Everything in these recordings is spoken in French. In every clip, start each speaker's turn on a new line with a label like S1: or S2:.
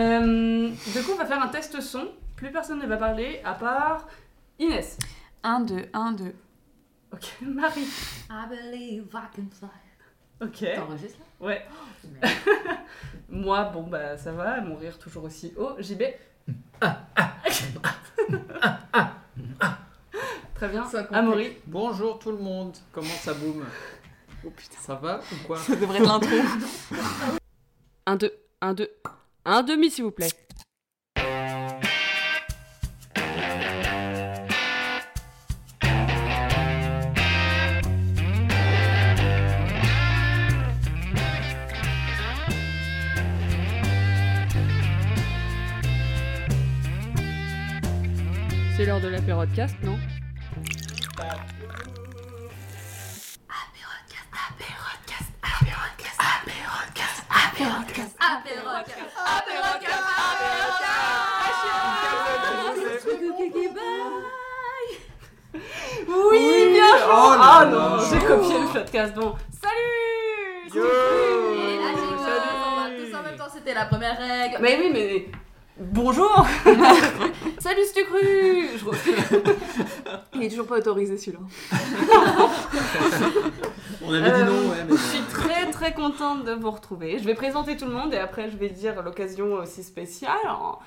S1: Euh, Du coup, on va faire un test son. Plus personne ne va parler à part Inès.
S2: 1, 2, 1, 2.
S1: Ok, Marie.
S3: I believe I can fly.
S1: Ok.
S3: T'enregistres là
S1: Ouais.
S3: Merde.
S1: Moi, bon, bah ça va, mon rire toujours aussi haut. JB. Très bien.
S3: Soit complet.
S1: Amaury.
S4: Bonjour tout le monde, comment ça boum
S2: Oh putain.
S4: Ça va ou quoi
S2: Ça devrait être l'intro.
S5: 1, 2, 1, 2, 1 demi s'il vous plaît. C'est l'heure de la cast, non
S3: Ah, Ah,
S1: Oui, bien joué.
S4: Oh là
S1: Ah
S4: là.
S1: non, j'ai copié le podcast. Bon, salut.
S3: Et
S4: Yo.
S3: là, j'ai
S1: Salut.
S3: eu tous en même temps, c'était la première règle.
S1: Mais oui, mais. Bonjour Salut Stucru Je refais.
S2: Il est toujours pas autorisé celui-là.
S4: On avait dit non, ouais, mais.
S1: Euh, Je suis très très contente de vous retrouver. Je vais présenter tout le monde et après je vais dire l'occasion aussi spéciale.
S4: Ah.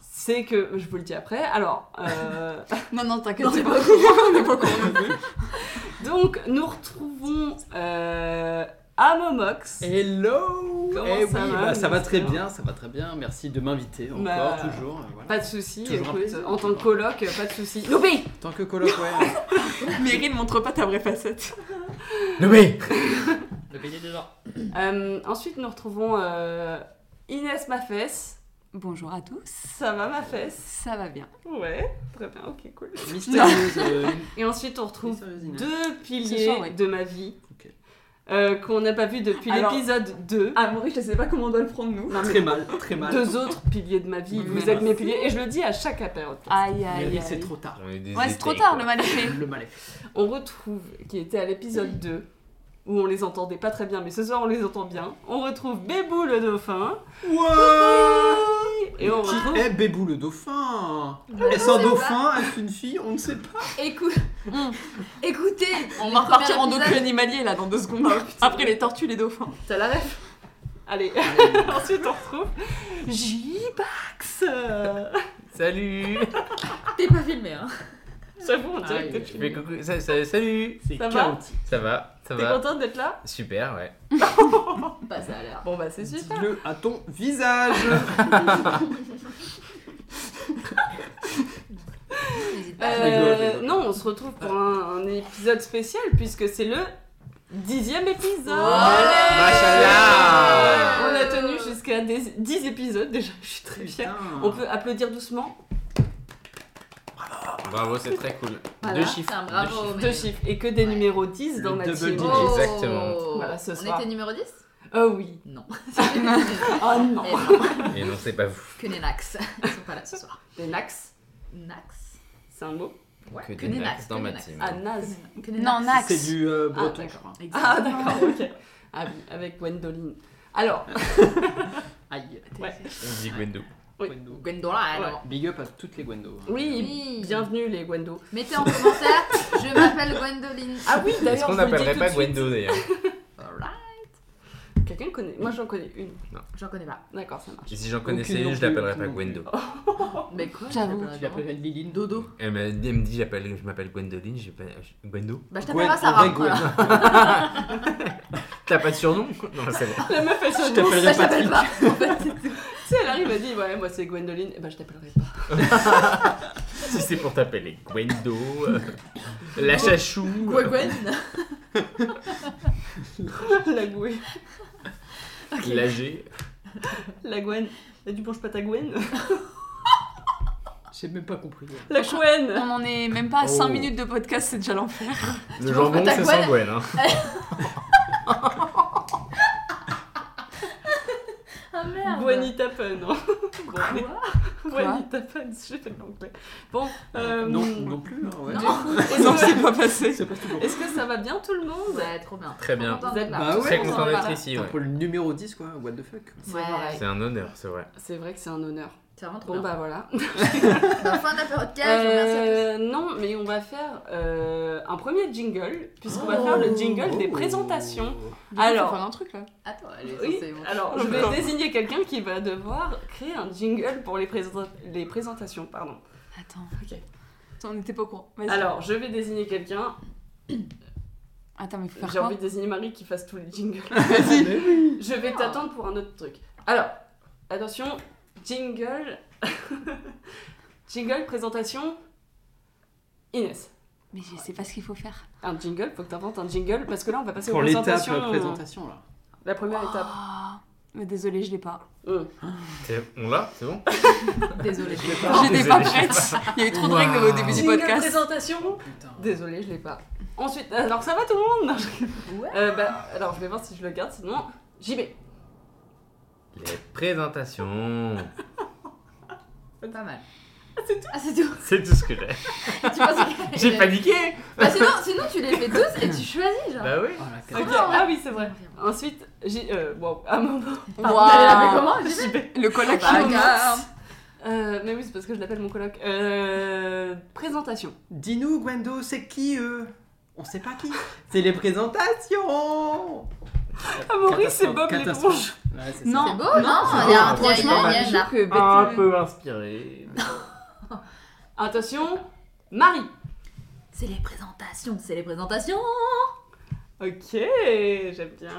S1: C'est que, je vous le dis après, alors, euh,
S2: Non, non, t'inquiète,
S1: Non,
S2: c'est
S1: mais
S2: pas
S1: donc nous retrouvons euh, Amomox.
S4: Hello
S1: Comment
S4: Eh oui,
S1: ça va,
S4: Ah. bah, ça va très
S1: monsieur
S4: bien, ça va très bien. Merci de m'inviter encore,
S1: Bah.
S4: toujours. euh, voilà.
S1: Pas de soucis,
S4: Toujours un
S1: écoute,
S4: plaisir.
S1: en tant que coloc, pas de soucis. Loupé
S4: Tant que coloc, ouais.
S2: Meryl, montre pas ta vraie facette.
S4: Le B Le B il est déjà.
S1: Euh, Ensuite nous retrouvons euh, Inès Mafesse.
S2: Bonjour à tous.
S1: Ça va Mafesse
S2: Ça va bien.
S1: Ouais, très bien, ok, cool.
S4: Mystérieuse. euh,
S1: Et ensuite on retrouve
S4: mystérieuse Inès.
S1: deux piliers
S2: soir, ouais.
S1: de ma vie
S4: Ok.
S1: euh, qu'on n'a pas vu depuis
S2: Alors-
S1: l'épisode 2.
S2: Ah, Maurice, je sais pas comment on doit le prendre, nous.
S4: Très mal, très mal.
S1: Deux autres piliers de ma vie,
S2: Mais
S1: vous
S4: non.
S1: êtes mes piliers et je le dis à chaque appel.
S4: Ah.
S2: Aïe, aïe,
S4: Mais
S2: aïe.
S4: c'est trop tard.
S6: On est des
S2: Ouais, c'est trop
S6: étés,
S2: tard,
S6: quoi.
S2: le mal est fait.
S4: Le mal est
S1: On retrouve, qui était à l'épisode 2, où on les entendait pas très bien, mais ce soir on les entend bien. On retrouve Bébou le dauphin. Et on retrouve
S4: Qui est Bébou le dauphin Est-ce
S3: on
S4: un
S3: sait pas.
S4: dauphin Est-ce une fille On ne sait pas.
S3: Écoute,
S2: Mm.
S3: écoutez,
S2: On
S3: les
S2: va repartir
S3: premiers
S2: en d'autres
S3: épisodes.
S2: animaliers là dans deux secondes. Après les tortues, les dauphins.
S1: T'as la ref Allez, ensuite on retrouve J-Bax
S6: Salut
S3: T'es pas filmé, hein.
S1: J'avoue, on dirait
S4: Aïe.
S1: que t'es
S6: Je
S1: filmé.
S6: fais coucou. Ça- ça- salut
S4: C'est
S1: Ça va
S4: chaotique.
S6: Ça va Ça
S1: T'es
S6: va
S1: contente d'être là
S6: Super, ouais.
S3: Pas ça à l'heure.
S1: Bon bah c'est super
S4: Dis-le à ton visage
S3: N'hésite pas.
S1: Euh,
S4: rigole, je rigole.
S1: non, on se retrouve pour un, un épisode spécial puisque c'est le dixième épisode.
S6: Machallah.
S1: On a tenu jusqu'à des- 10 épisodes déjà, je suis très fière. On peut applaudir doucement
S6: Bravo, c'est très cool.
S1: Voilà,
S6: Deux
S1: c'est
S6: chiffres.
S3: C'est un
S6: deux
S3: bravo. mais-
S1: deux chiffres et que des
S3: Ouais.
S1: numéros 10 dans
S4: Le
S1: la
S4: double
S1: team.
S6: digit.
S1: Oh,
S6: Exactement.
S1: Voilà, ce
S3: on
S1: soir.
S3: était numéro 10
S1: oh oui.
S3: Non.
S1: Oh non.
S3: Eh non,
S6: chiffres. Et non, c'est pas vous.
S3: que des Nax. Ils sont pas là ce soir.
S1: Des nax,
S3: Nax.
S1: c'est un mot.
S3: Ouais,
S6: Que
S3: que,
S6: des
S3: des
S6: Nax
S3: Nax.
S6: dans
S3: que
S6: ma
S3: des Nax.
S6: team.
S1: Ah, naze.
S3: Que des
S2: Non,
S3: Nax.
S2: Nax.
S4: C'est du euh,
S1: Ah,
S4: breton, je
S1: d'accord.
S4: crois.
S1: Ah
S3: Exactement.
S1: d'accord, ok. Ah oui, avec Gwendoline. Alors,
S4: Aïe.
S1: Ouais.
S6: On dit Gwendo.
S1: Oui.
S4: Gwendo.
S3: Gwendola, alors.
S4: Big up à toutes les Gwendo.
S1: oui,
S3: Oui.
S1: bienvenue les Gwendo.
S3: Mettez en commentaire, je m'appelle Gwendoline.
S1: Ah oui,
S6: Est-ce
S1: d'ailleurs,
S6: qu'on
S1: je vous le dis
S6: n'appellerait
S1: tout
S6: pas
S1: de suite.
S6: Gwendo d'ailleurs
S1: Quelqu'un connaît Moi j'en connais une.
S3: J'en connais pas.
S1: D'accord, ça marche.
S6: Et si j'en
S4: Aucune
S6: connaissais
S4: non
S6: une, je
S4: plus,
S6: l'appellerais
S4: aucune non
S6: pas
S4: plus.
S6: Gwendo.
S3: Mais quoi
S2: J'avoue.
S3: tu
S1: Ah,
S4: Tu
S3: l'appelles
S4: l'appelles Liline Dodo
S6: Elle m'a- elle me dit, j'appelle- je m'appelle Gwendoline, j'ai pas. je- Gwendo
S3: Bah, je t'appellerai
S4: Gwen- en vrai,
S3: Sarah.
S4: Gwen.
S3: voilà.
S1: Ah.
S6: T'as pas de surnom Non, c'est bon.
S1: La meuf elle se
S4: Je
S1: demande
S3: Ça,
S4: t'appellerai
S3: je t'appelle
S4: Patrick.
S3: pas.
S1: si elle arrive, elle dit Ouais, moi c'est Gwendoline. Et bah je t'appellerai pas.
S6: Si c'est pour t'appeler Gwendo, euh, la chachou. euh,
S3: Gwen- Gwen.
S1: la Gwen.
S6: La G.
S1: La Gwen. Elle dit Mange pas ta Gwen.
S4: J'ai même pas compris.
S1: La Gwen
S2: On en est même pas à 5
S6: Oh.
S2: minutes de podcast, c'est déjà l'enfer.
S6: Le jambon,
S3: ta
S6: c'est
S3: Gwen
S6: sans Gwen. Hein.
S3: Ah merde.
S1: Gwenita Pun. hein.
S3: Quoi
S1: Gwenita Pun, j'ai fait de l'anglais. Bon, euh,
S4: Non, non plus. hein, ouais.
S1: du
S3: Non.
S1: coup,
S2: Non,
S1: est-ce
S2: c'est pas passé.
S4: C'est pas tout bon.
S1: que, est-ce que ça va bien tout le monde
S3: Ouais, trop bien.
S6: Très bien.
S3: Contente
S1: Vous êtes
S3: d'être là.
S4: Bah ouais.
S6: Très
S3: on
S6: content
S3: en
S6: d'être
S3: parle.
S6: ici,
S4: Enfin,
S6: ouais.
S4: Pour le numéro 10, quoi. What the fuck
S1: C'est
S3: Ouais.
S1: vrai.
S6: C'est un honneur, c'est vrai.
S1: C'est vrai que c'est un honneur.
S3: C'est vraiment trop
S1: Bon
S3: bien.
S1: bah voilà.
S3: Bah, fin de la période cage, merci à tous.
S1: Euh, non, mais on va faire euh, un premier jingle, puisqu'on va
S3: Oh.
S1: faire le jingle des
S2: Du
S1: présentations.
S2: coup,
S1: Alors-
S2: faut faire un truc là.
S3: Attends, elle est
S1: Oui,
S3: censée- bon.
S1: alors je vais désigner quelqu'un qui va devoir créer un jingle pour les, présenta- les présentations. Pardon.
S2: Attends.
S1: Ok.
S2: Attends, on n'était pas au courant. Vas-y.
S1: Alors, je vais désigner quelqu'un.
S2: Attends, mais faut faire
S1: J'ai
S2: quoi
S1: envie de désigner Marie qui fasse tous les jingles.
S4: Vas-y.
S1: Je vais t'attendre pour un autre truc. Alors, attention, jingle. jingle, présentation. Inès.
S2: Mais je sais pas ce qu'il faut faire.
S1: Un jingle, faut que t'inventes un jingle parce que là on va passer
S4: Pour
S1: aux
S4: l'étape
S1: présentations.
S4: euh, présentation, là.
S1: La première étape.
S2: Ah, mais désolé, je l'ai pas.
S1: Hum.
S6: C'est- On l'a C'est bon
S3: Désolée.
S6: Ah,
S2: J'étais
S6: désolé,
S2: pas
S6: je l'ai
S2: prête. Il y a eu trop de
S6: Waouh.
S2: règles au début du
S1: Jingle,
S2: podcast.
S1: présentation.
S4: Putain.
S1: Désolée, je l'ai pas. Ensuite, alors ça va tout le monde Non, je-
S3: Ouais.
S1: Euh, bah, Alors je vais voir si je le garde, sinon j'y vais.
S6: Les présentations.
S3: Pas mal. Ah, c'est tout.
S6: C'est tout ce que j'ai.
S3: Ah, c'est tout. Tu
S6: J'ai
S3: penses que-
S6: paniqué
S3: Bah, sinon, sinon, tu les fais tous et tu choisis, genre.
S6: Bah oui.
S4: Oh, la
S1: Ok,
S4: cata-
S3: bien, ouais.
S1: Ah oui, c'est vrai. Ensuite, j'ai. Euh, wow, à un moment.
S3: Elle a fait
S2: Waouh.
S3: comment J'ai fait
S2: Le collègue qui
S3: Bah,
S2: nous-
S3: gars.
S1: Euh, mais oui, c'est parce que je l'appelle mon coloc. Euh, présentation.
S4: Dis-nous, Gwendo, c'est qui eux On sait pas qui. C'est les présentations
S1: Ah, Maurice, c'est Bob l'éponge.
S4: Catastrophe. Ouais, c'est ça.
S2: Non,
S3: C'est beau, non
S2: Ah,
S3: Ah, Il y a un- il y a- il y
S2: bah,
S3: a- il y a un arc.
S6: Un peu inspiré.
S3: Bah,
S1: Attention, Marie.
S3: C'est les présentations, c'est les présentations.
S1: Ok, j'aime bien.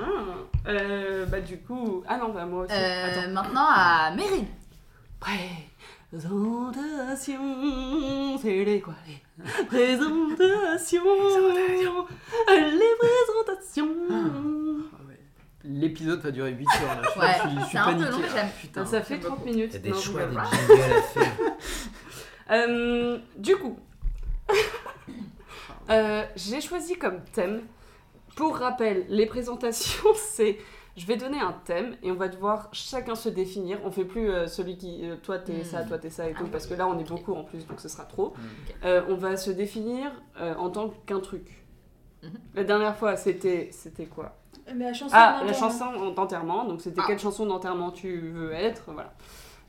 S1: Euh, bah du coup, ah non, bah moi aussi.
S3: Euh,
S1: Attends.
S3: maintenant à Mérine.
S1: Présentation, c'est les quoi les présentations, les présentations.
S4: Ah ouais. L'épisode va durer 8 heures là. Je suis-
S3: Ouais,
S4: je suis, je suis
S3: c'est un peu
S4: paniqué,
S3: long, mais
S4: là.
S3: j'aime.
S4: Putain.
S1: ça fait 30 minutes.
S6: Il y a des
S1: Non, je
S6: choix, des
S1: rigole.
S6: jingles à faire.
S1: Euh, du coup, euh, j'ai choisi comme thème, pour rappel, les présentations, c'est je vais donner un thème et on va devoir chacun se définir. On fait plus euh, celui qui, euh, toi t'es
S3: Hmm.
S1: ça, toi t'es ça et
S3: Ah
S1: tout,
S3: oui.
S1: parce que là on est beaucoup en plus, donc ce sera trop.
S4: Hmm.
S1: Euh, on va se définir euh, en tant qu'un truc.
S3: Mhm.
S1: La dernière fois, c'était c'était quoi
S7: Mais la chanson.
S1: ah, la
S7: d'Internet.
S1: chanson d'enterrement. Donc, c'était
S3: Ah.
S1: quelle chanson d'enterrement tu veux être Voilà.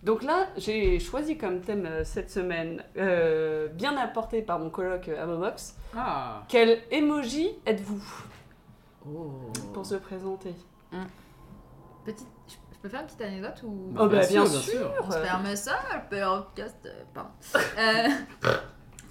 S1: Donc là, j'ai choisi comme thème euh, cette semaine, euh, bien apporté par mon colloque à Momox,
S4: Ah.
S1: quel emoji êtes-vous
S4: Oh.
S1: pour se présenter
S3: Petite... Je je peux faire une petite anecdote ou.
S1: Oh, bah, bien
S3: On se ferme ça, le podcast. euh, Pardon. Euh,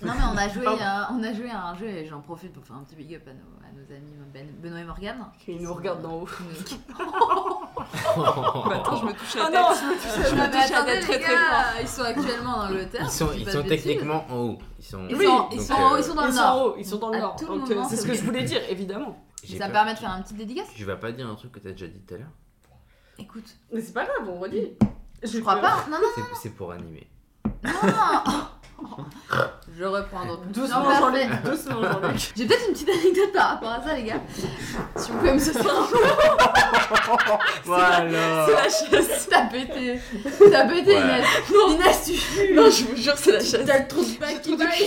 S3: non, mais on a, joué, à- on a joué à un jeu et j'en profite pour faire un petit big up à nos, à nos amis Ben- Benoît et Morgane. Euh,
S1: Qui Euh, nous regarde d'en haut.
S3: Qui nous- qui-
S6: Oh,
S2: Attends, je me touche la
S1: Ah
S2: tête.
S1: non,
S3: Non, mais
S2: touche à
S3: attendez,
S2: tête très,
S3: les
S2: très
S3: gars, Ils sont actuellement en Angleterre.
S6: Ils sont,
S3: si je dis
S6: ils
S3: pas
S6: sont
S3: de bêtises.
S6: techniquement en haut. Ils sont,
S3: Ils
S1: Oui,
S3: sont, ils
S6: donc,
S3: sont en haut,
S6: euh,
S3: ils sont dans
S1: ils
S3: le
S1: sont en
S3: nord.
S1: haut, ils sont dans le
S3: À
S1: nord.
S3: tout
S1: Donc,
S3: moment,
S1: euh, c'est
S3: c'est
S1: ce que je
S3: obligé.
S1: voulais dire, évidemment.
S6: j'ai
S3: Ça me
S6: peur.
S3: permet de faire un petit dédicace
S6: Tu vas pas dire un truc que t'as déjà dit tout à l'heure
S3: Écoute,
S1: Mais c'est pas grave, on redit.
S3: je crois pas. Non, non,
S6: C'est- C'est pour animer.
S3: non Je reprends donc.
S1: Doucement,
S3: Non,
S1: Jean-Luc.
S3: parfait.
S1: Doucement, Jean-Luc.
S3: J'ai peut-être une petite anecdote par rapport à ça, les gars. Si vous pouvez me soutenir un peu.
S4: Voilà.
S3: la chaise. T'as pété. T'as pété,
S6: Ouais.
S3: Inès. Non. Inès, tu. Non, je vous jure, c'est la chaise. T'as le trou de bac qui baille.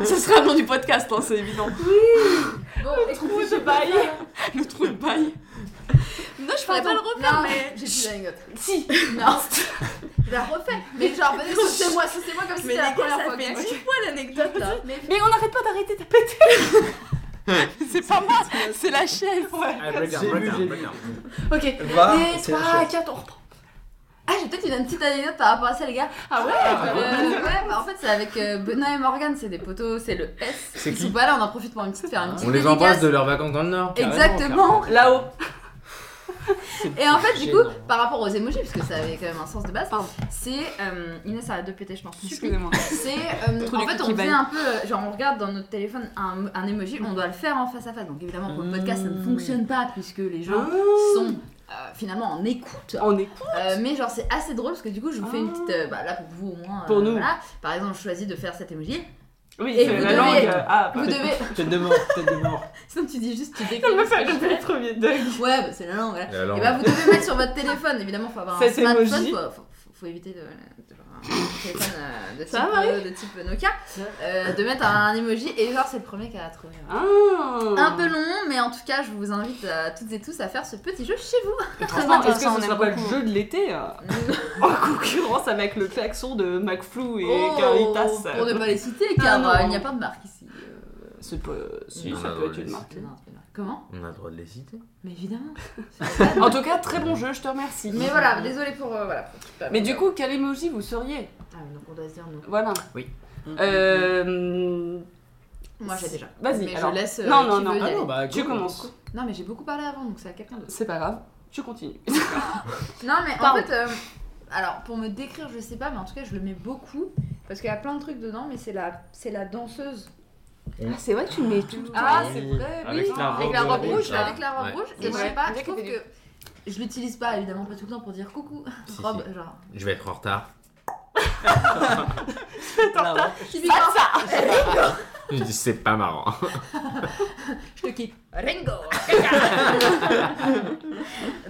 S2: Ce sera le nom du podcast, hein, c'est évident.
S3: Bon,
S1: Trou
S3: écoute,
S1: de bail.
S2: Le trou de bail.
S3: Non, je pourrais pas le refaire, mais. J'ai plus d'anecdote.
S2: Si.
S3: Non. Je la refais. Mais genre, venez, saucez-moi, saucez-moi comme si c'était la première fois. hein. ok
S2: fois l'anecdote là.
S3: Mais
S1: Mais on n'arrête pas d'arrêter de péter.
S2: C'est pas moi, c'est la chaise.
S4: J'ai vu, j'ai vu.
S1: Ok.
S4: Va,
S1: Et
S4: Ah, c'est la
S1: trois,
S4: chose.
S1: quatre, on reprend.
S3: Ah, j'ai peut-être une petite anecdote par rapport à ça, les gars.
S1: Ah ouais
S3: Euh, ouais, bah en fait, c'est avec euh, Benoît et Morgan, c'est des potos, c'est le S.
S6: C'est
S3: Ils
S6: qui
S3: sont pas là, on en profite pour une petite faire une petite
S6: On les
S3: dédicace.
S6: embrasse de leurs vacances dans le Nord.
S4: Carrément,
S3: Exactement.
S4: carrément.
S1: Là-haut.
S3: Et en fait, du coup,
S4: Gênant.
S3: par rapport aux émojis, parce que ça avait quand même un sens de base, c'est. euh, Inès, arrête de péter, je m'en supplie.
S2: Excusez-moi.
S3: C'est. euh,
S2: Trou
S3: en
S2: du
S3: fait,
S2: cul
S3: on
S2: qui
S3: faisait
S2: baille.
S3: un peu. euh, Genre, on regarde dans notre téléphone un, un emoji,
S1: Mm.
S3: on doit le faire en face à face. Donc, évidemment, pour le podcast, ça ne fonctionne pas puisque les gens
S1: Ah.
S3: sont euh, finalement en écoute.
S1: On est cool.
S3: Euh, mais genre c'est assez drôle parce que du coup je vous fais une
S1: Ah.
S3: petite euh, bah, là pour vous au moins euh,
S1: Pour nous.
S3: voilà. par exemple je choisis de faire cet emoji
S1: Oui,
S3: Et
S1: c'est
S3: vous
S1: la
S3: devez-
S1: langue. euh, Ah,
S3: vous devez
S4: Tête de mort, tête de mort.
S3: sinon tu dis juste tu décris
S1: Elle me
S3: ce que
S1: fait
S3: je
S1: le
S3: fais.
S1: premier deuil.
S3: ouais bah, c'est la langue voilà.
S6: La
S3: Et
S6: langue.
S3: bah vous devez mettre sur votre téléphone, évidemment, faut avoir un
S1: Cet
S3: smartphone,
S1: emoji.
S3: faut, faut- faut- faut éviter de, de- genre, un téléphone euh, de type,
S1: Ça va,
S3: euh, de type Nokia, euh, de mettre un emoji et genre c'est le premier qui a trouvé.
S1: Ah.
S3: ouais. Un peu long, mais en tout cas, je vous invite euh, toutes et tous à faire ce petit jeu chez vous.
S1: Franchement, est-ce que
S2: intéressant,
S1: ce
S2: on
S1: sera
S2: aime
S1: pas le
S2: beaucoup.
S1: jeu de l'été euh, En concurrence avec le klaxon de McFlou et
S3: Oh,
S1: Caritas
S3: Pour ne pas les citer,
S1: Ah,
S3: car
S1: non.
S3: euh, il n'y a pas de marque ici. euh,
S1: C'est pas- si,
S6: Non,
S1: ça
S6: non,
S1: peut être
S6: mais
S1: une marque.
S3: c'est
S6: c'est-
S3: une marque, c'est une marque. Comment
S6: On a le droit de les citer.
S3: Mais évidemment.
S1: En tout cas, très bon jeu, je te remercie.
S3: mais voilà, désolé pour. euh, voilà, pour-
S1: Mais du coup, quel emoji vous seriez
S3: Ah, donc on doit se dire non.
S1: Voilà.
S4: Mm.
S1: Euh...
S3: Moi j'ai déjà.
S1: Vas-y,
S3: Mais
S1: alors.
S3: je laisse. euh,
S1: Non, non,
S3: qui
S1: non.
S3: veut y
S4: Ah
S3: aller.
S4: non, bah,
S1: Tu
S4: go.
S1: commences.
S3: Non, mais j'ai beaucoup parlé avant, donc c'est à quelqu'un d'autre.
S1: C'est pas grave, tu continues.
S3: Non, mais
S1: Pardon.
S3: en fait, euh, alors pour me décrire, je sais pas, mais en tout cas, je le mets beaucoup parce qu'il y a plein de trucs dedans, mais c'est la, c'est la danseuse
S1: Ah, c'est vrai que tu mets tout.
S3: Ah,
S6: c'est vrai, Avec oui. la robe
S3: avec la robe
S6: rouge,
S3: rouge,
S6: là.
S3: avec la robe
S6: Ah, Ouais.
S3: rouge.
S1: C'est
S3: Et je
S1: vrai.
S3: sais pas,
S1: Déjà
S3: je trouve
S1: qu'elle fait
S3: que je l'utilise pas évidemment pas tout le temps pour dire coucou
S6: Si,
S3: robe, genre.
S6: Je vais être en retard.
S4: Là,
S3: Typiquement,
S6: Je dis c'est pas marrant.
S3: je te quitte. Ringo.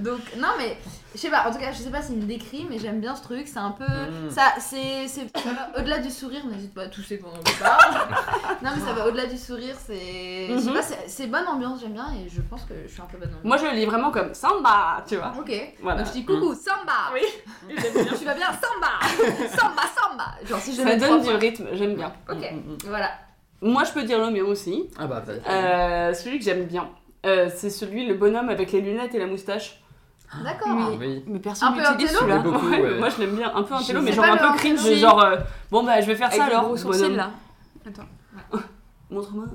S3: Donc non, mais je sais pas. En tout cas, je sais pas s'il me décrit, mais j'aime bien ce truc. C'est un peu
S4: Mm.
S3: ça. C'est c'est- ça va au-delà du sourire. N'hésite pas à toucher pendant que je parle. non, mais ça va au-delà du sourire. C'est je sais
S1: Mhm.
S3: pas. c'est- C'est bonne ambiance. J'aime bien et je pense que je suis un peu bonne ambiance.
S1: Moi, je le lis vraiment comme Samba, tu vois.
S3: Ok.
S1: Voilà.
S3: Donc je dis coucou, samba.
S1: Oui.
S3: tu vas bien, samba, samba, samba. Genre si je
S1: Ça
S3: mets trois
S1: donne du
S3: fois.
S1: rythme, j'aime bien.
S3: Ok.
S4: Mm, mm, mm.
S3: Voilà.
S1: Moi, je peux dire le mien aussi.
S4: Ah bah, vas-y.
S1: Euh, celui que j'aime bien, euh, c'est celui, le bonhomme avec les lunettes et la moustache.
S3: D'accord.
S4: Ah Oui.
S1: Mais personne
S3: Un peu
S1: l'utilise
S3: un télo
S1: celui-là.
S4: Mais beaucoup,
S1: Ah Ouais,
S4: ouais.
S1: Moi, je l'aime bien. Un peu un
S3: Je
S1: télo, mais
S3: sais
S1: genre
S3: pas
S1: un
S3: le
S1: peu
S3: un
S1: cringe.
S3: télo.
S1: Genre, euh, bon, bah, je vais faire ça alors.
S2: gros
S1: bonhomme.
S2: sourcils là.
S1: Montre-moi.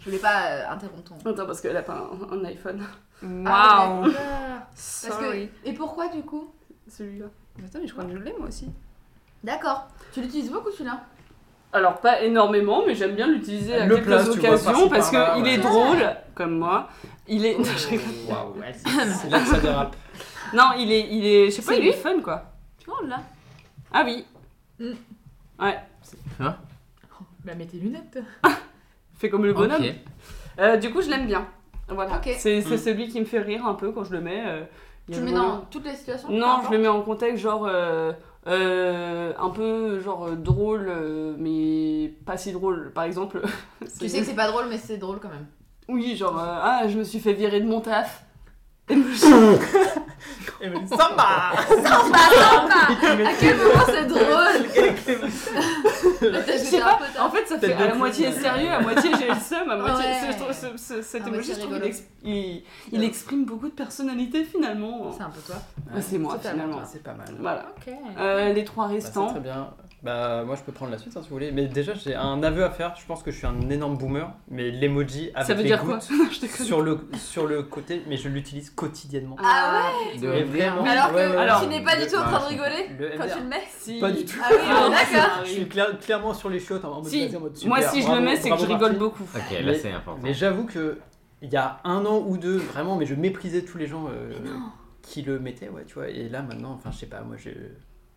S3: Je voulais pas euh, interrompre ton.
S1: Attends, parce qu'elle a pas un, un iPhone.
S3: Ah,
S2: Waouh.
S3: ouais, d'accord. Parce que...
S2: Sorry.
S3: Et pourquoi du coup
S1: Celui-là.
S2: Attends, mais je crois que je l'ai moi aussi.
S3: D'accord. Tu l'utilises beaucoup celui-là
S1: Alors, pas énormément, mais j'aime bien l'utiliser à
S4: Le
S1: quelques
S4: place, tu vois,
S1: occasions
S4: par-ci,
S1: parce qu'il
S4: par-là, ouais.
S1: est drôle, comme moi. Il est. Non, je rigole.
S4: Waouh, ouais, c'est c'est là que ça dérape.
S1: Non, il est. Il est... Je sais pas,
S2: C'est
S1: il est
S2: lui
S1: fun quoi.
S2: Tu vois, on l'a.
S1: Ah oui,
S2: Bah, mets tes lunettes.
S1: fait comme le bonhomme.
S6: Ok.
S1: Euh, du coup, je l'aime bien. Voilà.
S3: Ok.
S1: C'est c'est
S4: Mm.
S1: celui qui me fait rire un peu quand je le mets. euh, il
S3: Tu
S1: est
S3: le mets
S1: rigolo.
S3: dans toutes les situations peu
S1: Non,
S3: importe
S1: je le mets en contexte genre euh, euh, un peu genre euh, drôle, euh, mais pas si drôle. Par exemple,
S3: Tu sais que c'est pas drôle, mais c'est drôle quand même.
S1: oui, genre euh, ah, je me suis fait virer de mon taf.
S4: Samba
S3: Samba, samba À quel moment c'est drôle
S1: Je sais pas. En fait, ça fait
S4: Peut-être
S1: à la
S4: deux
S1: moitié
S4: coups,
S1: sérieux, à moitié j'ai le seum, à moitié.
S3: Ouais.
S1: c'est- je trouve ce- ce- cet
S3: Ah, mais
S1: emoji,
S3: c'est
S1: je trouve, il,
S3: rigolo.
S1: exp- il- il exprime beaucoup de personnalité finalement.
S3: C'est un peu toi.
S1: Ah, C'est moi
S3: Totalement.
S1: finalement. Bah,
S4: C'est pas mal.
S1: Voilà.
S2: Ok.
S1: Euh, les trois
S4: Bah, c'est
S1: restants.
S4: très bien. Bah, moi je peux prendre la suite hein, si vous voulez. Mais déjà, j'ai un aveu à faire. Je pense que je suis un énorme boomer. Mais l'emoji avec
S1: Ça veut
S4: les
S1: dire quoi
S4: gouttes
S1: Je te
S4: sur le, sur le côté, mais je l'utilise quotidiennement.
S3: Ah ouais
S6: De
S4: Mais vraiment.
S3: Mais alors que
S4: Ouais, ouais,
S1: Alors-
S3: tu n'es pas du tout en train de
S6: Ouais.
S1: Ah
S3: rigoler
S4: Le
S3: quand
S4: MDR.
S3: tu le mets
S1: Si.
S4: Pas du tout.
S3: Ah oui,
S1: Ah,
S3: ouais, d'accord.
S1: ça
S4: Je
S1: arrive.
S4: suis clair- clairement sur les chiottes. hein, En mode,
S1: Si.
S4: vas-y, en mode,
S1: Moi,
S4: super,
S1: si je
S4: bravo,
S1: le mets, c'est que
S4: bravo,
S1: je rigole
S4: Marty.
S1: beaucoup.
S6: Ok, là
S4: Mais-
S6: c'est important.
S4: Mais j'avoue que il y a un an ou deux, vraiment, mais je méprisais tous les gens euh, qui le mettaient, ouais, tu vois. Et là maintenant, enfin, je sais pas, moi, j'ai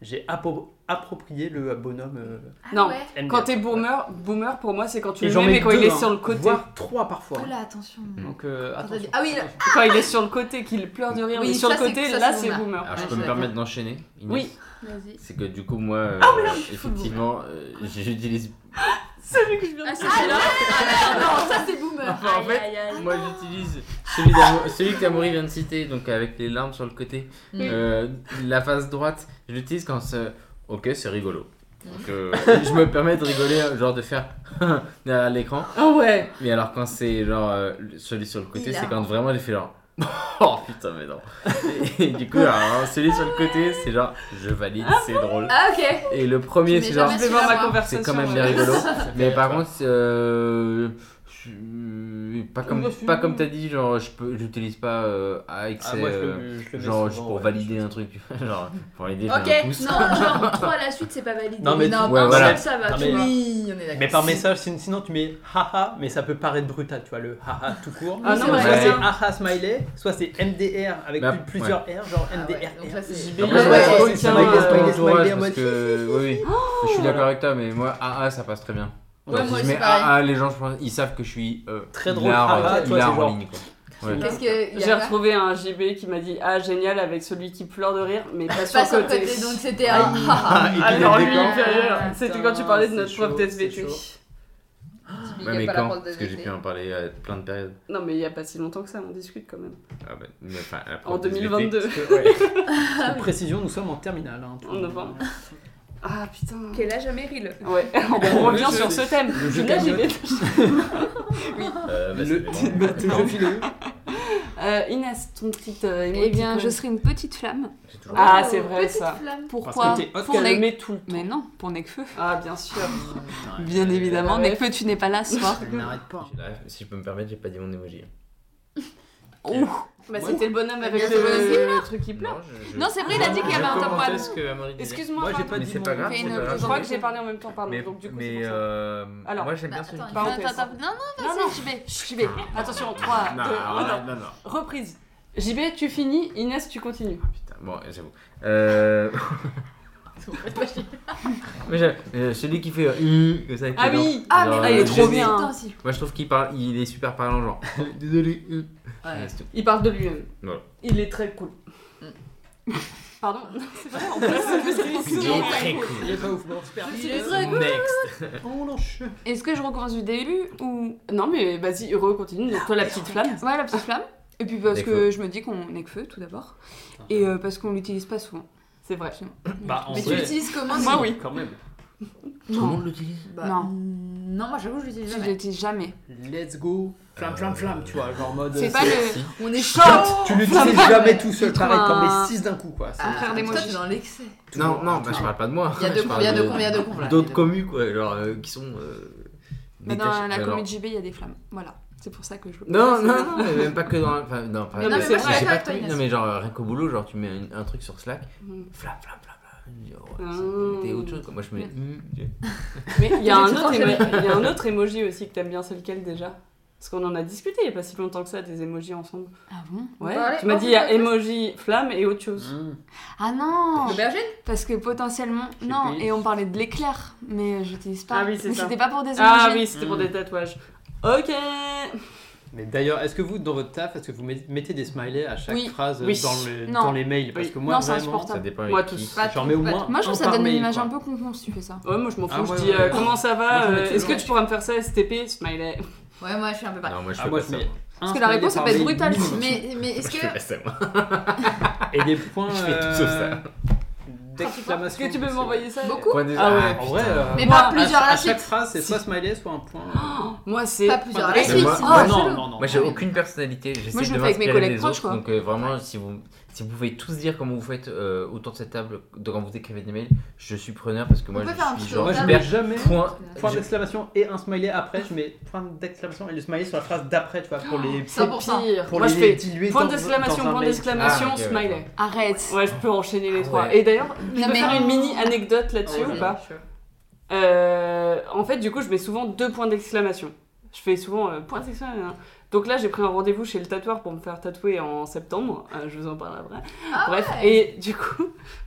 S4: j'ai appro- approprié le bonhomme. euh,
S3: Ah
S1: Non.
S3: ouais.
S4: MDR.
S1: Quand t'es boomer, boomer pour moi, c'est quand tu
S4: Et
S1: le
S4: j'en
S1: mets,
S4: mets
S1: mais quand
S4: deux,
S1: il est
S4: hein,
S1: sur le côté.
S4: voire trois parfois.
S3: Oh là, attention.
S4: Donc euh,
S3: Attends,
S4: attention.
S3: ah oui, là.
S4: Attention.
S1: Quand il est sur le côté, qu'il pleure de rire,
S3: Oui,
S1: mais sur le
S3: ça, c'est-
S1: côté,
S3: ça,
S1: là,
S3: c'est
S1: c'est
S3: boomer.
S1: boomer.
S6: Alors je
S3: Ouais,
S6: peux
S3: je
S6: me
S3: vais
S6: permettre d'enchaîner Inès
S1: Oui.
S2: Vas-y.
S6: C'est que du coup moi, euh,
S3: Oh,
S6: effectivement, euh, j'utilise.
S1: Celui que je viens de
S2: c'est là
S3: Ah non, ça c'est boomer.
S6: Enfin, en fait, moi j'utilise celui, d'Amo- celui que Tamori vient de citer, donc avec les larmes sur le côté,
S3: Mm.
S6: Euh, la face droite. Je l'utilise quand c'est. Ok, c'est rigolo.
S3: Mm.
S6: Donc, euh, je me permets de rigoler, genre de faire derrière l'écran.
S1: Ah ouais
S6: Mais alors quand c'est genre euh, celui sur le côté,
S3: Il a-
S6: c'est quand vraiment j'ai fait genre oh putain mais non. Et, du coup alors, celui sur le côté, c'est genre je valide, c'est drôle.
S3: Ah ok.
S6: Et le premier
S3: Tu mets
S6: Ah, c'est genre
S3: jamais
S1: Je vais voir ma
S3: Celui-là,
S1: conversation.
S6: c'est quand même
S1: ouais.
S6: bien rigolo. Mais par
S4: Ouais.
S6: contre c'est, euh, je- pas comme pas comme t'as dit genre je peux j'utilise pas euh, à excès.
S4: Ah, moi, je le-
S6: euh,
S4: je le mets
S6: Genre
S4: souvent,
S6: pour
S4: ouais.
S6: valider un truc, genre pour valider j'ai un
S2: Ok,
S6: pouce.
S2: non, genre 3 à Ah, la suite, c'est pas validé.
S4: Non, mais
S3: Non,
S6: ouais,
S3: un
S6: voilà.
S3: seul.
S2: ça va,
S4: Non,
S2: tu
S4: mais-
S2: vois.
S3: Oui, on est d'accord.
S4: Mais par message, sin- sinon tu mets haha, mais ça peut paraître brutal, tu vois, le haha tout court.
S1: Ah non,
S4: soit
S1: moi,
S6: Ouais.
S4: c'est
S1: j'aime bien.
S4: haha smiley, soit c'est MDR avec
S6: Bah,
S4: plus- plusieurs R, genre
S3: Ah ouais,
S4: MDR.
S3: donc là, c'est-
S1: Mais
S6: Après,
S1: ouais,
S6: c'est-
S1: ouais,
S6: c'est
S1: tiens,
S6: pas
S1: euh,
S6: avec
S1: ton
S6: mon entourage
S4: en
S6: parce
S4: mode-
S6: que oui, oui. je suis d'accord avec toi mais moi AA ça passe très bien.
S4: Ouais,
S6: Quand
S3: moi
S6: je
S3: aussi,
S6: mets
S3: pareil.
S6: AA les gens je pense, ils savent que je suis euh,
S4: Très drôle,
S6: hilar,
S4: AA,
S6: euh,
S4: toi,
S6: hilar
S4: c'est
S6: en
S4: genre-
S6: ligne quoi. Ouais.
S3: Parce que il y
S1: J'ai
S3: a
S1: retrouvé un JB qui m'a dit Ah, génial, avec celui qui pleure de rire, mais pas sur
S3: pas
S1: le
S3: sur le
S1: côté.
S3: côté, donc c'était un.
S6: Ah, et
S1: Alors
S6: puis,
S1: lui,
S6: il y a des
S1: il
S6: camps.
S1: fait rire.
S4: Ah,
S1: C'était
S4: putain,
S1: quand tu parlais de notre
S4: c'est
S1: prof
S4: chaud,
S1: d'SVT.
S4: c'est chaud.
S3: Petit big
S6: Ouais,
S3: up
S6: mais
S3: à la
S6: quand
S3: prof de
S6: Parce que j'ai
S3: VT.
S6: pu en parler à plein de périodes.
S1: Non, mais il y a pas si longtemps que ça, on discute quand même.
S6: Ah bah, mais enfin, à la
S1: En
S6: prof de SVT.
S1: 2022.
S4: Pour précision, nous sommes en terminale. hein, tout
S1: En
S4: le monde.
S1: novembre. Ah putain.
S2: Quel âge a Meryl
S1: Ouais, on revient
S4: Le
S1: sur
S4: jeu-
S1: ce thème.
S4: le jeu
S1: Là,
S4: cagnotte.
S1: JB.
S6: Euh, bah,
S4: Le
S6: c'est
S4: le jeu vidéo.
S1: Euh, Inès, ton petit. Euh,
S5: Eh bien,
S1: émoticône.
S5: je serai une petite flamme.
S6: J'ai toujours-
S1: Ah, c'est vrai,
S3: Petite
S1: ça.
S3: flamme.
S5: Pourquoi
S4: t'es hot
S5: Pour
S1: Je le
S5: Nekfeu.
S1: mets tout le temps.
S5: Mais non, pour Nekfeu.
S1: Ah, bien sûr.
S5: Bien évidemment,
S1: ouais.
S5: Nekfeu, tu n'es pas là ce soir.
S4: Elle n'arrête pas.
S6: J'ai la ref. Si je peux me permettre, j'ai pas dit mon emoji.
S5: Ouh.
S1: Bah,
S4: Ouais.
S1: c'était le bonhomme avec
S3: bien
S1: le,
S3: sûr.
S1: le truc qui pleure.
S6: Non, je- je-
S5: Non, c'est vrai, il a dit qu'il y avait
S6: je
S5: un top
S6: commentais
S5: one.
S6: ce que Amaury disait.
S1: Excuse-moi,
S4: Moi, j'ai
S1: pardon.
S4: pas Euh,
S6: Mais
S4: dit
S6: c'est
S4: mon
S6: pas grave,
S5: Fais
S6: c'est
S5: une
S6: pas
S1: Je
S6: grave.
S1: crois que j'ai parlé en même temps, pardon.
S6: Mais,
S1: donc, du coup, c'est
S6: mais
S1: pour ça.
S6: euh,
S1: Alors.
S6: moi j'aime
S3: Bah,
S6: bien
S3: attends,
S6: celui qui
S3: il
S6: parle.
S1: Parenthèse.
S5: Attends, attends, non,
S1: Non, non.
S5: non,
S1: Ah.
S5: vas-y, j'y vais, j'y vais.
S1: Attention, 3, 2,
S6: Non,
S1: 1.
S6: non, non, Ah, non.
S1: Reprise. JB, tu finis. Inès, tu continues.
S6: Putain, bon, j'avoue. Euh... mais j'aime- euh, celui qui fait euh, hum, comme ça, avec
S1: Ah
S6: les dents.
S1: oui
S3: Ah,
S6: Genre,
S3: mais
S1: Ah, il est
S6: euh,
S1: trop
S6: je-
S1: bien.
S3: Putain, si.
S6: Moi je trouve qu'il parle, il est super parlant, genre. Désolé. hum. Ouais, c'est tout.
S1: Il parle de lui-même.
S6: Voilà.
S1: Il est très cool. Pardon C'est vrai, en plus, c'est parce qu'il est
S6: Il
S1: souvent
S6: est très
S4: Il
S6: cool.
S4: est pas ouf, bon, super.
S5: C'est le truc.
S6: Next.
S4: On l'enche.
S5: Est-ce que je recommence du début ou.
S1: Non, mais vas-y, heureux, continue. Donc, toi, la petite flamme.
S5: Ouais, la petite flamme. Et puis parce que je me dis qu'on Nekfeu tout d'abord. Et euh, parce qu'on l'utilise pas souvent.
S1: C'est vrai.
S4: Bah, en
S3: Mais tu
S4: vrai,
S3: l'utilises comment
S5: Moi,
S3: sinon
S5: oui.
S4: Quand même.
S6: Tout le monde l'utilise.
S3: Bah,
S5: Non.
S3: Non, moi j'avoue, je l'utilise
S5: Je
S3: jamais.
S5: l'utilise jamais.
S4: Let's go. Flamme,
S6: Euh,
S4: flamme, flamme, tu vois, genre en mode.
S5: C'est pas le.
S3: On est chaud
S4: Shot Tu l'utilises
S3: Flamme.
S4: jamais tout seul,
S5: Trouve
S4: pareil, t'en
S5: un-
S4: mets 6 d'un coup, quoi. C'est-
S3: Ah,
S5: frère des
S3: toi,
S5: moches.
S3: t'es dans l'excès.
S6: Non, non, bah, je parle pas de moi.
S3: Il y a deux
S6: Je
S3: cons,
S6: parle
S3: il y a deux
S6: de-
S3: cons, il y a deux cons, voilà.
S6: D'autres communes, quoi, genre, euh, qui sont. euh,
S5: Mais Bah, dans
S6: détachés,
S5: la
S6: genre.
S5: comédie JB, il y a des flammes. Voilà. C'est pour ça que je.
S6: Non, non, non, mais même pas que dans. la- Enfin, non, pas.
S1: Non, mais
S6: euh,
S1: c'est
S6: j'ai
S1: vrai,
S3: toi,
S6: pas trouvé-
S3: Inès.
S6: Non, mais genre, euh, rien qu'au boulot, genre, tu mets un, un truc sur Slack,
S1: Mm.
S6: flam, flam, flam, flam. Je dis, oh, ouais,
S1: Mm.
S6: c'est- T'es autre chose, quoi. Moi, je mets. hum, je-
S1: Mais il y, a un autre
S3: tranché.
S1: émo- il y a un autre emoji aussi que t'aimes bien, c'est lequel déjà Parce qu'on en a discuté il y a pas si longtemps que ça, des emojis ensemble.
S5: Ah bon
S1: Ouais,
S3: Bah, allez,
S1: tu m'as
S3: hors
S1: dit il y a
S3: du podcast.
S1: emoji flamme et autre chose.
S4: Mmh.
S5: Ah non
S3: Le berger
S5: Parce que potentiellement.
S4: Je sais
S5: Non,
S4: plus.
S5: et on parlait de l'éclair, mais j'utilise pas.
S1: Ah oui, c'est
S5: Mais
S1: ça.
S5: c'était pas pour des
S1: Ah
S5: émotions.
S1: oui, c'était pour
S4: Mm.
S1: des tatouages. Ok
S4: Mais d'ailleurs, est-ce que vous, dans votre taf, est-ce que vous met- mettez des smileys à chaque
S5: Oui.
S4: phrase
S1: Oui.
S4: Dans, le-
S5: Non.
S4: dans les mails Parce
S1: Oui.
S4: que moi,
S5: Non, c'est
S4: vraiment,
S5: insupportable.
S6: Ça dépend
S1: Moi,
S6: avec
S1: tous.
S6: qui.
S3: Pas
S4: j'en
S3: tout,
S4: mets au
S3: pas
S4: moins.
S5: Moi, je trouve
S4: un
S5: que ça
S4: par
S5: donne une
S4: mail,
S5: image
S4: quoi.
S5: un peu con con si tu fais ça.
S1: Ouais, moi je m'en fous,
S4: Ah, ouais,
S1: je dis
S4: ouais,
S1: euh,
S4: ouais.
S1: comment ça
S4: Moi,
S1: va
S4: je mets
S1: euh,
S4: toujours
S1: Est-ce que
S4: un
S1: tu pourras me faire ça, STP Smiley.
S3: tout. Ouais, moi je suis un peu pareil.
S6: Non, moi, je
S4: Ah,
S6: fais
S4: moi,
S6: pas
S4: je
S6: ça.
S4: mets
S6: moi.
S5: Parce que la réponse, ça peut être brutale.
S3: Mais, mais est-ce
S6: Je
S3: que.
S6: fais pas ça, moi.
S4: Et des points.
S6: Je fais tout sauf ça.
S4: euh,
S1: Est-ce
S4: D'exclamation.
S1: que tu peux
S4: c'est-
S1: m'envoyer ça
S3: Beaucoup
S6: Point des-
S1: Ah ouais.
S4: En vrai. euh,
S3: Mais
S4: moi,
S3: pas
S4: à-
S3: plusieurs à la
S4: À chaque
S3: suite.
S4: phrase, c'est soit smiley, soit un point. Ah,
S1: Moi c'est.
S3: Pas plusieurs à la
S1: Mais
S3: suite.
S6: moi-
S3: Ah,
S4: non,
S3: chelou.
S4: non, non.
S6: Moi j'ai aucune personnalité,
S5: Moi,
S6: j'essaie
S5: je
S6: de
S5: le fais avec mes
S6: m'inspirer
S5: collègues
S6: des
S5: proches,
S6: autres,
S5: quoi.
S6: donc euh, vraiment si vous, si vous pouvez tous dire comment vous faites euh, autour de cette table de- quand vous écrivez des mails, je suis preneur parce que moi
S3: peut faire un
S6: je suis
S3: petit
S6: genre
S4: Moi, je
S3: total.
S4: mets
S6: hyper
S4: jamais.
S3: Oh.
S6: point,
S4: Point
S6: je-
S4: d'exclamation et un smiley après, je mets point d'exclamation et le smiley sur la phrase d'après, tu vois, pour les.
S3: C'est
S1: Pour
S3: 100%.
S1: pire.
S4: Pour
S1: Moi
S4: les
S1: je fais
S4: diluer
S1: point
S4: dans- dans
S1: d'exclamation,
S4: un
S1: point
S4: mail.
S1: d'exclamation,
S6: Ah, ok, ouais.
S1: smiley.
S5: Arrête
S1: Ouais, je peux enchaîner
S4: Ah
S1: les
S6: Ouais.
S1: trois. Et d'ailleurs, je
S5: Non,
S1: peux
S5: mais-
S1: faire une mini anecdote là-dessus
S4: Oh là
S1: ou pas Euh, en fait, du coup, je mets souvent deux points d'exclamation. Je fais souvent euh, point d'exclamation. hein. Donc là, j'ai pris un rendez-vous chez le tatoueur pour me faire tatouer en septembre. Euh, je vous en parle après.
S3: Ah
S1: Bref, et du coup,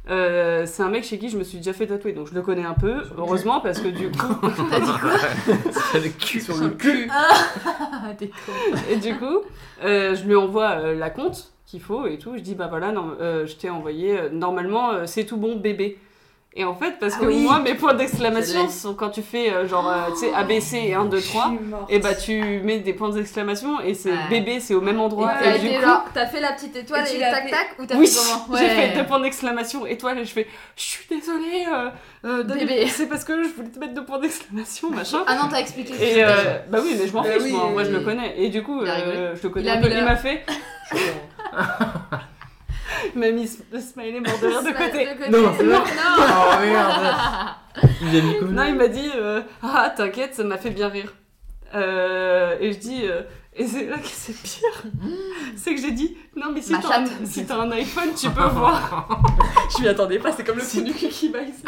S1: euh, c'est un mec chez qui je me suis déjà fait tatouer. Donc je le connais un peu, heureusement, parce que du coup,
S3: T'as dit quoi
S6: sur Ah, le cul.
S4: Sur le cul.
S3: Ah, t'es con.
S1: et du coup euh, je lui envoie euh, la compte qu'il faut et tout. Je dis, bah voilà, non, euh, je t'ai envoyé. euh, normalement, euh, c'est tout bon, bébé. Et en fait, parce que
S3: Ah oui.
S1: moi, mes points
S3: Je
S1: d'exclamation
S3: l'ai.
S1: sont quand tu fais euh, genre, euh, tu sais, ABC 1, 2, 3.
S5: Eh
S1: Et bah tu mets des points d'exclamation et c'est
S3: Ouais.
S1: bébé, c'est au même endroit.
S3: T'as
S1: et du
S3: été
S1: coup,
S3: genre, t'as fait la petite étoile
S2: Et tu
S3: et,
S2: l'as
S3: tac
S2: fait-
S3: tac ou oh, t'as
S1: oui,
S3: fait comment
S1: j'ai
S3: Ouais.
S1: fait deux points d'exclamation étoile et je fais, je suis désolée, euh, euh, David,
S3: Bébé.
S1: c'est parce que je voulais te mettre deux points d'exclamation, machin.
S3: Ah non, t'as expliqué.
S1: Et euh, bah oui, mais je m'en
S4: Bah
S1: fiche,
S4: oui,
S1: moi, moi, je
S4: oui.
S1: le connais. Et du coup,
S3: Il a
S1: euh,
S3: rigolé.
S1: je le connais.
S3: Il a
S1: un peu.
S3: mis
S1: Il
S3: la-
S1: m'a fait. Il m'a mis le smiley mort de rire de côté.
S3: Non,
S6: Non, c'est vrai.
S3: non.
S6: Oh merde Il a mis comme
S1: Non, il m'a dit euh, Ah, t'inquiète, ça m'a fait bien rire. Euh, et je dis euh, Et c'est là que c'est pire. C'est que j'ai dit Non, mais si
S3: Ma
S1: t'as un,
S3: chatte.
S1: si t'as un iPhone, tu peux voir. je m'y attendais pas, c'est comme le fond du cul qui baisse.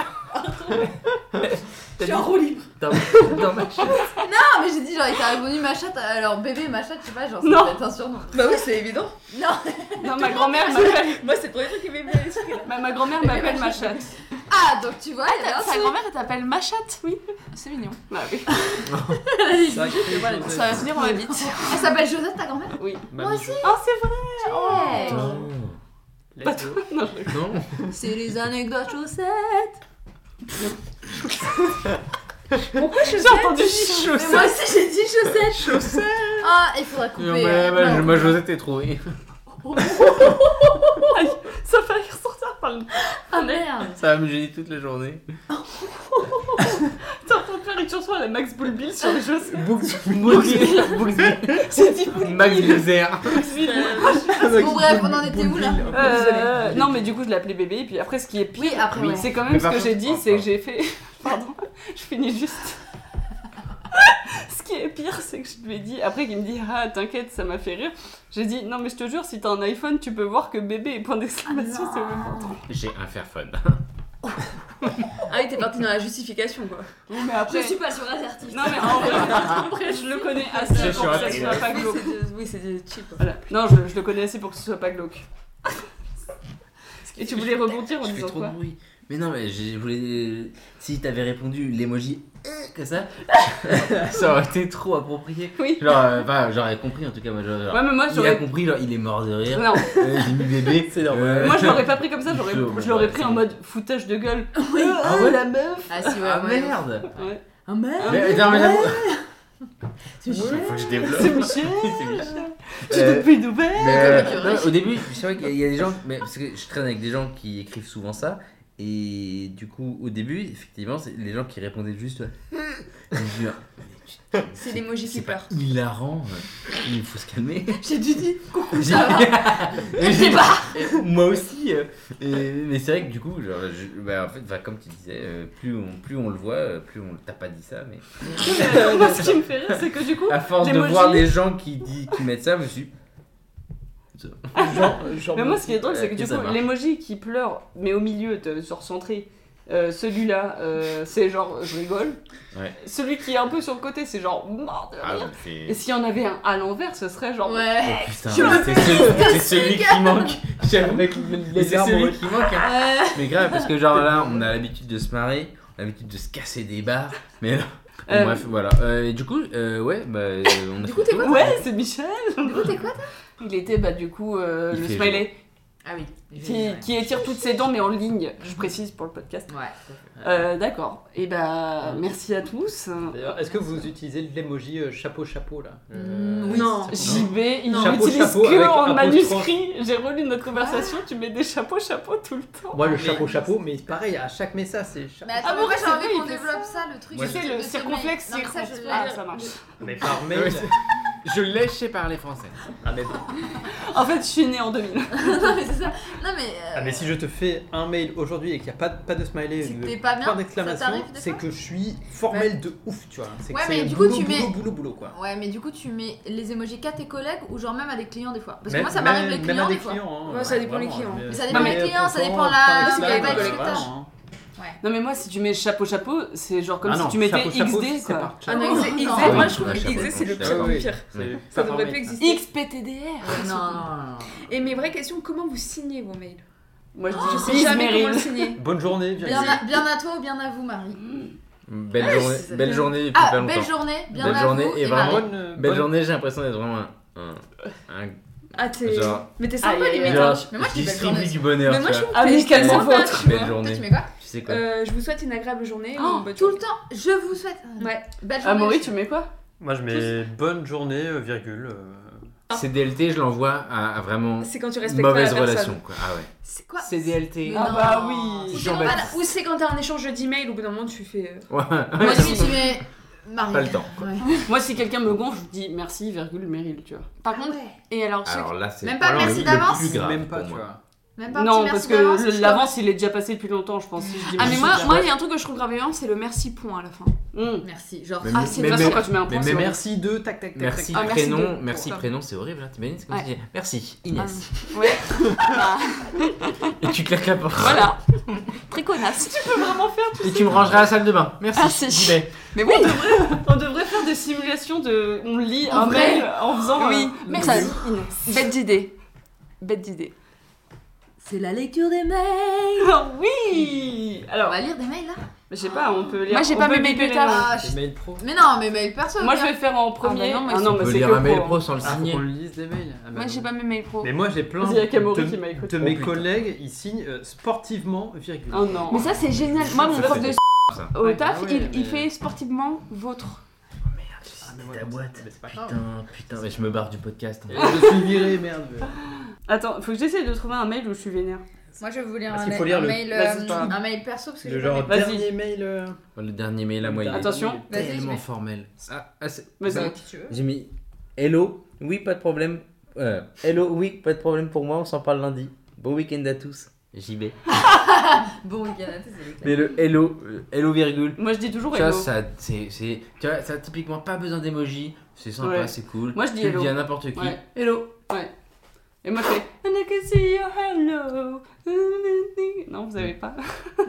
S2: Je
S6: T'as mis
S2: suis en roue libre.
S6: dans dans ma chatte.
S3: Non, mais j'ai dit genre, il t'a répondu ma chatte. Alors bébé, ma chatte, je sais pas, genre, c'est
S1: Non.
S3: peut-être un surnom.
S2: Bah oui, c'est évident.
S1: Non, ma grand-mère m'appelle
S2: Moi, c'est le premier truc qui m'est venu à l'esprit. là.
S1: ma, ma grand-mère m'appelle ma chatte.
S3: Ah, donc tu vois, il y avait
S2: Ta
S3: un
S2: ta
S3: truc.
S2: grand-mère, elle t'appelle Machate, oui. C'est mignon.
S1: Bah oui.
S4: Sacré Joseph.
S2: Ça va venir en habite.
S3: Elle s'appelle Josette, ta grand-mère
S1: Oui.
S4: Mamie
S3: Moi aussi.
S4: Jo-
S1: Oh, c'est vrai
S3: Ouais.
S6: Non.
S4: let's
S1: Pas
S4: go.
S1: toi Non, je-
S6: Non.
S3: C'est les anecdotes chaussettes.
S1: j'ai entendu
S3: Mais
S1: chaussette.
S3: moi aussi j'ai dit chaussettes. Chaussettes. Ah, il faudra couper.
S6: Non, mais,
S3: euh,
S6: mais,
S3: non.
S6: moi, Josette est trouvée.
S1: Ça fait rire sortir par le.
S3: Ah merde.
S6: Ça va me gêner toute la journée.
S1: T'es en train de faire une chanson à la Max Bullbill sur les chaussettes.
S6: Booksville. Booksville.
S1: C'est dit Bullbill.
S6: Max Bullzer.
S3: Bon, bref, on en était où, là
S1: Euh, non, mais du coup, je l'ai appelé bébé. Et puis après, ce qui est pire,
S3: Oui, après, ouais.
S1: c'est quand même
S6: Mais
S1: ce
S6: par
S1: que j'ai
S6: contre-
S1: dit, c'est que j'ai fait. Pardon, je finis juste. ce qui est pire, c'est que je lui ai dit. Après, qu'il me dit Ah, t'inquiète, ça m'a fait rire. J'ai dit Non, mais je te jure, si t'as un iPhone, tu peux voir que bébé est point d'exclamation,
S3: Ah,
S1: c'est
S3: non.
S1: vraiment
S6: J'ai un Fairphone.
S5: Ah oui, t'es parti dans la justification quoi.
S1: Oui, mais après.
S3: Je suis pas sur assertif.
S1: Non, mais en vrai, je le connais assez
S6: Je
S1: pour
S6: suis
S1: que ça
S6: raté.
S1: soit pas
S5: Oui,
S1: glauque.
S5: c'est de- Oui, c'est de cheap.
S1: Voilà. Non, je, je le connais assez pour que ce soit pas glauque. Et tu voulais rebondir en
S6: Je fais
S1: disant
S6: trop de
S1: quoi
S6: bruit. Mais non, mais je voulais. Si t'avais répondu l'emoji euh, comme ça, ça aurait été trop approprié.
S1: Oui.
S6: Genre, euh, enfin, j'aurais compris en tout cas. Moi, j'aurais- genre,
S1: Ouais, mais moi,
S6: il a
S1: j'aurais.
S6: compris, genre, il est mort de rire.
S1: Non,
S6: Euh, J'ai mis bébé.
S4: C'est normal.
S6: Euh,
S1: Moi je l'aurais pas pris comme ça, j'aurais,
S6: Je-
S1: je l'aurais pris en mode foutage de gueule. Euh,
S3: Oui.
S6: Ah ouais
S1: la meuf
S3: Ah si, ouais,
S6: Ah
S3: ouais.
S6: merde
S1: Ouais. Hein
S3: Ah merde.
S6: Mais, euh, non, mais j'avoue-
S3: C'est chiant.
S6: Faut que je
S1: C'est
S6: développe.
S1: Michel
S6: C'est Michel.
S1: Tu
S6: Euh,
S1: te fais une nouvelle
S6: Mais, euh,
S3: Comme
S6: non, au début, c'est vrai qu'il y a des gens, mais parce que je traîne avec des gens qui écrivent souvent ça, et du coup, au début, effectivement, c'est les gens qui répondaient juste. ouais. Et je dis, ah, mais putain,
S5: C'est l'emoji
S6: c'est
S5: qui
S6: pas
S5: pleure.
S6: hilarant, euh, il faut se calmer.
S3: J'ai dû dire.
S6: J'ai-
S3: ça va.
S6: Et
S3: Je sais
S6: j'ai-
S3: pas.
S6: et Moi aussi. euh, et- mais c'est vrai que du coup, genre, je- bah, en fait, bah, comme tu disais, euh, plus on, plus on le voit, euh, plus on t'as pas dit ça, mais
S1: Euh, Moi ce qui me fait rire, c'est que du coup,
S6: à force de
S1: L'emoji.
S6: voir des gens qui dit, qui mettent ça, je me suis.
S4: Genre- genre-
S1: mais moi ce qui est drôle, c'est que du
S6: Et euh, ça
S1: coup,
S6: marche.
S1: l'emoji qui pleure, mais au milieu, de, sur centré, euh, celui-là, euh, c'est genre je rigole.
S6: Ouais.
S1: Celui qui est un peu sur le côté, c'est genre mort de
S6: Ah,
S1: rire.
S6: mais
S1: Et
S6: c'est.
S1: s'il y en avait un à l'envers, ce serait genre.
S3: Ouais.
S6: Oh, putain,
S3: Je me
S6: c'est celui, c'est celui qui manque. J'avoue.
S4: Avec les-
S6: Mais
S4: les
S6: c'est
S4: arbres.
S6: celui qui manque. hein.
S3: Euh,
S6: Mais grave, parce que genre là, on a l'habitude de se marrer, on a l'habitude de se casser des barres. Mais là, bon,
S1: Euh.
S6: bref, voilà. Euh, et du coup, euh, ouais, bah, euh, on est.
S3: Du coup, t'es quoi
S1: Ouais, c'est Michel
S3: Du coup, t'es quoi
S1: Il était bah du coup euh,
S6: Il
S1: le
S6: fait
S1: smiley
S3: Ah oui. j'ai dit,
S1: qui,
S3: ouais.
S1: qui étire toutes ses dents mais en ligne, je précise pour le podcast.
S3: Ouais.
S1: Euh, D'accord. Et bah merci à tous.
S4: D'ailleurs, est-ce que vous utilisez l'emoji chapeau-chapeau là Euh,
S3: Mm, oui.
S1: Non,
S4: c'est bon.
S1: JB, il
S4: Non. Chapeau,
S1: n'utilise
S4: chapeau,
S1: que
S4: avec
S1: en
S4: apostrophe.
S1: manuscrit. J'ai relu notre conversation, tu mets des chapeaux, chapeaux tout le temps.
S4: Moi, le chapeau-chapeau, mais pareil, à chaque message, c'est chapeau.
S3: Mais attends,
S1: Ah bon,
S3: moi, j'ai
S1: c'est
S3: envie
S1: vrai,
S3: qu'on
S1: il fait
S3: développe ça, le truc.
S6: Ouais.
S3: du
S1: C'est
S3: truc
S1: le
S3: de
S1: circonflexe,
S3: sommeil. Non, mais ça,
S1: circonflexe.
S3: je
S1: Ah,
S3: l'ai.
S1: ça marche.
S4: Mais par
S6: Ouais,
S4: mail.
S6: c'est- Je lèche sais parler français.
S4: Ah, mais,
S1: En fait, je suis née en 2000.
S3: Non, mais c'est ça. Non, mais. euh,
S4: ah, mais si je te fais un mail aujourd'hui et qu'il n'y a pas, de- pas de smiley,
S3: C'est que
S4: de-
S3: t'es pas bien,
S4: point
S3: ça
S4: d'exclamation,
S3: t'arrive des
S4: c'est
S3: fois
S4: que je suis formel de ouf, tu vois. C'est que
S3: Ouais,
S4: c'est
S3: mais du coup,
S4: boulot,
S3: tu
S4: boulot,
S3: mets-
S4: boulot, boulot, quoi.
S3: Ouais, mais du coup, tu mets les emojis qu'à tes collègues ou genre même à des clients des fois. Parce que
S4: Même-
S3: moi, ça m'arrive
S4: même-
S3: les
S4: Même
S3: clients
S4: à
S3: des
S4: des
S3: fois.
S4: clients. hein,
S5: Ouais, ça dépend les
S4: vraiment,
S5: clients.
S4: hein,
S3: Mais ça dépend les clients, ça
S4: pourtant,
S3: dépend la-
S4: par
S3: la
S4: exemple,
S5: vibe
S4: euh,
S5: que
S4: voilà,
S3: t'as.
S4: hein.
S1: Non, mais moi, si tu mets chapeau, chapeau, c'est genre comme
S4: Ah
S1: si
S4: non,
S1: tu mettais
S4: chapeau, chapeau,
S1: XD
S4: c'est
S1: quoi.
S4: par-
S5: Ah non,
S3: Non,
S5: XZ,
S3: non.
S5: XZ,
S3: Ah
S5: moi
S6: oui,
S5: je trouve
S6: ouais,
S5: que
S6: chapeau,
S5: XZ c'est le pire
S4: Ah
S6: chapeau.
S5: du
S4: oui.
S5: pire.
S6: Ouais.
S4: C'est
S5: Ça
S4: pas
S5: devrait
S4: formel.
S5: pas exister.
S1: XPTDR.
S3: Ouais, Non, non, non. non.
S5: Et mes vraies questions, comment vous signez vos mails
S1: Moi, je
S5: Je
S1: dis
S5: sais
S1: bise
S5: jamais comment le
S1: Meryl.
S5: signer.
S4: Bonne journée,
S3: Bien bah,
S4: Virginie.
S3: à, bien à toi ou bien à vous, Marie.
S6: Belle
S3: Ah,
S6: journée,
S3: c'est-
S6: belle journée, depuis pas
S3: Ah,
S6: longtemps.
S3: belle journée, bien
S6: Belle
S3: à
S6: journée
S3: vous.
S6: et
S3: Et
S6: vraiment-
S3: Marie.
S4: Bonne, euh,
S6: Belle
S4: bonne-
S6: journée, j'ai l'impression d'être vraiment un. un, un-
S5: Ah, t'es.
S6: Genre-
S5: Mais t'es sympa,
S1: Aïe, aïe,
S5: limite.
S1: aïe.
S5: hein.
S6: genre,
S3: mais moi, je dis belle
S6: distribue
S3: journée.
S6: du bonheur.
S5: Ah, Mais moi
S6: tu
S5: je
S6: vois.
S5: trouve que t'es
S1: Amicalement
S5: sympa,
S1: vôtre.
S5: tu vois.
S3: Toi,
S6: Belle
S3: tu
S6: journée.
S3: mets quoi
S6: Tu sais quoi
S5: Euh, je vous souhaite une agréable journée.
S3: Oh,
S5: une bonne
S3: Tout
S5: journée.
S3: le temps, je vous souhaite.
S5: Ouais.
S3: Belle journée.
S1: Amaury, Ah, tu mets quoi
S4: Moi, je mets bonne journée, euh, virgule. euh,
S5: Ah.
S6: CDLT, je l'envoie à, à vraiment
S5: C'est quand tu respectes
S6: mauvaise
S5: pas la
S6: relation. Quoi. Ah ouais.
S3: C'est quoi
S6: CDLT.
S3: Mais
S1: Ah
S3: non.
S1: bah oui.
S5: personne.
S6: Jean
S5: C'est quand- Ou c'est quand t'as un échange d'email, au bout d'un moment tu fais. euh,
S6: Ouais.
S3: Moi, je tu mets Marie.
S6: Pas le temps.
S3: Ouais.
S1: Moi, si quelqu'un me gonfle, je dis merci, virgule, Meryl, tu vois.
S3: Ah,
S5: Par contre, et alors, ceux
S6: Alors là, c'est.
S3: Même pas
S6: vraiment
S3: merci
S6: le
S3: d'avance
S6: plus grave
S4: Même pas,
S6: pour
S4: tu
S6: moi.
S4: vois.
S3: Même pas un petit
S1: Non,
S3: merci
S1: parce
S3: d'avance,
S1: que
S3: je-
S1: l'avance, il est déjà passé depuis longtemps, je pense. si je dis
S5: Ah mais
S1: merci,
S5: moi,
S1: j'arrive.
S5: moi il y a un truc que je trouve grave violent, c'est le merci point à la fin.
S1: Hum.
S3: Merci, genre.
S6: Mais-
S5: Ah c'est
S1: De toute
S6: mais-
S5: merci.
S1: façon, quand tu mets un point,
S6: mais-
S1: c'est
S6: mais-
S1: horrible.
S4: Merci de tac tac tac.
S6: Merci
S5: Ah, merci
S6: prénom,
S5: de-
S6: merci
S5: pour ça.
S6: prénom, c'est horrible. Hein. T'imagines, c'est comme si tu dis merci Inès.
S5: Ah, Ouais. Bah,
S6: Et tu claques la porte.
S5: voilà. Très connasse.
S6: Et tu me rangeras la salle de bain. Merci.
S5: Merci.
S6: Gibet.
S5: Mais oui.
S1: On devrait faire des simulations de. On lit
S5: En
S1: un
S5: vrai
S1: mail en faisant.
S5: Oui.
S1: un-
S5: Mais
S1: Ça-
S5: Bête d'idée. Bête d'idée.
S3: C'est la lecture des mails.
S1: Ah oui
S3: On
S1: Alors,
S3: va lire des mails là
S1: je sais pas, on peut lire.
S5: Moi, j'ai
S1: on
S5: pas
S1: peut
S5: mes
S1: biper
S5: mails
S1: les
S5: plus tard.
S1: mails.
S3: Ah,
S4: Les
S3: je-
S4: mails pro.
S3: Mais non, mais mails perso.
S1: Moi, je
S3: viens.
S1: vais faire en premier.
S5: bah non, moi,
S1: Ah
S5: ils
S1: non,
S5: sont-
S1: mais
S6: peut
S1: c'est
S6: lire
S1: que
S6: un mail
S1: pro,
S6: pro sans le
S4: Ah, faut
S6: signer.
S4: qu'on le lise des mails. Ah, bah
S5: Moi, j'ai
S4: non.
S5: pas mes mails pro.
S4: Mais moi, j'ai plein
S1: Vas-y, y a Kamori
S4: de-
S1: qui m'a écouté.
S4: de mes
S6: Oh, putain.
S4: collègues, ils signent euh, sportivement, virgule.
S1: Oh non.
S5: Mais ça, c'est génial. Moi, mon
S6: Ça,
S5: prof
S6: c'est
S5: de s-
S6: ça.
S5: au
S4: Ouais.
S5: taf,
S4: Ah ouais,
S5: il, il
S4: mais-
S5: fait sportivement votre.
S4: Ah, mais moi,
S6: Ta
S4: comme ça,
S6: boîte.
S4: mais c'est pas grave.
S6: Putain, putain, mais je me barre du podcast. hein.
S4: Et Je suis viré, merde.
S1: Attends, faut que j'essaye de trouver un mail où je suis vénère.
S3: Moi, je vais vous lire
S4: Parce
S3: un,
S4: qu'il faut
S3: mail-
S4: lire
S3: un
S4: le-
S3: mail,
S1: Vas-y,
S3: euh,
S1: toi.
S3: un mail perso parce que
S4: Le
S3: je
S4: genre
S1: Vas-y.
S4: dernier mail. euh,
S6: Le dernier mail à moi, il est
S1: Attention.
S3: Vas-y, je
S6: tellement
S3: vais.
S6: formel. Ah, ah, c'est-
S1: Vas-y.
S6: ça-
S3: si tu veux.
S6: J'ai mis Hello, oui, pas de problème. Euh, hello, oui, pas de problème pour moi, on s'en parle lundi. Bon week-end à tous. J'y vais.
S3: Bon week-end à tous, c'est les
S6: Mais le hello, euh, hello virgule.
S1: Moi, je dis toujours
S6: Tu vois,
S1: hello.
S6: ça, c'est, c'est- tu vois, ça a typiquement pas besoin d'émoji. C'est sympa,
S1: Ouais.
S6: c'est cool.
S1: Moi, je dis
S6: tu le
S1: hello.
S6: dis à n'importe qui.
S1: Ouais.
S6: Hello.
S1: Et moi, je fais And I can see your hello. Non, vous avez pas.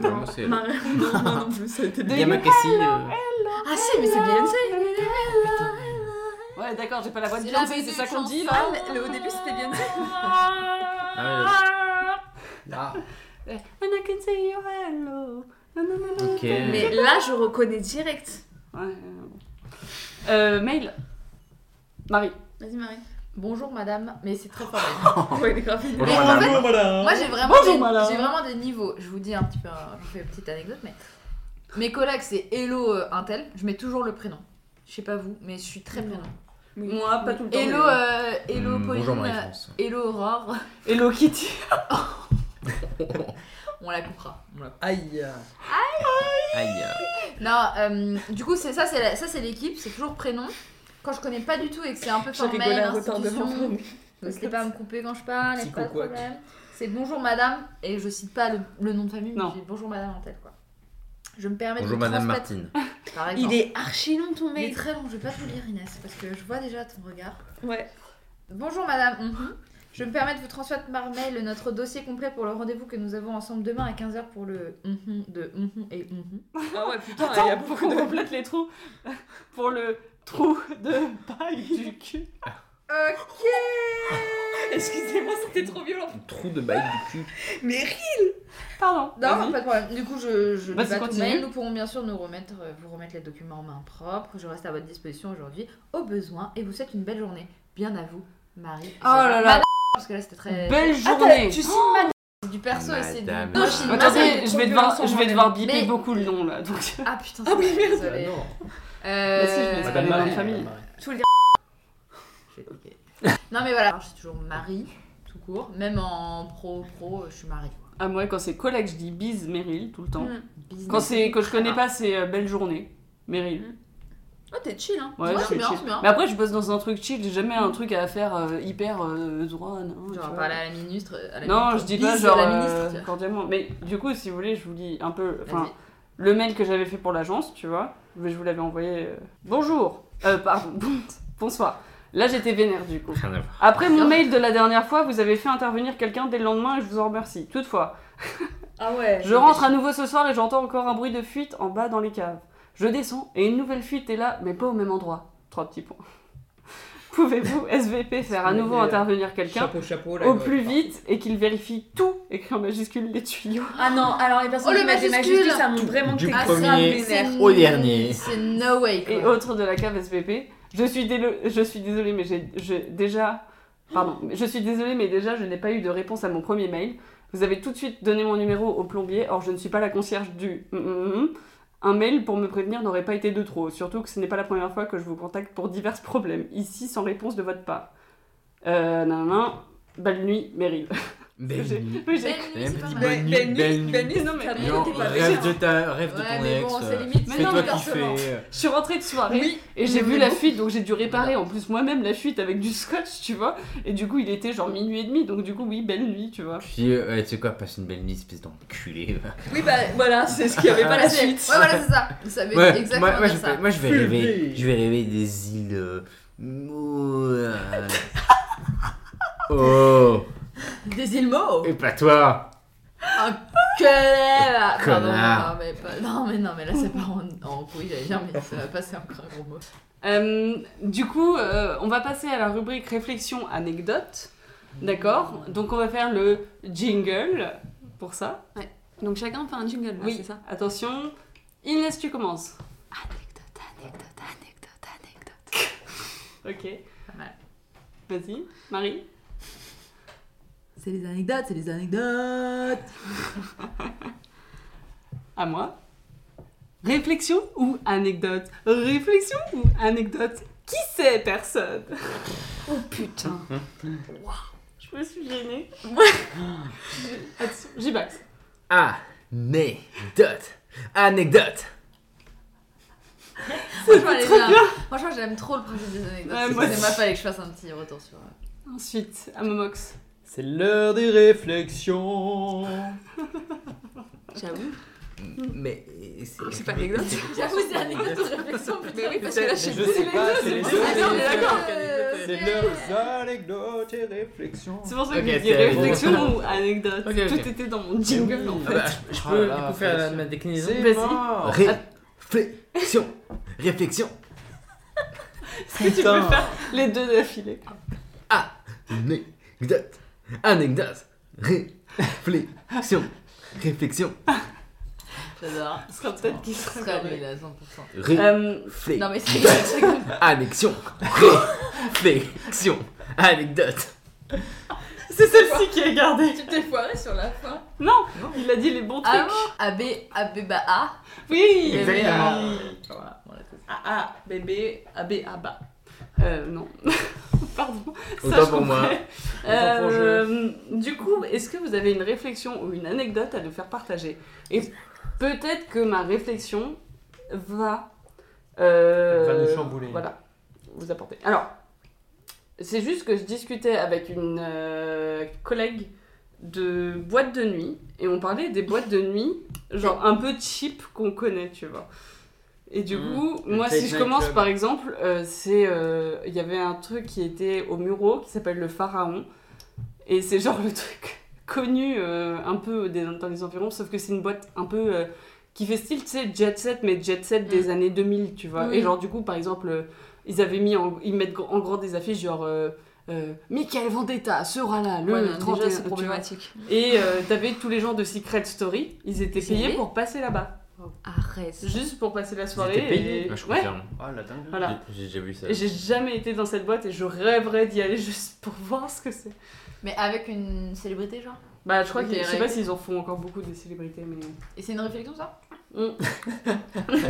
S6: Non, moi, c'est hello.
S2: Non, non, moi non plus, ça a été
S1: Do
S6: Bien
S1: you-
S6: me casser, euh,
S2: Ah si, mais c'est Beyoncé
S1: Ouais, d'accord, j'ai pas la voix de
S3: C'est la
S1: Beyoncé, c'est ça
S3: bébé
S1: qu'on dit
S3: chanson.
S1: là
S2: Le- Au début, c'était Beyoncé.
S6: ah,
S4: Ah,
S1: And I can see your hello.
S6: ouais, ok.
S2: Mais là, je reconnais direct.
S1: Ouais, euh, bon. Euh, mail. Marie.
S2: Vas-y, Marie.
S3: Bonjour madame, mais c'est très formel.
S2: Ouais, les graphiques.
S6: Bonjour,
S3: Mais en
S6: madame.
S3: fait,
S4: voilà.
S3: Moi j'ai vraiment,
S1: Bonjour, madame.
S3: des- j'ai vraiment des niveaux. Je vous dis un petit peu, un- je vous fais une petite anecdote, mais mes collègues c'est Hello euh, Intel, je mets toujours le prénom. Je sais pas vous, mais je suis très prénom.
S1: Moi, pas tout le
S3: Hello, euh, Hello
S6: Hmm,
S3: Pauline,
S6: bonjour Marie-France.
S3: euh, Hello Aurore,
S1: Hello Kitty.
S3: on la coupera. on la coupera.
S4: Aïe.
S6: Aïe.
S3: Non, euh, du coup c'est ça, c'est la- ça c'est l'équipe, c'est toujours prénom. Quand je connais pas du tout et que c'est un peu
S2: J'ai rigolé
S3: formel,
S2: à retardement.
S3: institution, n'hésitez pas à me couper quand je parle, y a pas de
S4: Psycho-quack.
S3: problème. C'est bonjour madame, et je cite pas le, le nom de famille, mais
S1: Non.
S3: j'ai bonjour madame Intel quoi. Je me permets
S6: Bonjour
S3: de
S6: Madame
S3: transmettre-
S6: Martine.
S3: Par exemple.
S2: Il est archi long ton
S3: Il est
S2: mail.
S3: très long, je vais pas vous lire Inès, parce que je vois déjà ton regard.
S2: Ouais.
S3: Bonjour madame, Mhm. je me permets de vous transmettre par mail notre dossier complet pour le rendez-vous que nous avons ensemble demain à 15h pour le mhm de mhm et mhm.
S2: Ah ouais, putain,
S1: Attends, pour qu'on complète les trous. Pour le trou de paille du cul.
S3: Ok
S2: Excusez-moi, c'était trop violent.
S6: Trou de bail du cul.
S2: Mais ri-
S1: Pardon.
S3: Non,
S1: Vas-y.
S3: pas de problème. Du coup, je, je
S1: Vas-y,
S3: lis pas tout
S1: continue.
S3: mail. Nous pourrons bien sûr nous remettre, euh, vous remettre les documents en main propre. Je reste à votre disposition aujourd'hui, au besoin, et vous souhaite une belle journée. Bien à vous, Marie.
S1: Oh là là.
S3: Madame, Parce que là, c'était très...
S1: Belle
S3: Ah, t'as-
S1: journée.
S5: Oh,
S1: Oh,
S3: tu signes madame C'est du perso et c'est du...
S6: Madame.
S3: Moi, je signe
S6: Attends,
S3: madame.
S1: Attendez, je vais devoir, je vais devoir biper
S3: Mais-
S1: beaucoup le nom là. Donc...
S3: Ah putain,
S2: Ah oui, merde.
S4: Ah,
S3: désolé.
S4: non.
S3: Euh,
S1: Bah si, je vais C'est pas
S4: Madame
S1: les
S4: Marie.
S1: mêmes familles.
S4: Madame Marie.
S3: Je vais cliquer. non mais voilà, Alors, je suis toujours Marie, tout court. Même en pro, pro, euh, je suis Marie.
S1: Ah, moi, quand c'est collègue, je dis bise Meryl tout le temps.
S2: Mm.
S3: Business. Ah.
S1: Quand, c'est, quand je connais pas, c'est euh, belle journée. Meryl.
S2: Oh, t'es chill, hein.
S1: Ouais,
S3: Ouais,
S1: je
S3: c'est
S1: suis
S3: bien,
S1: chill.
S3: c'est bien. Mm.
S1: Mais après, je bosse dans un truc chill, j'ai jamais un truc à faire euh, hyper euh, droit. Non, tu
S3: Genre
S1: vois.
S3: parler à la ministre. euh, à la
S1: Non,
S3: ministre,
S1: je dis pas
S3: bise
S1: genre
S3: à la
S1: euh,
S3: ministre. tu vois.
S1: cordialement. Mais du coup, si vous voulez, je vous lis un peu. Enfin,
S3: Vas-y.
S1: le mail que j'avais fait pour l'agence, tu vois. Je vous l'avais envoyé. euh, Bonjour. Euh, pardon. bon- Bonsoir. Là, j'étais vénère du coup.
S6: Rien à voir.
S1: Après mon mail de la dernière fois, vous avez fait intervenir quelqu'un dès le lendemain et je vous en remercie. Toutefois,
S2: Ah ouais.
S1: Je rentre à nouveau ce soir et j'entends encore un bruit de fuite en bas dans les caves. Je descends et une nouvelle fuite est là, mais pas au même endroit. Trois petits points. Pouvez-vous, SVP, faire à nouveau intervenir quelqu'un
S4: Chapeau, chapeau. là,
S1: au
S4: il va-
S1: plus vite et qu'il vérifie tout, écrit en majuscule les tuyaux
S2: Ah non, alors les personnes
S3: Oh, le
S2: qui mettent des
S3: majuscule.
S2: majuscules, ça montre vraiment que
S6: Du
S2: t'es
S3: Ah,
S2: grave
S6: premier.
S2: vénère.
S3: c'est
S6: au dernier.
S3: C'est no way.
S1: et
S3: Quoi.
S1: autres de la cave SVP. Je suis, délo- je suis désolée, mais j'ai je- déjà. Pardon, je suis désolée, mais déjà, je n'ai pas eu de réponse à mon premier mail. Vous avez tout de suite donné mon numéro au plombier, or je ne suis pas la concierge du. hum, hum, hum. Un mail pour me prévenir n'aurait pas été de trop, surtout que ce n'est pas la première fois que je vous contacte pour divers problèmes, ici sans réponse de votre part. Euh, nan, nan, nan. Belle nuit, Meryl. J'ai-
S6: Belle nuit.
S1: oui, j'ai-
S3: Belle nuit, c'est pas mal.
S6: Belle
S2: Belle
S6: nuit,
S2: belle
S6: belle
S2: nuit,
S6: nuit.
S2: belle nuit,
S1: Non, mais-
S2: t'as
S3: Mais
S2: bien
S6: Non,
S2: été
S3: pas
S6: rêve
S2: vénère.
S6: de ta, rêve de
S3: Ouais,
S6: ton
S3: mais
S6: ex.
S3: bon, c'est
S6: euh,
S3: limite.
S1: Mais non,
S6: Fais-toi
S1: mais
S3: forcément.
S6: kiffer.
S1: Je suis rentrée de soirée
S2: Oui.
S1: et j'ai
S3: Mais
S1: vu
S3: oui.
S1: la fuite, donc j'ai dû réparer en plus moi-même la fuite avec du scotch, tu vois. Et du coup, il était genre minuit et demi, donc du coup, oui, belle nuit, tu vois.
S6: Puis, euh, ouais, tu sais quoi, passe une belle nuit, espèce d'enculé. va.
S2: Oui, bah voilà, c'est ce qu'il y avait pas la
S3: C'est-
S2: suite.
S3: Ouais, voilà, c'est ça. Ça veut
S6: Ah, Ouais,
S3: exactement
S6: moi, moi,
S3: dire
S6: je,
S3: ça.
S6: vais- moi, je vais
S4: Fulvé.
S6: rêver, je vais rêver des îles. euh, mou- euh, oh,
S3: Des îles mots.
S6: et pas toi.
S3: Que. Ah, Pardon,
S6: Connard.
S3: non, mais pas- non, mais non, mais là, c'est pas en, en couille, j'allais dire, mais ça va passer encore un gros mot.
S1: Euh, du coup, euh, on va passer à la rubrique réflexion anecdote. D'accord Donc, on va faire le jingle pour ça.
S5: Ouais. Donc chacun fait un jingle, là,
S1: Oui,
S5: Ah, c'est ça
S1: attention. Inès, tu commences.
S5: Anecdote, anecdote, anecdote, anecdote.
S1: Ok.
S3: Pas mal.
S1: Vas-y, Marie.
S3: C'est les anecdotes, c'est les anecdotes.
S1: À moi. Réflexion ou anecdote Réflexion ou anecdote Qui sait personne
S5: Oh putain.
S1: Je me suis gênée. J'ai- Attention, J'y vais.
S6: Anecdote. Anecdote.
S3: Franchement, elle est bien. Franchement, j'aime trop le principe des anecdotes.
S1: Ouais,
S3: c'est
S1: moi
S3: c'est ma fallait que je fasse un petit retour sur. euh,
S1: Ensuite, à Momox.
S4: C'est l'heure des réflexions.
S5: J'avoue.
S6: Mais
S5: C'est pas anecdote.
S3: J'avoue, c'est anecdote de réflexion. putain.
S5: Mais oui, parce que là, je sais
S4: Je
S5: plus.
S4: sais pas, c'est les deux.
S5: Ah, on est d'accord.
S3: Euh,
S4: C'est l'heure des anecdotes et réflexions.
S1: C'est pour ça que
S6: Ok,
S1: j'ai dit
S6: c'est-
S1: réflexion ou anecdote.
S6: Ok, ok.
S1: Tout était dans mon jingle en
S4: Ah
S1: fait.
S4: bah,
S6: je
S4: Ah
S6: peux
S4: là
S6: du
S4: là,
S6: coup faire la-
S4: réflexion.
S6: ma déclinaison
S4: C'est
S1: Vas-y.
S4: mort.
S6: Réflexion. Réflexion.
S1: Est-ce que tu peux faire les deux d'affilée
S6: Anecdote. Anecdote. Réflexion. Réflexion.
S3: J'adore.
S1: Ce sera peut-être qui
S3: Ce
S1: sera
S3: serait
S1: mieux.
S3: nul à 100%.
S1: Euh,
S3: Non,
S6: Réflexion.
S3: mais c'est.
S6: Annexion. Réflexion. Anecdote.
S1: C'est celle-ci qui est gardée.
S3: Tu t'es foiré sur la fin.
S1: Non, il a dit les bons trucs.
S3: Ah bon AB, AB, bah A.
S1: oui,
S6: Exactement.
S1: oui.
S3: Voilà, voilà, c'est ça.
S1: Ah ah, bébé, ah bé, ah bah. Euh, non. Pardon. ça,
S6: Autant
S1: je
S6: pour moi.
S1: comprends.
S4: Autant pour
S1: Euh, du coup, est-ce que vous avez une réflexion ou une anecdote à nous faire partager Et peut-être que ma réflexion va. euh,
S4: Va nous chambouler.
S1: Voilà, vous apporter. Alors, c'est juste que je discutais avec une euh, collègue de boîtes de nuit et on parlait des boîtes de nuit, genre un peu cheap qu'on connaît, tu vois. Et du
S6: Mm.
S4: Mhm.
S1: coup,
S4: Le
S1: moi,
S4: Late
S1: si je
S4: Night
S1: commence
S4: Club.
S1: par exemple, euh, c'est. euh, Il y avait un truc qui était au Muro qui s'appelle le Pharaon. Et c'est genre le truc connu euh, un peu des- dans les environs, sauf que c'est une boîte un peu. euh, qui fait style, tu sais, jet set, mais jet set des années 2000, tu vois.
S5: Mm. Oui.
S1: Et genre, du coup, par exemple, euh, ils avaient mis en, ils mettent gr- en grand des affiches genre. euh, euh, Michael Vendetta sera là le
S5: Ouais, non, déjà,
S1: 31,
S5: c'est
S1: tu vois.
S5: problématique.
S1: Et euh, t'avais tous les gens de Secret Story, ils étaient
S5: Ils y
S1: payés
S5: allaient
S1: pour passer là-bas.
S5: Arrête.
S1: Juste pour passer la soirée.
S4: étaient payés
S1: et...
S6: Ah, je
S1: Ouais.
S6: confirme.
S4: Ah la dingue.
S1: Voilà.
S6: J'ai- J'ai déjà vu ça.
S1: Et j'ai jamais été dans cette boîte et je rêverais d'y aller juste pour voir ce que c'est.
S3: Mais avec une célébrité, genre
S1: Bah, je crois
S3: Ok,
S1: que je sais pas
S3: arrêtez.
S1: s'ils en font encore beaucoup des célébrités, mais.
S3: Et c'est une réflexion, ça
S1: Mm.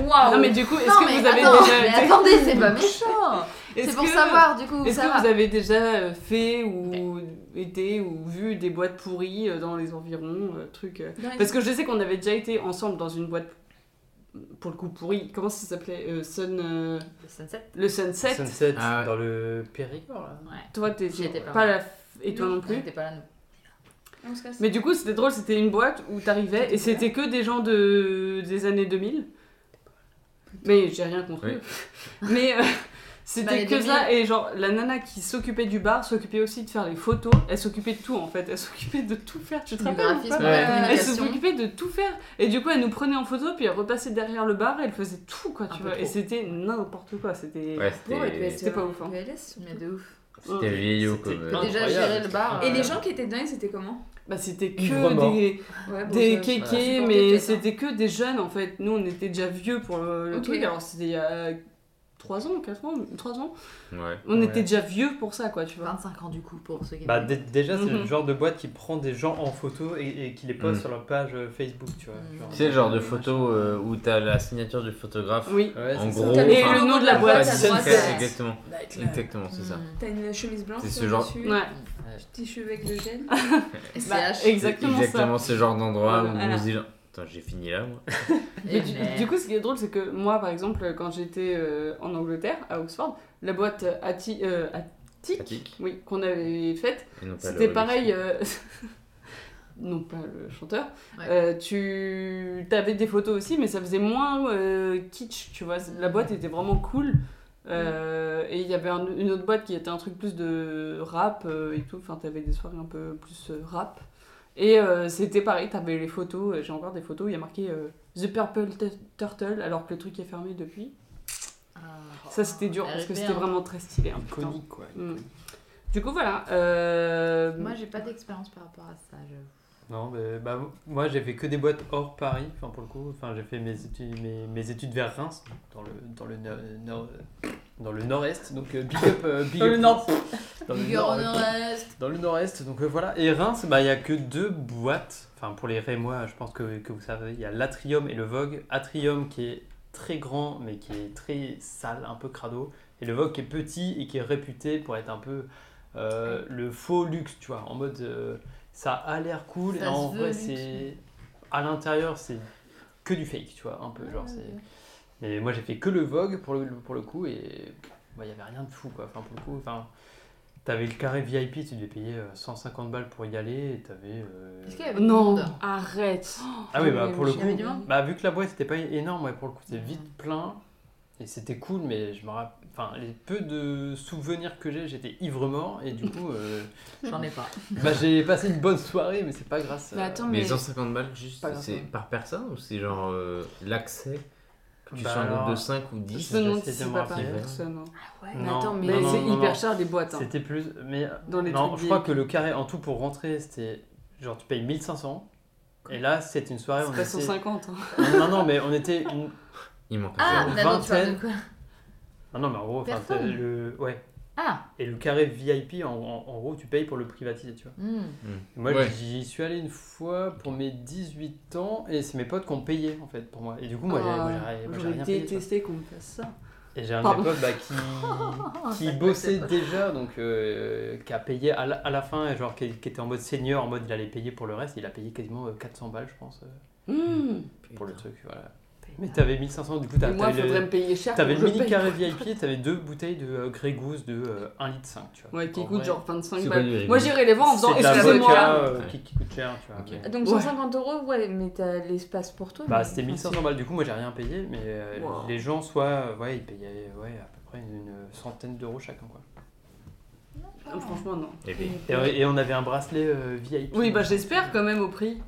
S3: Waouh
S1: Non, mais du coup, est-ce
S3: Ah,
S1: que
S3: Non, mais
S1: vous avez
S3: attends,
S1: déjà.
S3: mais
S1: été-
S3: attendez, c'est pas méchant
S1: Est-ce
S3: C'est pour
S1: que-
S3: savoir, du coup,
S1: Est-ce
S3: ça
S1: que
S3: va.
S1: vous avez déjà euh, fait ou été ou vu des boîtes pourries euh, dans les environs, euh, trucs. euh, Parce que je sais qu'on avait déjà été ensemble dans une boîte pour le coup pourrie. Comment ça s'appelait Euh, Sun. euh,
S3: Le sunset
S1: Le Sunset.
S4: Sunset
S6: Ah ouais.
S4: dans le Périgord là.
S1: Toi, t'es
S3: J'y étais pas.
S1: pas la. f- Et toi non, plus.
S3: T'étais pas là, non.
S1: Mais du coup, c'était drôle, c'était une boîte où t'arrivais et c'était que des gens de... des années 2000. Mais j'ai rien contre
S6: Oui.
S1: eux. Mais euh,
S3: Bah,
S1: c'était
S3: les
S1: que
S3: 2000.
S1: ça. Et genre, la nana qui s'occupait du bar s'occupait aussi de faire les photos. Elle s'occupait de tout en fait. Elle s'occupait de tout faire. Tu te
S3: Du
S1: rappelles ou
S3: graphisme,
S1: pas
S3: de
S6: Ouais.
S3: la
S1: Elle
S3: communication.
S1: s'occupait de tout faire. Et du coup, elle nous prenait en photo, puis elle repassait derrière le bar et elle faisait tout quoi,
S3: Un
S1: tu
S3: peu
S1: vois. Et
S3: trop.
S1: c'était n'importe quoi. C'était.
S6: Ouais,
S3: Ouais, tu vas
S6: c'était
S1: C'était pas
S3: sur
S1: ouf, hein.
S3: ULS, mais de ouf.
S6: c'était vieillot
S4: C'était
S6: comme. euh,
S4: plein de-
S3: Déjà,
S4: Incroyable.
S3: gérer le bar.
S5: Et
S3: euh,
S5: les gens qui étaient dedans, c'était comment
S1: Bah, c'était
S4: Ivre-mort.
S1: que des.
S5: Ouais, Ah, bon,
S1: Des
S5: ça- hein.
S1: kékés,
S3: supporter
S1: mais
S3: peut-être,
S1: c'était que des jeunes en fait. Nous, on était déjà vieux pour le, le
S5: Ok.
S1: truc. Alors, c'était il y a 3 ans, 4 ans, 3 ans.
S6: euh, Ouais.
S1: On
S4: Ouais.
S1: était déjà vieux pour ça, quoi, tu vois.
S3: 25 ans, du coup, pour ceux qui.
S4: Bah dé- déjà c'est
S1: Mhm.
S4: le genre de boîte qui prend des gens en photo et, et qui les poste
S6: Mm.
S4: sur leur page euh, Facebook tu vois.
S3: Mm.
S4: genre.
S6: Tu sais, le genre de photo euh, où t'as la signature du
S5: Ah.
S6: photographe.
S1: Oui.
S4: Ouais,
S6: en
S4: c'est euh, ça.
S6: gros.
S5: T'as
S1: Et
S5: Enfin,
S1: le nom de la boîte. Bah,
S5: à
S6: c'est
S5: droite,
S6: ça,
S5: euh,
S6: Exactement.
S5: Avec la-
S6: Exactement, c'est
S1: Mm.
S6: ça.
S3: Hmm.
S5: T'as une chemise blanche
S6: C'est ce
S5: sur
S6: genre-
S5: dessus,
S1: Ouais,
S5: Petit cheveu avec le gel.
S1: bah,
S3: SCH.
S1: exactement, ça.
S6: Exactement ce genre d'endroit
S1: Voilà.
S6: où
S5: Voilà.
S6: on se dit genre, Attends, j'ai fini là, moi.
S1: Mais du, du coup, ce qui est drôle, c'est que moi, par exemple, quand j'étais euh, en Angleterre, à Oxford, la boîte Atti- euh, Attic,
S6: Attic.
S1: oui, qu'on avait faite,
S6: Et non pas
S1: C'était
S6: le
S1: pareil. euh, Non, pas le chanteur.
S3: Ouais.
S1: Euh, tu avais des photos aussi, mais ça faisait moins euh, kitsch, tu vois. La boîte était vraiment cool. Euh, Et il y avait un- une autre boîte qui était un truc plus de rap euh, et tout. Enfin, t'avais des soirées un peu plus euh, rap. Et euh, c'était pareil, t'avais les photos. euh, J'ai encore des photos où il y a marqué euh, The Purple Tur- Turtle, alors que le truc est fermé depuis.
S3: Ah, Oh,
S1: Ça, c'était dur parce que c'était vraiment très stylé. hein, putain.
S4: Iconique quoi.
S1: Mm. Du coup, voilà. euh,
S3: Moi, j'ai pas d'expérience par rapport à ça. Je...
S4: Non, mais, bah, moi j'ai fait que des boîtes hors Paris, enfin pour le coup, enfin j'ai fait mes études, mes, mes études vers Reims, dans le dans le nord, nord- dans le nord-est, donc euh, big up, euh, big
S2: Dans
S4: up
S2: le nord.
S4: dans le
S3: Bigger
S4: nord,
S3: on
S4: euh,
S3: rest.
S4: dans le nord-est, donc euh, voilà. Et Reims, bah il y a que deux boîtes, enfin pour les Rémois, je pense que, que vous savez, il y a l'Atrium et le Vogue. Atrium qui est très grand mais qui est très sale, un peu crado, et le Vogue qui est petit et qui est réputé pour être un peu euh, le faux luxe, tu vois, en mode euh, ça a l'air cool
S3: Ça
S4: et en
S3: se veut
S4: vrai
S3: luxe.
S4: c'est à l'intérieur c'est que du fake, tu vois, un peu genre c'est. Et moi j'ai fait que le Vogue pour le, pour le coup et il n'y avait rien de fou quoi. Enfin, pour le coup, enfin, t'avais le carré VIP, tu devais payer euh, 150 balles pour y aller et t'avais. euh,
S3: Est-ce qu'il y avait du
S1: Non,
S3: monde
S1: arrête.
S4: Ah oui, bah pour le
S5: Il y
S4: coup,
S5: avait
S3: du monde
S4: bah, vu que la boîte c'était pas énorme, ouais, pour le coup c'était
S5: Mm.
S4: vite plein et c'était cool, mais je me rappelle. Enfin, les peu de souvenirs que j'ai, j'étais ivre mort et du coup, euh,
S3: J'en ai pas.
S4: bah, j'ai passé une bonne soirée, mais c'est pas grâce euh,
S5: Mais
S4: à-
S1: hein,
S5: attends,
S6: Mais
S5: mais.
S6: 150 balles, juste,
S5: Pas grave,
S6: c'est
S5: hein.
S6: par personne ou c'est genre euh, l'accès que tu
S4: Bah
S6: sois un groupe
S4: alors,
S6: de 5 ou
S1: Je
S6: 10
S1: me demande
S4: c'est
S1: si c'est
S4: tellement
S1: pas par
S6: rapide.
S1: personne. hein.
S3: Ah
S5: Mais
S4: Non,
S5: attends, mais
S1: Mais
S4: non,
S1: c'est
S4: non, non,
S1: hyper
S4: non.
S1: cher les boîtes. hein.
S4: C'était plus. Mais
S1: Dans les
S4: non,
S1: trucs
S4: je crois
S1: VIP.
S4: que le carré en tout pour rentrer, c'était genre tu payes 1500. Et là, c'était une soirée.
S1: C'est
S4: on
S1: pas
S4: était-
S1: 150. hein.
S4: Non, non, mais on était. Une...
S6: Il manque un
S3: Ah,
S6: zéro.
S3: Nano, tu parles
S4: vingtaine.
S3: de quoi
S4: Non, non, mais en gros, enfin,
S3: Personne.
S4: c'est le. Ouais.
S3: Ah
S4: Et le carré VIP, en, en- en gros, tu payes pour le privatiser, tu vois.
S3: hmm.
S4: Et moi,
S6: Ouais.
S4: j'y suis allé une fois pour mes 18 ans, et c'est mes potes qui ont payé, en fait, pour moi. Et du coup, moi, j'ai- moi, j'ai- moi, j'ai
S1: Ah, J'aurais
S4: rien payé. tu vois.
S1: détesté qu'on me fasse ça.
S4: Et j'ai un de
S1: Pardon.
S4: mes potes bah, qui, qui bossait déjà, donc euh, qui a payé à la, à la fin, et genre qui, qui était en mode senior, en mode il allait payer pour le reste, il a payé quasiment euh, 400 balles, je pense, euh,
S1: Mmh.
S4: pour le truc. Voilà. Mais t'avais 1500, du coup, t'as-
S1: Et moi,
S4: t'avais
S1: faudrait
S4: le,
S1: me payer cher.
S4: t'avais
S1: pour
S4: le
S1: que je
S4: mini
S1: paye.
S4: carré VIP, t'avais deux bouteilles de euh, Grey Goose de 1 litre 5, tu vois.
S1: Ouais, qui
S4: En
S1: coûte
S4: vrai,
S1: genre 25
S6: C'est
S1: balles.
S6: pas du
S1: Moi,
S6: riz.
S1: j'irai les voir en
S4: c'est
S1: faisant
S4: de la vodka,
S1: excusez-moi.
S4: euh,
S6: Ouais.
S4: qui, qui coûte cher, tu vois.
S6: Ok.
S4: mais-
S5: Donc
S1: Ouais.
S5: 150 euros, ouais, mais t'as l'espace pour toi.
S4: Bah,
S5: mais-
S4: c'était 1500 balles, du coup, moi j'ai rien payé, mais euh,
S1: Wow.
S4: les gens, soit, euh, ouais, ils payaient ouais, à peu près une, une centaine d'euros chacun, quoi.
S1: Non, Franchement, non.
S6: Eh ben,
S4: Et, euh, et on avait un bracelet euh, VIP.
S1: Oui, bah j'espère quand même au prix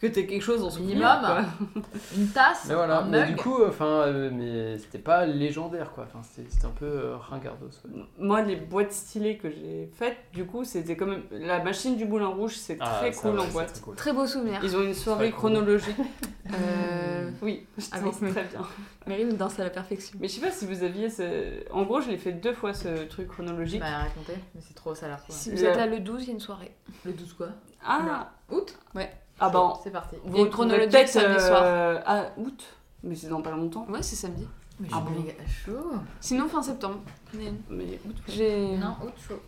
S1: que t'aies quelque chose en souvenir.
S3: Minimum.
S1: quoi.
S3: Une tasse
S4: Mais voilà,
S3: Un
S4: mais
S3: mug
S4: du coup, enfin, euh, mais c'était pas légendaire quoi, enfin, c'était c'était un peu euh, ringardos. ouais.
S1: Moi, les boîtes stylées que j'ai faites, du coup, c'était quand même. La machine du boulin rouge, c'est
S4: Ah,
S1: très
S4: ça,
S1: cool
S4: ouais,
S1: en
S4: c'est
S1: boîte.
S4: très cool.
S5: Très beau souvenir.
S1: Ils ont une soirée
S4: Très cool.
S1: chronologique.
S5: Euh,
S1: Oui, je
S5: Ah
S1: trouve
S5: oui.
S1: très bien.
S5: Mary nous danse à la perfection.
S1: Mais je sais pas si vous aviez ce. En gros, je l'ai fait deux fois ce truc chronologique.
S3: Bah, racontez, mais c'est trop, ça a l'air quoi.
S5: Si vous êtes là le 12, il y a une soirée.
S3: Le 12 quoi
S1: Ah
S5: Août Ouais.
S1: Ah bah,
S3: C'est parti.
S1: vous
S5: Il y a une
S1: retrouvez
S5: chronologique
S1: peut-être,
S5: samedi soir.
S1: euh, Ah, août Mais c'est dans pas longtemps.
S5: Ouais, c'est samedi.
S3: Mais
S1: Ah
S3: je suis
S1: bon
S3: méga chaud.
S5: Sinon, fin septembre. on a une-
S1: Mais août.
S5: J'ai.
S3: Non, autre chose.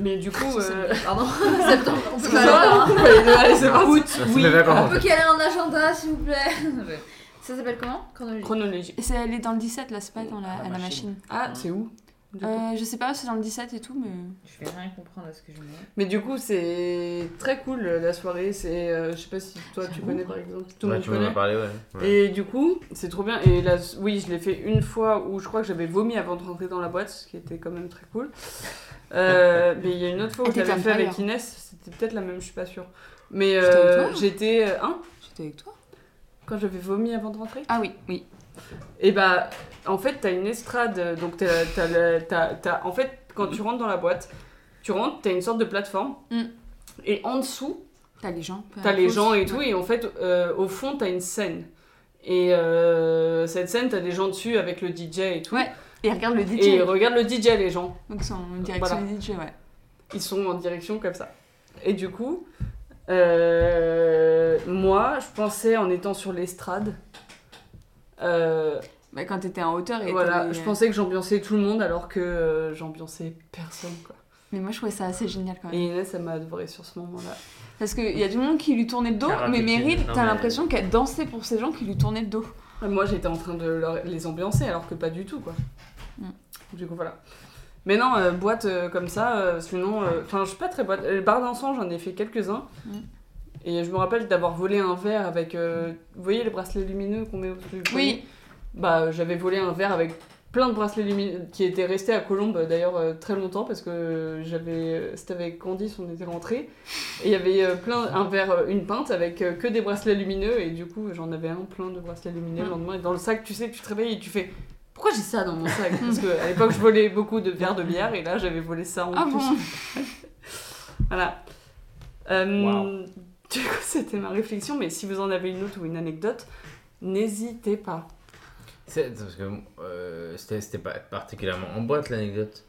S1: Mais du coup.
S5: C'est
S1: euh,
S3: Pardon, septembre, on peut pas
S1: Ça
S3: avoir, hein.
S1: Allez, c'est
S6: Non.
S1: août,
S6: Ah, ça, c'est
S1: oui. Ah,
S6: les
S3: On
S6: vacances.
S3: peut caler un agenda, s'il vous plaît. Ça s'appelle comment
S1: euh,
S3: Chronologie.
S1: Chronologique.
S5: C'est elle est dans le 17 là, c'est pas dans la,
S4: À la
S5: à la
S4: machine.
S5: machine.
S1: Ah, c'est où du coup
S5: Euh, je sais pas, c'est dans le 17 et tout, mais.
S3: Je vais rien comprendre à ce que je me dis.
S1: Mais du coup, c'est très cool la soirée. C'est, euh, je sais pas si toi
S3: Ah
S1: tu connais par exemple. Tout le
S6: Ouais,
S1: monde
S6: tu m'en as
S1: connaît.
S6: parlé, ouais. Ouais.
S1: Et du coup, c'est trop bien. Et là, oui, je l'ai fait une fois où je crois que j'avais vomi avant de rentrer dans la boîte, ce qui était quand même très cool. Euh, mais il y a une autre fois où
S5: Ah,
S1: je l'avais
S5: t'étais
S1: fait
S5: un
S1: avec
S5: fire.
S1: Inès, c'était peut-être la même, je suis pas sûre. Mais
S5: J'étais avec
S1: euh,
S5: toi
S1: j'étais. euh, Hein
S5: J'étais avec toi
S1: Quand j'avais vomi avant de rentrer
S5: Ah oui, oui.
S1: Et bah, en fait, t'as une estrade. Donc, t'as, t'as la- t'as- t'as- en fait, quand tu rentres dans la boîte, tu rentres, t'as une sorte de plateforme.
S5: Mm.
S1: Et en dessous,
S5: T'as les gens. peu
S1: t'as les
S5: importe.
S1: gens et
S5: Ouais.
S1: tout. Et en fait, euh, au fond, t'as une scène. Et euh, cette scène, t'as des gens dessus avec le DJ et tout.
S5: Ouais, Et regarde le DJ.
S1: Et regarde le DJ, les gens.
S5: Donc c'est en direction
S1: Voilà.
S5: du DJ, ouais.
S1: Ils sont en direction comme ça. Et du coup, euh, moi, je pensais en étant sur l'estrade. euh,
S5: Bah, quand t'étais en hauteur et
S1: voilà,
S5: t'avais-
S1: je pensais que j'ambiançais tout le monde alors que euh, j'ambiançais personne. Quoi.
S5: Mais moi je trouvais ça assez génial quand même.
S1: Et Inès, elle m'a adoré sur ce moment-là.
S5: Parce qu'il y a du monde qui lui tournait le dos,
S4: Cara
S5: mais
S4: Delevingne,
S5: Meryl,
S4: non,
S5: t'as
S4: mais-
S5: l'impression qu'elle dansait pour ces gens qui lui tournaient le dos.
S1: Moi, j'étais en train de leur- les ambiancer, alors que pas du tout, quoi.
S5: Mm.
S1: Du coup, voilà. Mais non, euh, boîte euh, comme ça, euh, sinon... euh, Enfin, je suis pas très boîte. Le bar dansant, j'en ai fait quelques-uns.
S5: Mm.
S1: Et je me rappelle d'avoir volé un verre avec... euh, vous voyez les bracelets lumineux qu'on met au-dessus du poignet
S5: Oui,
S1: Bah, euh, j'avais volé un verre avec plein de bracelets lumineux qui étaient restés à Colombe, euh, d'ailleurs, euh, très longtemps, parce que j'avais... euh, C'était avec Candice, on était rentrés. Et il y avait euh, plein... Un verre, euh, une pinte avec euh, que des bracelets lumineux. Et du coup, j'en avais un plein de bracelets lumineux le
S5: Mm.
S1: lendemain. Et dans le sac, tu sais, tu te réveilles et tu fais... Pourquoi j'ai ça dans mon sac Parce qu'à l'époque, je volais beaucoup de verres de bière et là, j'avais volé ça en
S5: ah
S1: plus.
S5: bon
S1: Voilà. Euh, Du coup, c'était ma réflexion, mais si vous en avez une autre ou une anecdote, n'hésitez pas.
S6: C'est parce que euh, c'était c'était pas particulièrement en boîte l'anecdote.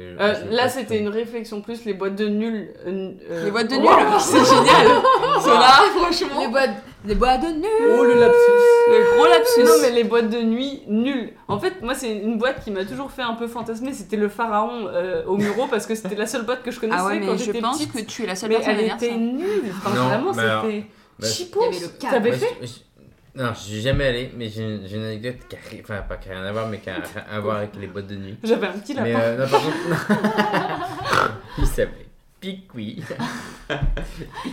S6: Euh,
S1: Euh,
S6: je sais
S1: là,
S6: pas
S1: c'était
S6: si-
S1: une réflexion plus les boîtes de nuls. euh, euh,
S5: Les boîtes de nul, c'est génial. Cela, franchement.
S3: Les boîtes, les boîtes de nul
S4: Oh le lapsus
S5: Le gros lapsus.
S1: Non, mais les boîtes de nuit, nulles. En fait, moi, c'est une boîte qui m'a toujours fait un peu fantasmer. C'était le pharaon euh, au Muro parce que c'était la seule boîte que je connaissais
S5: Ah ouais,
S1: quand
S5: mais je
S1: j'étais
S5: pense
S1: petite.
S5: que tu es la seule
S1: Mais
S5: personne à
S1: elle
S5: dire ça.
S1: était nulle. Enfin,
S6: Non,
S1: vraiment,
S6: mais alors-
S1: c'était
S6: bah,
S1: chipos.
S3: Il y avait le cadre.
S1: T'avais
S6: Moi,
S1: fait
S6: je- je- Non, je suis jamais allé, mais j'ai une, j'ai une anecdote qui a, ri- enfin, pas qui a rien à voir, mais qui a rien à voir avec les boîtes de nuit.
S1: J'avais un petit
S6: Mais
S1: lapin.
S6: euh, non, par contre, il s'appelait Picoui. non,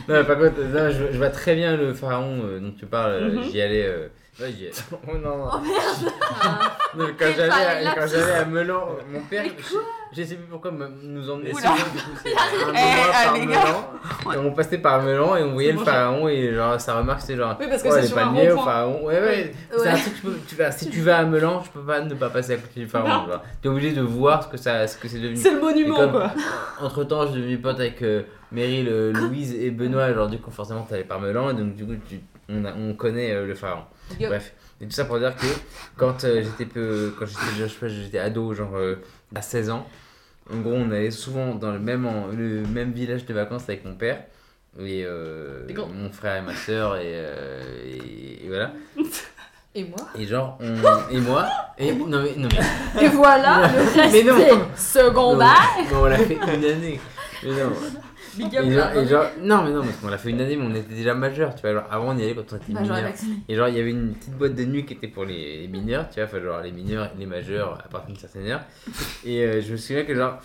S6: mais par contre, non, je, je vois très bien le pharaon euh, dont tu parles. euh,
S1: Mhm.
S6: J'y allais. euh, ouais, j'y allais. Oh non, non.
S3: Oh merde
S6: Non, mais quand
S3: T'es
S6: j'allais
S3: pas
S6: à,
S3: là,
S6: quand
S3: tu-
S6: j'allais à Melan, mon père, je, je sais plus pourquoi, me- nous emmenait
S5: Oula.
S6: souvent, du coup, c'est un
S5: Eh,
S6: par
S5: les
S6: Melan, et on passait par Melan et on voyait le
S1: bon,
S6: pharaon et genre sa remarque c'est genre
S1: Oui, parce que
S6: oh,
S1: c'est
S6: les
S1: sur un
S6: palmiers au
S1: rond-point.
S6: pharaon ouais ouais, c'est un truc que tu peux- tu vas- si tu vas à Melan je peux pas ne pas passer à côté du pharaon
S1: Non.
S6: genre. t'es obligé de voir ce que ça ce que c'est devenu
S1: C'est le monument,
S6: comme-
S1: quoi.
S6: entre temps je suis devenu pote avec euh, Meryl euh, Louise et Benoît genre du coup forcément t'allais par Melan et donc du coup tu- on, a- on connaît euh, le pharaon
S5: Yup.
S6: bref et tout ça pour dire que quand euh, j'étais peu quand j'étais je sais pas, j'étais ado genre euh, à 16 ans en gros on allait souvent dans le même en- le même village de vacances avec mon père et euh,
S1: Et quand-
S6: mon frère et ma soeur et, euh, et- et voilà
S3: Et moi
S6: et genre on, et moi et non mais non mais
S3: Et voilà, le reste
S6: Mais non.
S3: est secondaire
S6: Non, on l'a fait une année mais non
S3: Big
S6: Et
S3: up
S6: genre-
S3: là
S6: et genre- non, mais non, parce qu'on l'a fait une année, mais on était déjà majeur, tu vois. Genre, avant, on y allait quand on était
S3: Bah, j'aurais
S6: mineur.
S3: vacciné.
S6: Et genre, il y avait une petite boîte de nuit qui était pour les, les mineurs, tu vois. Enfin, genre, les mineurs et les majeurs à partir d'une certaine heure. Et euh, je me souviens que, genre,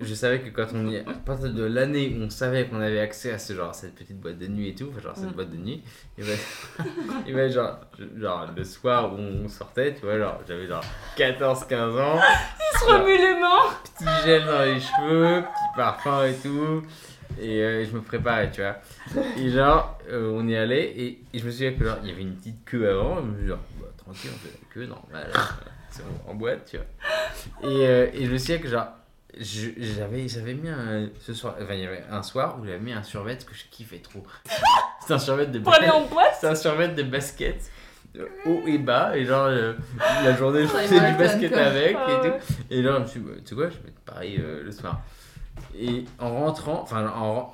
S6: je savais que quand on y. À partir de l'année où on savait qu'on avait accès à ce genre, à cette petite boîte de nuit et tout, enfin, genre, cette boîte de nuit, et ben, et ben, genre, je- genre, le soir où on sortait, tu vois, genre, j'avais genre 14-15 ans
S1: Il se remue les mains.
S6: petit gel dans les cheveux, petit parfum et tout. Et euh, je me préparais, tu vois. Et genre, euh, on est allé et, et je me souviens que genre, il y avait une petite queue avant. Et je me suis dit, genre, bah, tranquille, on fait la queue, normal. euh, C'est en, en boîte, tu vois. Et, euh, et je me souviens que genre, je- j'avais j'avais mis un, ce soir, enfin, il y avait un soir où j'avais mis un survêt que je kiffais trop. C'est un survêt de
S1: Pour aller en boîte.
S6: c'est un survêt de basket euh, haut et bas et genre euh, la journée je
S3: Ça
S6: faisais du
S3: m'étonne,
S6: basket
S3: quoi.
S6: avec
S1: Ah
S6: et
S1: ouais.
S6: tout et là je me suis dit, bah, tu sais quoi je vais être pareil euh, le soir et en rentrant enfin en ren-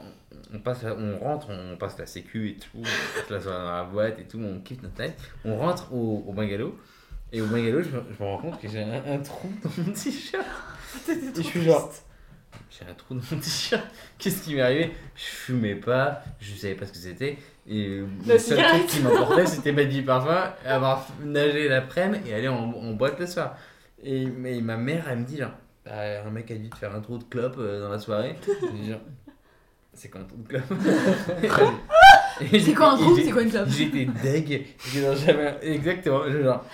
S6: on passe la- on rentre on passe la sécu et tout on passe la soirée dans la boîte et tout on kiffe notre tête on rentre au, au bungalow et au bungalow je, me- je me rends compte que j'ai un, un trou dans mon t-shirt et je suis genre j'ai un trou dans mon t-shirt qu'est-ce qui m'est arrivé je fumais pas je savais pas ce que c'était et
S1: La
S6: le seul truc
S1: cigarette.
S6: qui m'emportait, c'était mettre du parfum, avoir nagé l'après-midi et aller en, en boîte le soir. Et mais ma mère, elle me dit genre, Bah, un mec a dû te faire un trou de clope euh, dans la soirée. Je dis, genre, c'est quoi un trou de clope Et j'ai-
S3: C'est quoi un
S6: et
S3: trou
S6: j'ai-
S3: C'est quoi une clope
S6: J'étais deg. J'étais dans- j'avais- Exactement. je- Genre,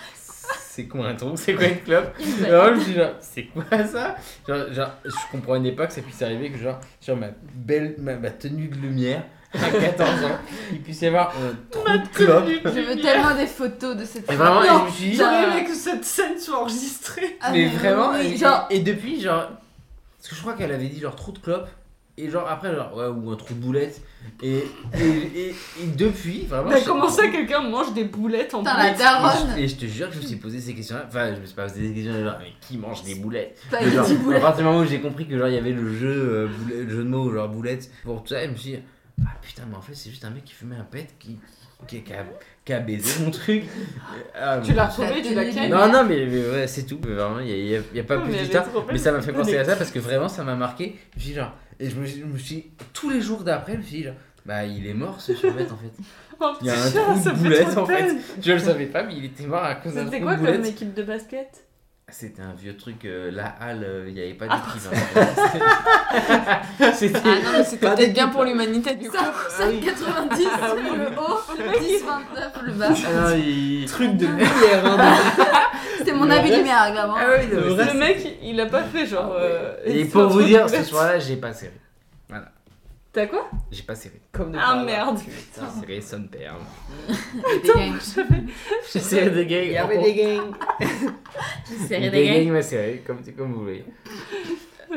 S6: c'est quoi un trou C'est quoi une clope Et alors, je me suis dit, genre, c'est quoi ça genre, genre, je comprenais pas que ça puisse arriver que, genre, sur ma belle ma, ma tenue de lumière à 14 ans, il puisse y avoir un trou de clope.
S3: Je veux tellement des photos de cette
S6: Et vraiment,
S3: Non.
S6: et je me suis dit,
S3: ça-
S1: J'aurais aimé que cette scène soit enregistrée.
S3: Ah,
S6: mais
S3: oui,
S6: vraiment,
S3: oui,
S6: et,
S3: genre,
S6: et- et depuis, genre, parce que je crois qu'elle avait dit genre trou de clope, et genre après, genre, ouais, ou un trou de boulette, et, et, et, et depuis, vraiment.
S1: T'as
S6: je-
S1: comment ça quelqu'un mange des boulettes en
S3: putain, la
S1: boîte
S3: daronne
S6: et je, et je te jure que je me suis posé ces questions-là. Enfin, je me suis pas posé ces questions-là, genre, mais qui mange des boulettes
S5: Ah,
S3: Pas
S6: Mais
S3: une
S6: genre,
S3: petite boulette.
S6: À partir du moment où j'ai compris que genre il y avait le jeu, euh, boule- le jeu de mots, genre boulette, pour tout ça, et je me suis dit, ah putain, mais en fait, c'est juste un mec qui fumait un pet qui, qui, qui a, qui a baisé mon truc. Ah,
S1: Tu l'as retrouvée,
S3: La
S1: tu l'as
S3: tenue
S1: ken.
S3: du-
S6: non, non, mais, mais ouais, c'est tout. Mais vraiment, il n'y a, y a pas
S1: Non, mais elle
S6: plus
S1: est
S6: d'histoire.
S1: trop belle,
S6: Mais ça m'a fait
S1: cette
S6: penser à ça parce que vraiment, ça m'a marqué. Je me suis dit, genre, et je me, suis- je me suis tous les jours d'après, je me suis dit, genre, bah, il est mort ce survêt en fait.
S1: Oh,
S6: Il y a un
S1: putain,
S6: trou de
S1: ça fait
S6: boulette,
S1: trop
S6: en fait.
S1: peine.
S6: Je le savais pas, mais il était mort à cause d'un
S1: C'était
S6: trou
S1: quoi
S6: de
S1: comme
S6: boulette.
S1: équipe de basket
S6: C'était un vieux truc, euh, la halle, euh, il n'y avait
S1: Ah,
S6: pas d'équipe. hein. C'était.
S5: Ah non, mais c'était
S6: Pas
S5: peut-être
S6: d'équipe.
S5: bien pour l'humanité du coup.
S3: Ça,
S1: Ah
S3: ça, 90, le haut, 10, 29, le bas.
S6: Ah non, il-
S4: Truc de
S6: lumière, hein,
S3: C'est mon avis du miracle, vraiment.
S6: Ah oui, non, mais
S1: Le
S6: c'est-
S1: mec, il a pas fait genre. euh,
S6: Et
S1: histoire de
S6: pour vous
S1: trou de
S6: dire, ce
S1: boulette.
S6: soir-là, j'ai pas serré.
S1: T'as quoi
S6: J'ai pas serré.
S4: Comme de
S1: Ah,
S4: par hasard.
S1: merde.
S6: Putain, serré, sonne perle.
S3: Des gangs.
S6: J'ai serré des gangs. Il y avait des gangs.
S3: Serré
S6: des
S3: des gangs.
S6: gangs, mais serré, comme, comme vous voulez.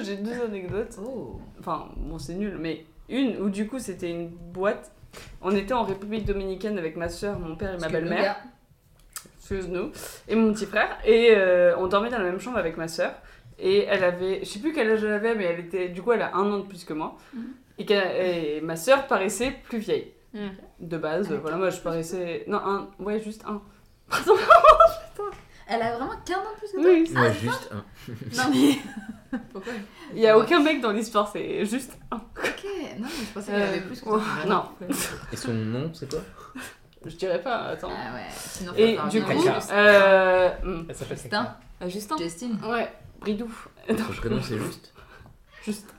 S1: J'ai deux anecdotes.
S3: Oh.
S1: Enfin, bon, c'est nul, mais une où du coup c'était une boîte On était en République dominicaine avec ma soeur, mon père et ma
S3: Parce que le
S1: belle-mère.
S3: gars-
S1: Excuse-nous. Et mon petit frère. Et euh, on dormait dans la même chambre avec ma soeur. Et elle avait, je sais plus quel âge elle avait, mais elle était, du coup, elle a un an de plus que moi.
S5: Mhm.
S1: Et, qu'elle- et ma soeur paraissait plus vieille.
S5: Mhm.
S1: De base,
S3: Elle
S1: voilà, moi je paraissais. Non, un, ouais, juste un.
S3: Elle a vraiment qu'un an de plus que toi Ah,
S1: Oui.
S6: Moi, juste un.
S3: Non mais. Pourquoi
S1: Il y a aucun mec dans l'histoire, c'est juste un.
S3: Ok, non mais je pensais qu'elle avait
S1: Euh,
S3: plus que
S5: ouais.
S3: toi. Ah
S1: Non,
S6: Et son nom, c'est quoi
S1: je dirais pas, attends.
S3: Ah ouais, sinon
S1: Et
S3: faut
S1: du
S3: faire
S1: coup,
S3: un-
S4: Justin.
S1: euh. hmm,
S4: Elle s'appelle
S3: Justin,
S5: Ah, Justin.
S3: Justine.
S1: Ouais, Bridou.
S6: Son prénom, c'est juste.
S1: Juste.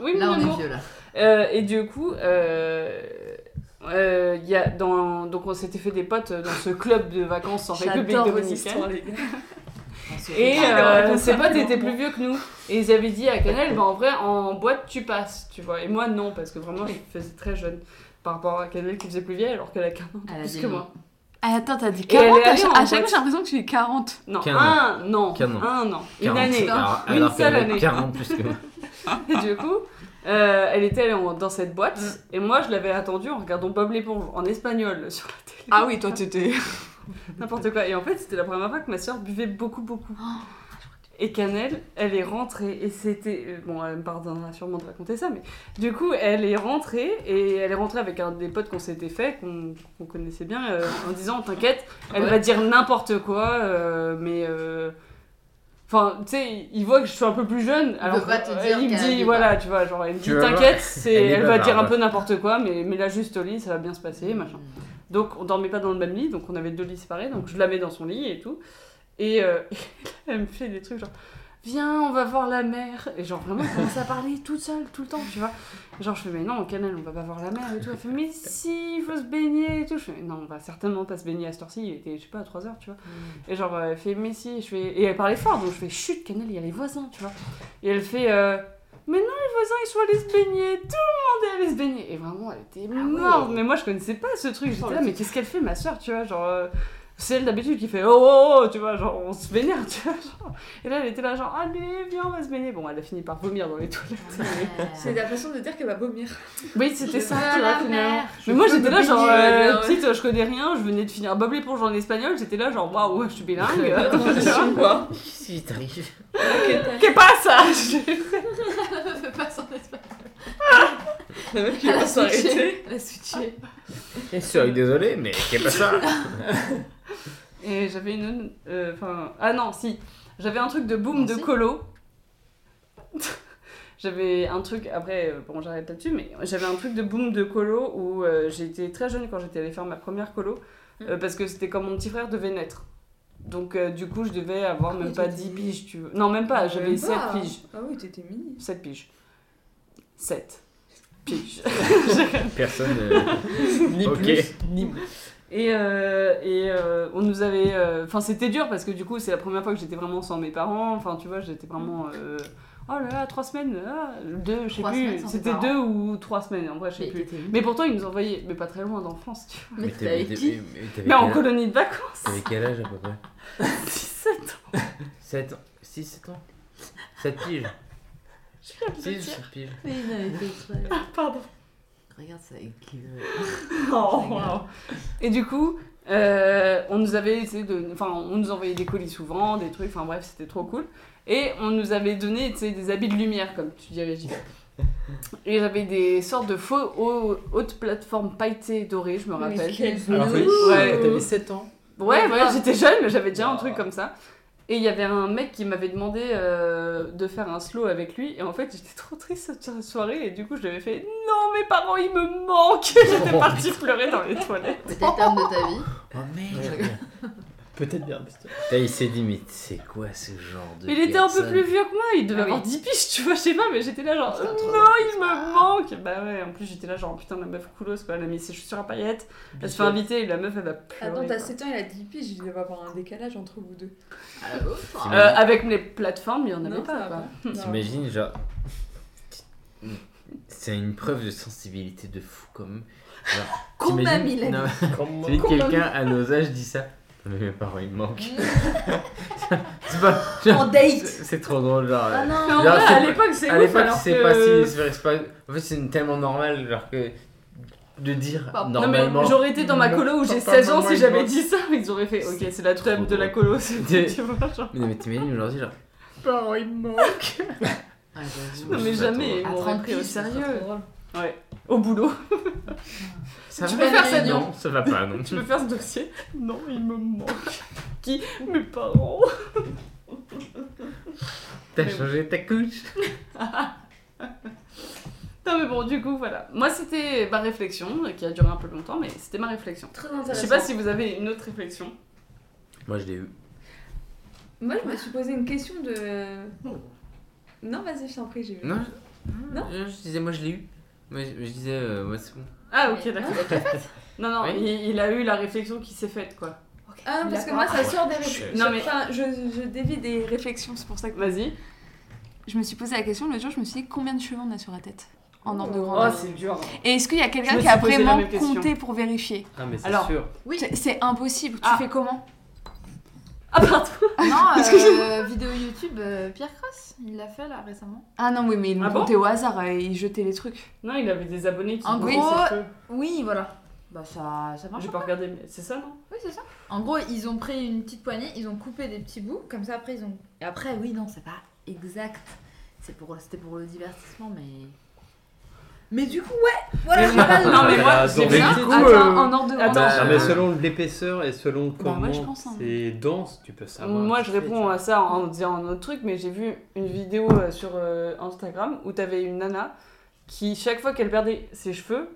S1: Oui,
S3: Là
S1: mon
S3: on est
S1: amour.
S3: vieux là.
S1: Euh, et du coup, euh, euh, il y a dans, donc on s'était fait des potes dans ce club de vacances en République dominicaine.
S2: les gars.
S3: Ah, On se
S1: Et
S3: regarde.
S1: euh,
S2: Alors,
S1: ses
S2: ça,
S1: potes
S2: non.
S1: étaient plus vieux que nous. Et ils avaient dit à Canel, bah, en vrai, en boîte, tu passes, tu vois. Et moi, non, parce que vraiment, je faisais très jeune par rapport à Canel qui faisait plus vieille alors qu'elle a 40 ans
S3: Elle a
S1: plus
S3: dit
S1: que
S3: non.
S1: moi.
S5: Ah, attends, t'as dit
S1: Et elle
S5: 40
S1: est
S5: à,
S1: allée
S5: chaque-
S1: en
S5: à chaque fois,
S1: boîte.
S5: j'ai l'impression que j'ai 40.
S1: Non,
S6: Quinze ans.
S1: un an.
S6: Quinze ans.
S1: Un an. Une
S6: 40.
S1: année.
S6: Alors,
S1: Une
S6: alors
S1: seule
S6: qu'elle avait
S1: année.
S6: 40 plus que moi.
S1: Et du coup, euh, elle était allée en- dans cette boîte. Et moi, je l'avais attendue en regardant Bob l'éponge en espagnol sur la télé.
S5: Ah oui, toi, t'étais.
S1: N'importe quoi. Et en fait, c'était la première fois que ma soeur buvait beaucoup, beaucoup.
S3: Oh,
S1: Et Canel, elle est rentrée et c'était. euh, Bon, elle me pardonnera sûrement de raconter ça, mais du coup, elle est rentrée et elle est rentrée avec un des potes qu'on s'était fait, qu'on qu'on connaissait bien, euh, en disant T'inquiète, elle va dire n'importe quoi, euh, mais. euh, Enfin, tu sais, il voit que je suis un peu plus jeune, alors
S3: veut pas te
S1: euh,
S3: dire
S1: il me
S3: qu'elle
S1: dit,
S3: est
S1: voilà, tu vois, genre, elle me
S6: Tu
S1: dit,
S6: vas voir.
S1: t'inquiète, c'est-
S6: Elle est
S1: elle va dire un
S6: bavarde.
S1: peu n'importe quoi, mais, mais là, juste au lit, ça va bien se
S3: Mm.
S1: passer, machin. Donc on dormait pas dans le même lit, donc on avait deux lits séparés, donc je la mets dans son lit et tout. Et euh, elle me fait des trucs genre Viens, on va voir la mer. Et genre vraiment, elle commence à parler toute seule, tout le temps, tu vois. Genre je fais Mais non, au canal, on va pas voir la mer et tout. Elle fait Mais si, il faut se baigner et tout. Je fais Non, on va certainement pas se baigner à cette heure-ci, il était, je sais pas, à 3 heures, tu vois. Et genre euh, elle fait Mais si, je fais. Et elle parlait fort, donc je fais Chut, canal, il y a les voisins, tu vois. Et elle fait euh, Mais non, les voisins, ils sont allés se baigner, tout le monde est allé se baigner. Et vraiment, elle était morte. Mais moi, je connaissais pas ce truc. J'étais là, mais qu'est-ce qu'elle fait, ma soeur, tu vois, genre. euh, c'est elle d'habitude qui fait oh, oh, oh, tu vois, genre on se vénère, tu vois. genre. Et là, elle était là, genre allez, viens, on va se baigner. Bon, elle a fini par vomir dans les toilettes.
S2: C'est la façon de dire qu'elle va vomir.
S1: Oui, c'était ça,
S3: Ah,
S1: tu vois,
S3: la
S1: finalement.
S3: mer.
S1: Mais moi,
S2: peux
S1: j'étais
S2: me
S1: là, genre,
S2: baigner,
S1: euh,
S2: ouais, ouais.
S1: petite, je connais rien, je venais de finir Bob l'éponge en espagnol, j'étais là, genre, waouh, je suis bilingue.
S2: quoi
S6: Qu'est-ce qui t'arrive
S1: Qu'est-ce pas ça
S3: Fais pas son espagnol.
S2: La meuf qui
S3: Elle
S2: va
S3: a
S2: s'arrêter.
S3: switché. Elle a switché.
S6: Bien sûr, désolé, mais qu'est-ce que ça
S1: Et j'avais une. euh, Enfin. ah non, si. J'avais un truc de boom
S3: Non,
S1: de
S3: si.
S1: colo. j'avais un truc. Après, euh, bon, j'arrête là-dessus, mais j'avais un truc de boom de colo où euh, j'étais très jeune quand j'étais allée faire ma première colo.
S2: Mm.
S1: euh, parce que c'était quand mon petit frère devait naître. Donc, euh, du coup, je devais avoir même
S2: Ah, oui,
S1: pas
S2: t'étais Ah,
S1: 10 piges, tu veux. Non, même pas, j'avais
S2: Même
S1: 7
S2: pas.
S1: piges.
S2: Ah oui, t'étais mini.
S1: 7 piges. 7 piges.
S6: Personne. euh,
S4: Ni
S6: Ok.
S4: plus, ni moins.
S1: Et, euh, et euh, on nous avait. euh, Enfin, c'était dur parce que du coup, c'est la première fois que j'étais vraiment sans mes parents. Enfin, tu vois, j'étais vraiment. euh, oh là là, trois semaines, ah, deux, je sais
S3: Trois semaines
S1: plus.
S3: sans tes
S1: C'était
S3: parents.
S1: deux ou trois semaines, en vrai, je sais plus. Mais pourtant, ils nous envoyaient, mais pas très loin dans France, tu vois.
S3: Mais
S6: t'es-
S3: t'avais
S6: t'es-
S3: qui
S6: mais t'avais
S1: Mais en
S6: quel-
S1: colonie de vacances,
S6: T'avais quel âge à peu près
S1: 17 ans.
S6: 7 ans 6, 7 ans 7 piges 6, 7 piges.
S3: Mais il avait fait ça.
S1: Pardon.
S3: Regarde ça avec qui
S1: Oh, wow. Et du coup, euh, on nous avait essayé de, enfin, on nous envoyait des colis souvent, des trucs. Enfin bref, c'était trop cool. Et on nous avait donné, tu sais, des habits de lumière, comme tu dirais. Gilles. Et j'avais des sortes de faux hau- hautes plateformes pailletées dorées, je me rappelle.
S4: Alors,
S1: Ouh.
S4: oui,
S1: Ouais.
S4: t'avais 7 ans.
S1: Ouais, ouais, j'étais jeune, mais j'avais déjà un
S4: Wow.
S1: truc comme ça. Et il y avait un mec qui m'avait demandé euh, de faire un slow avec lui. Et en fait, j'étais trop triste cette soirée. Et du coup, je l'avais fait Non, mes parents, ils me manquent J'étais partie pleurer dans les toilettes.
S3: Peut-être terme de ta vie.
S6: Oh merde
S4: Peut-être bien. parce que-
S6: T'as il s'est dit, mais c'est quoi ce genre de.
S1: Mais il était un peu
S6: personne
S1: plus vieux que moi, il devait
S3: Ah oui.
S1: avoir 10 piges, tu vois, je sais pas, mais j'étais là genre,
S3: C'est
S1: non,
S3: un trop long
S1: il me manque Bah ouais, en plus j'étais là genre, putain, la meuf coulosse, quoi, elle a mis ses chaussures à paillettes, elle se fait inviter, et la meuf, elle va pleurer.
S2: Attends, t'as
S1: quoi.
S2: 7 ans, il a 10 piges, il va avoir un décalage entre vous deux.
S3: À la ouf.
S6: C'est
S1: Euh, avec les plateformes, il y en avait
S2: Non, ça va
S1: pas, quoi.
S2: Non.
S6: T'imagines, genre. C'est une preuve de sensibilité de fou, quand même. Genre,
S3: Qu'on m'a
S6: t'imagines-
S3: mis la
S6: Non,
S4: Comment-
S6: t'imagines quelqu'un à nos âges dit ça. Mais mes parents, ils me manquent. C'est pas. genre,
S3: En date.
S6: c'est c'est trop drôle, genre.
S3: Ah
S6: euh,
S1: Mais en
S3: non.
S6: Là,
S1: vrai,
S6: c'est-
S1: à l'époque, c'est
S6: À
S1: ouf,
S6: l'époque,
S1: alors
S6: c'est
S1: que-
S6: pas si. c'est pas- En fait, c'est tellement normal, alors que. de dire
S3: Pas-
S1: Bah, Non, mais
S6: normalement.
S1: j'aurais été dans ma colo où j'ai 16 ans si j'avais dit ça, ils auraient fait Ok,
S6: C'est
S1: c'est la
S6: trop
S1: table de la
S6: drôle.
S1: colo, c'est
S6: Des-
S1: tu vois, genre.
S6: Mais, mais t'imagines aujourd'hui, genre.
S2: Parents, ils manquent.
S3: Ah, j'avoue.
S1: Non, mais
S6: c'est
S1: jamais, ils
S6: pas
S3: À
S1: m'auraient
S3: 30
S1: pris au
S3: piges, ce serait trop
S1: sérieux.
S3: drôle.
S1: Ouais, au boulot.
S6: Ça
S1: Tu
S6: va
S1: peux faire ça,
S6: non,
S1: Dion
S6: ça va pas, non.
S1: Tu peux faire ce dossier Non, il me manque. Qui Mes parents.
S6: T'as changé ta couche
S1: Non, mais bon, du coup, voilà. Moi, c'était ma réflexion, euh, qui a duré un peu longtemps, mais c'était ma réflexion.
S2: Très
S1: Je
S2: intéressant.
S1: sais pas si vous avez une autre réflexion.
S6: Moi, je l'ai eu.
S5: Moi, je me suis posé une question de. Non, vas-y, je t'en prie, j'ai vu.
S6: Non je...
S5: Non
S6: je disais, moi, je l'ai eu. Moi, je, je disais, euh, moi, c'est bon.
S1: Ah, ok, d'accord. Non, non,
S6: Oui.
S1: il, il a eu la réflexion qui s'est faite, quoi.
S5: Ah, non, parce que moi, ça sort des réflexions.
S1: Non, mais-
S5: Enfin, je, je dévie des réflexions, c'est pour ça que.
S1: Vas-y.
S5: Je me suis posé la question l'autre jour, je me suis dit combien de cheveux on a sur la tête En ordre de
S1: Oh,
S5: grandeur.
S1: c'est dur.
S5: Et est-ce qu'il y a
S1: Je
S5: quelqu'un
S1: me
S5: qui a
S1: suis posé la
S5: vraiment
S1: même question.
S5: compté pour vérifier
S4: Ah, mais c'est
S1: Alors, euh,
S4: sûr.
S5: C'est- C'est impossible. Tu
S1: Ah.
S5: fais comment
S1: Ah, pardon.
S3: Non,
S5: Parce
S3: euh, vidéo YouTube, euh, Pierre Cross, il l'a fait là récemment.
S5: Ah non, oui, mais ils
S1: Ah
S5: le
S1: bon
S5: comptaient au hasard euh, ils jetaient les trucs.
S1: Non, il avait des abonnés qui.
S3: En
S1: disaient,
S3: gros,
S1: ça peut.
S3: Oui, voilà. Bah ça, ça marche.
S1: J'ai pas regardé, mais c'est ça, non
S3: Oui, c'est ça. En gros, ils ont pris une petite poignée, ils ont coupé des petits bouts, comme ça après ils ont. Et après, oui, non, c'est pas exact. C'est pour, c'était pour le divertissement, mais. Mais du coup, ouais. Voilà, j'ai pas le-
S1: Non, mais moi,
S4: Bah,
S1: j'ai
S4: dans-
S1: bien.
S6: Mais du coup,
S5: Attends,
S6: euh,
S5: en ordre de
S1: attends,
S5: grandeur.
S6: Bah,
S4: Ah, mais
S6: euh,
S4: selon l'épaisseur et selon
S5: Bah,
S4: comment
S5: ouais, je pense, hein.
S4: c'est dense, tu peux savoir.
S1: Moi,
S4: vite
S1: je
S4: fait, tu
S1: réponds euh,
S4: vois.
S1: à ça en disant un autre truc, mais j'ai vu une vidéo euh, sur euh, Instagram où t'avais une nana qui, chaque fois qu'elle perdait ses cheveux,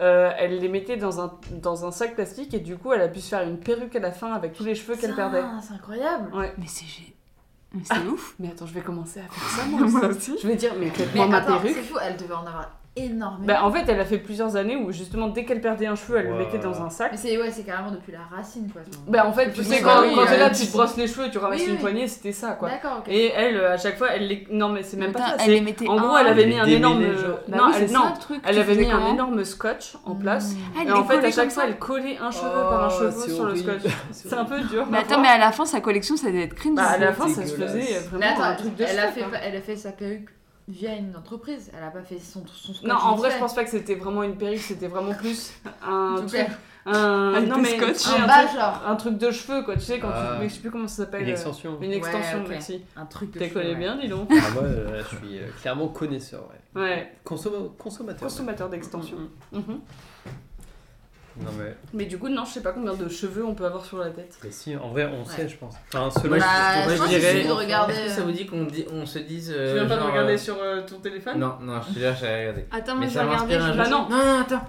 S1: euh, elle les mettait dans un, dans un sac plastique et du coup, elle a pu se faire une perruque à la fin avec tous les cheveux qu'elle
S3: Putain,
S1: perdait.
S3: Ah, C'est incroyable.
S5: Mais c'est gé- mais
S1: Ah,
S5: c'est ouf.
S1: Mais attends, je vais commencer à faire ça moi aussi. Je vais dire, mais faites-moi
S3: mais
S1: ma
S3: attends,
S1: perruque.
S3: c'est fou, elle devait en avoir énormément.
S1: Bah, en fait, elle a fait plusieurs années où justement, dès qu'elle perdait un cheveu, elle le
S4: Wow.
S1: mettait dans un
S3: Mais
S1: sac.
S3: c'est ouais, c'est carrément depuis la racine quoi. ce-
S1: Bah, en fait, tu
S3: Oui,
S1: sais,
S3: bah
S1: quand,
S3: oui,
S1: quand t'es
S3: euh,
S1: là,
S3: tu-
S1: tu te brosses les cheveux, tu ramasses
S3: Oui,
S1: une
S3: oui.
S1: poignée, c'était ça quoi.
S3: D'accord. ok.
S1: Et elle, euh, à chaque fois, elle les... Non, mais c'est même
S5: Putain,
S1: pas ça.
S5: elle les
S1: c'est-
S5: mettait
S1: En
S5: un-
S1: gros, elle avait mis un
S4: Les
S1: énorme.
S4: démêlés, genre.
S5: Bah
S1: non,
S5: oui, c'est
S1: elle...
S5: ça,
S1: non.
S5: le truc.
S1: elle
S5: Tu
S1: avait
S5: faisais
S1: mis un
S5: comment
S1: énorme scotch en place.
S3: Mmh.
S5: Ah, elle
S1: Et en
S5: les
S1: fait, à
S5: collait
S1: chaque
S5: comme
S1: fois,
S5: ça.
S1: elle collait un cheveu
S4: Oh,
S1: par un cheveu
S4: c'est
S1: sur le
S4: horrible.
S1: scotch. C'est un peu dur.
S5: Mais Bah attends, mais
S1: parfois.
S5: à la fin, sa collection, ça devait être cringe.
S1: Bah, à la
S4: c'est
S1: fin, ça se
S4: dégueulasse.
S1: faisait vraiment
S3: Mais attends,
S1: un truc de
S3: elle, a
S1: chef,
S3: fait,
S1: hein.
S3: pas- elle a fait sa perruque via une entreprise. Elle a pas fait son, son scotch
S1: Non, en vrai,
S3: vite
S1: je
S3: fait.
S1: pense pas que c'était vraiment une perruque, c'était vraiment plus un.
S3: S'il vous
S1: truc-
S3: plaît.
S1: Un.
S5: Avec
S1: Non,
S5: des
S1: mais.
S5: scotch.
S1: un
S3: Un bas,
S1: truc-
S3: genre.
S1: Un truc de cheveux, quoi. Tu sais, quand
S4: Ah.
S1: tu. Mais je sais plus comment ça s'appelle.
S4: Une
S1: euh,
S4: extension.
S1: Une extension,
S3: Ouais, ok.
S1: merci.
S3: Un truc de
S1: T'es
S3: cheveux,
S1: collé
S3: ouais.
S1: bien, dis donc.
S4: Ah, moi, euh, je suis euh, clairement connaisseur, ouais.
S1: Ouais.
S4: Consomme- consommateur.
S1: Consommateur d'extension. Mhm.
S4: ouais. Non, mais...
S1: Mais du coup, non, je sais pas combien de cheveux on peut avoir sur la tête.
S4: mais si, en vrai, on sait, je pense. Enfin,
S6: Moi,
S4: selon.
S6: je-
S3: Bah,
S6: moi,
S3: je
S6: je
S3: pense qu'il
S6: dirais-
S3: suffit de regarder,
S1: Euh,
S6: Est-ce que ça vous dit qu'on dit- on se dise.
S1: Tu
S6: euh,
S1: viens pas de
S6: genre,
S1: regarder
S6: euh,
S1: sur euh, ton téléphone
S6: Non, non, je suis là, j'avais regardé.
S5: Attends,
S6: Mais ça m'inspire un
S1: Bah
S6: jeu.
S1: non.
S6: Non, non, attends.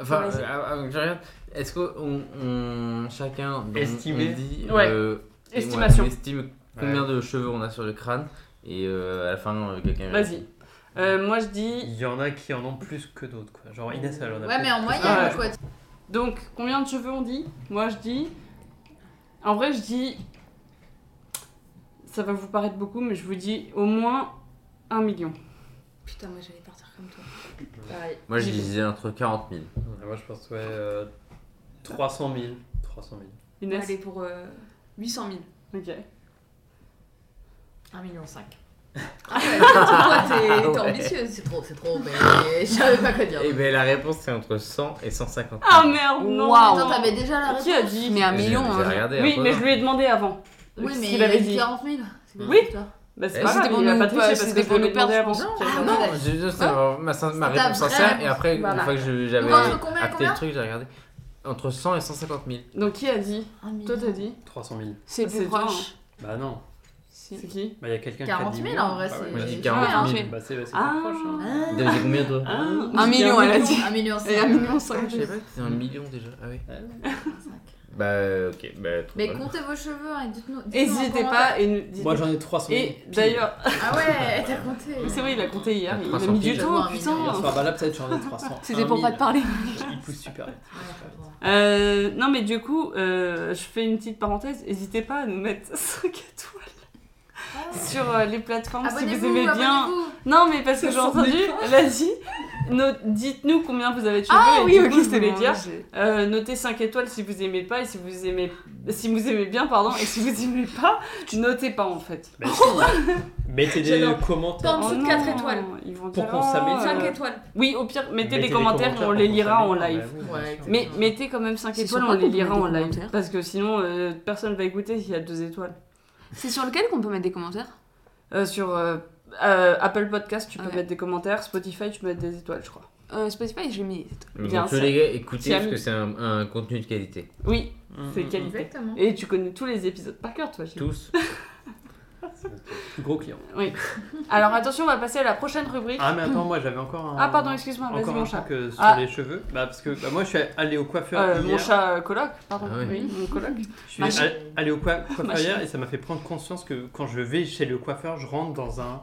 S6: Enfin,
S5: Vas-y.
S6: euh, avant que je regarde, est-ce qu'on on, chacun donc,
S4: Estimer.
S6: on dit
S1: Ouais.
S6: euh, et
S1: Estimation.
S6: ouais, on estime combien de cheveux on a sur le crâne et euh, à la fin euh, quelqu'un.
S1: Vas-y. Euh, moi je
S4: Il
S1: dis.
S4: y en a qui en ont plus que d'autres, quoi. Genre Inès, elle en a
S3: Ouais,
S4: plus.
S3: mais en
S1: Ah,
S3: moyenne,
S1: ouais.
S3: quoi.
S1: Donc, combien de cheveux on dit Moi je dis. En vrai, je dis. Ça va vous paraître beaucoup, mais je vous dis au moins 1 million.
S5: Putain, moi, j'allais partir comme toi.
S3: Pareil.
S6: Moi je disais entre 40 000.
S4: Ouais, Moi, je pense, ouais, euh, 300 000. 300 000.
S1: Inès
S5: Allez, pour euh, 800 000.
S1: Ok.
S3: 1,5 million. cinq.
S5: Ah ouais, toi,
S6: Ah
S5: t'es- t'es
S6: ouais.
S5: ambitieuse.
S3: C'est trop, c'est trop, mais je savais pas quoi dire.
S6: Et bien Eh ben, la réponse c'est entre 100 et 150 000.
S1: Ah merde, non
S5: Waouh.
S3: Attends, t'avais déjà la réponse
S1: Qui a dit
S5: Mais un
S6: J'ai-
S5: million,
S6: j'ai
S5: hein.
S6: regardé,
S1: Oui,
S6: après,
S1: mais
S6: non.
S1: je lui ai demandé avant.
S3: Oui,
S1: ce
S3: mais
S1: qu'il
S3: il
S1: avait
S3: avait
S1: dit.
S3: 40 000. C'est quoi
S1: Oui.
S3: cette histoire
S1: Bah, c'est
S6: Eh,
S1: pas
S5: c'était
S1: grave,
S5: pour
S1: il a
S5: nous-
S1: pas triché parce
S5: c'était
S1: que je
S5: pour
S1: l'avais
S5: nous perdre,
S1: demandé avant.
S5: je pense.
S1: J'avais
S3: Ah,
S1: regardé.
S6: Non, j'ai juste euh, ma, sin- ma
S3: C'est ta
S6: réponse
S3: vraie
S6: sincère et
S3: réponse.
S6: après, une
S3: Voilà.
S6: fois que je-
S3: Donc,
S6: j'avais
S3: entre combien,
S6: acté
S3: combien
S6: le truc, j'ai regardé. Entre 100 et 150 000.
S1: Donc qui a dit
S3: Un million.
S1: Toi t'as dit
S4: 300 000.
S5: C'est
S1: Ah,
S5: plus
S1: c'est toi,
S5: proche.
S4: Bah non.
S5: Si.
S1: C'est qui
S4: Bah, il y a quelqu'un qui a
S3: 40
S4: dit
S3: 000
S4: million.
S3: en vrai,
S4: Bah,
S3: c'est.
S4: ouais.
S6: Moi, j'ai
S3: c'est
S6: 40
S3: bien.
S6: 000.
S4: Bah, c'est c'est plus
S1: Ah.
S4: proche, hein.
S6: Vous avez dit combien de
S1: Ah.
S5: Un million, elle a dit.
S3: Un million.
S5: Et un
S3: cinq.
S5: million
S6: Ah,
S5: cinq.
S6: je savais pas que c'était un million déjà. Ah oui.
S3: Cinq.
S6: Bah, ok. Bah, trop
S3: Mais
S6: bonne.
S3: comptez vos cheveux hein, et dites-nous. dites-nous en
S1: N'hésitez
S3: commentaire.
S1: pas et nous dites-
S4: Moi, j'en ai 300 000.
S1: Et d'ailleurs,
S3: Ah ouais, t'as compté.
S1: C'est vrai, il a compté hier, il a
S6: 300
S1: mis du
S6: piges.
S1: temps,
S4: Hier
S1: putain.
S4: soir, bah là, peut-être j'en ai 300.
S5: C'était pour pas te parler.
S4: Il pousse super vite.
S3: Ouais, je comprends.
S1: Euh, non, mais du coup, euh, je fais une petite parenthèse. N'hésitez pas à nous mettre 5 étoiles
S3: Ah
S1: sur euh, les plateformes si vous
S3: Abonnez-vous,
S1: aimez bien.
S3: abonnez-vous.
S1: Non, mais parce que
S5: Ça
S1: j'ai
S5: sent
S1: entendu,
S5: des
S1: vas-y, no- dites-nous combien vous avez de cheveux.
S3: Ah
S1: et du coup, je voulais dire. euh, notez 5 étoiles si vous aimez pas et si vous aimez, si vous aimez bien, pardon, et si vous aimez pas, notez pas en fait. Oh
S4: Mais Bah, si, Mettez des
S3: J'adore.
S4: commentaires.
S3: En dessous de
S1: non,
S3: quatre étoiles.
S1: Ils vont
S4: Pour
S1: dire,
S4: qu'on s'amuse.
S1: euh,
S4: Cinq
S3: 5 étoiles.
S1: Oui, au pire, mettez,
S4: Mettez
S1: des commentaires, on les
S4: pour
S1: lira en
S4: saluer.
S1: live.
S4: Ah bah oui,
S2: Ouais,
S4: bien sûr.
S2: exactement.
S1: Mais mettez quand même 5
S5: C'est
S1: étoiles,
S5: sur
S1: on
S5: quoi
S1: les
S5: qu'on peut
S1: lira
S5: mettre
S1: en
S5: des
S1: live.
S5: commentaires
S1: Parce que sinon, euh, personne va écouter s'il y a 2 étoiles.
S5: C'est sur lequel qu'on peut mettre des commentaires
S1: Euh, sur euh, euh, Apple Podcast, tu peux
S5: Ouais.
S1: mettre des commentaires. Spotify, tu peux mettre des étoiles, je crois.
S5: euh, Spotify, j'ai mis.
S1: Bien
S6: Donc,
S1: sûr.
S6: les gars, écoutez,
S1: C'est
S6: parce
S1: ami.
S6: que c'est un, un contenu de qualité.
S1: Oui,
S4: Mm,
S1: c'est
S4: mm,
S1: qualité.
S3: Exactement.
S1: Et tu connais tous les épisodes par cœur, toi, Gilles.
S6: Tous.
S4: mm. C'est notre Plus gros client.
S1: Oui. Alors attention, on va passer à la prochaine rubrique.
S4: Ah, mais attends, moi j'avais encore un.
S1: Ah, pardon, excuse-moi, vas-y,
S4: Encore
S1: mon
S4: un
S1: chat.
S4: truc euh, sur
S1: Ah.
S4: les cheveux. Bah, parce que bah, moi je suis allé au coiffeur.
S1: Euh,
S4: hier.
S1: mon chat euh, coloc, pardon.
S6: Ah ouais.
S1: Oui, mon coloc.
S4: Je suis
S1: Ma chérie.
S4: all- allé au coi-
S1: Ma
S4: coiffeur hier et ça m'a fait prendre conscience que quand je vais chez le coiffeur, je rentre dans un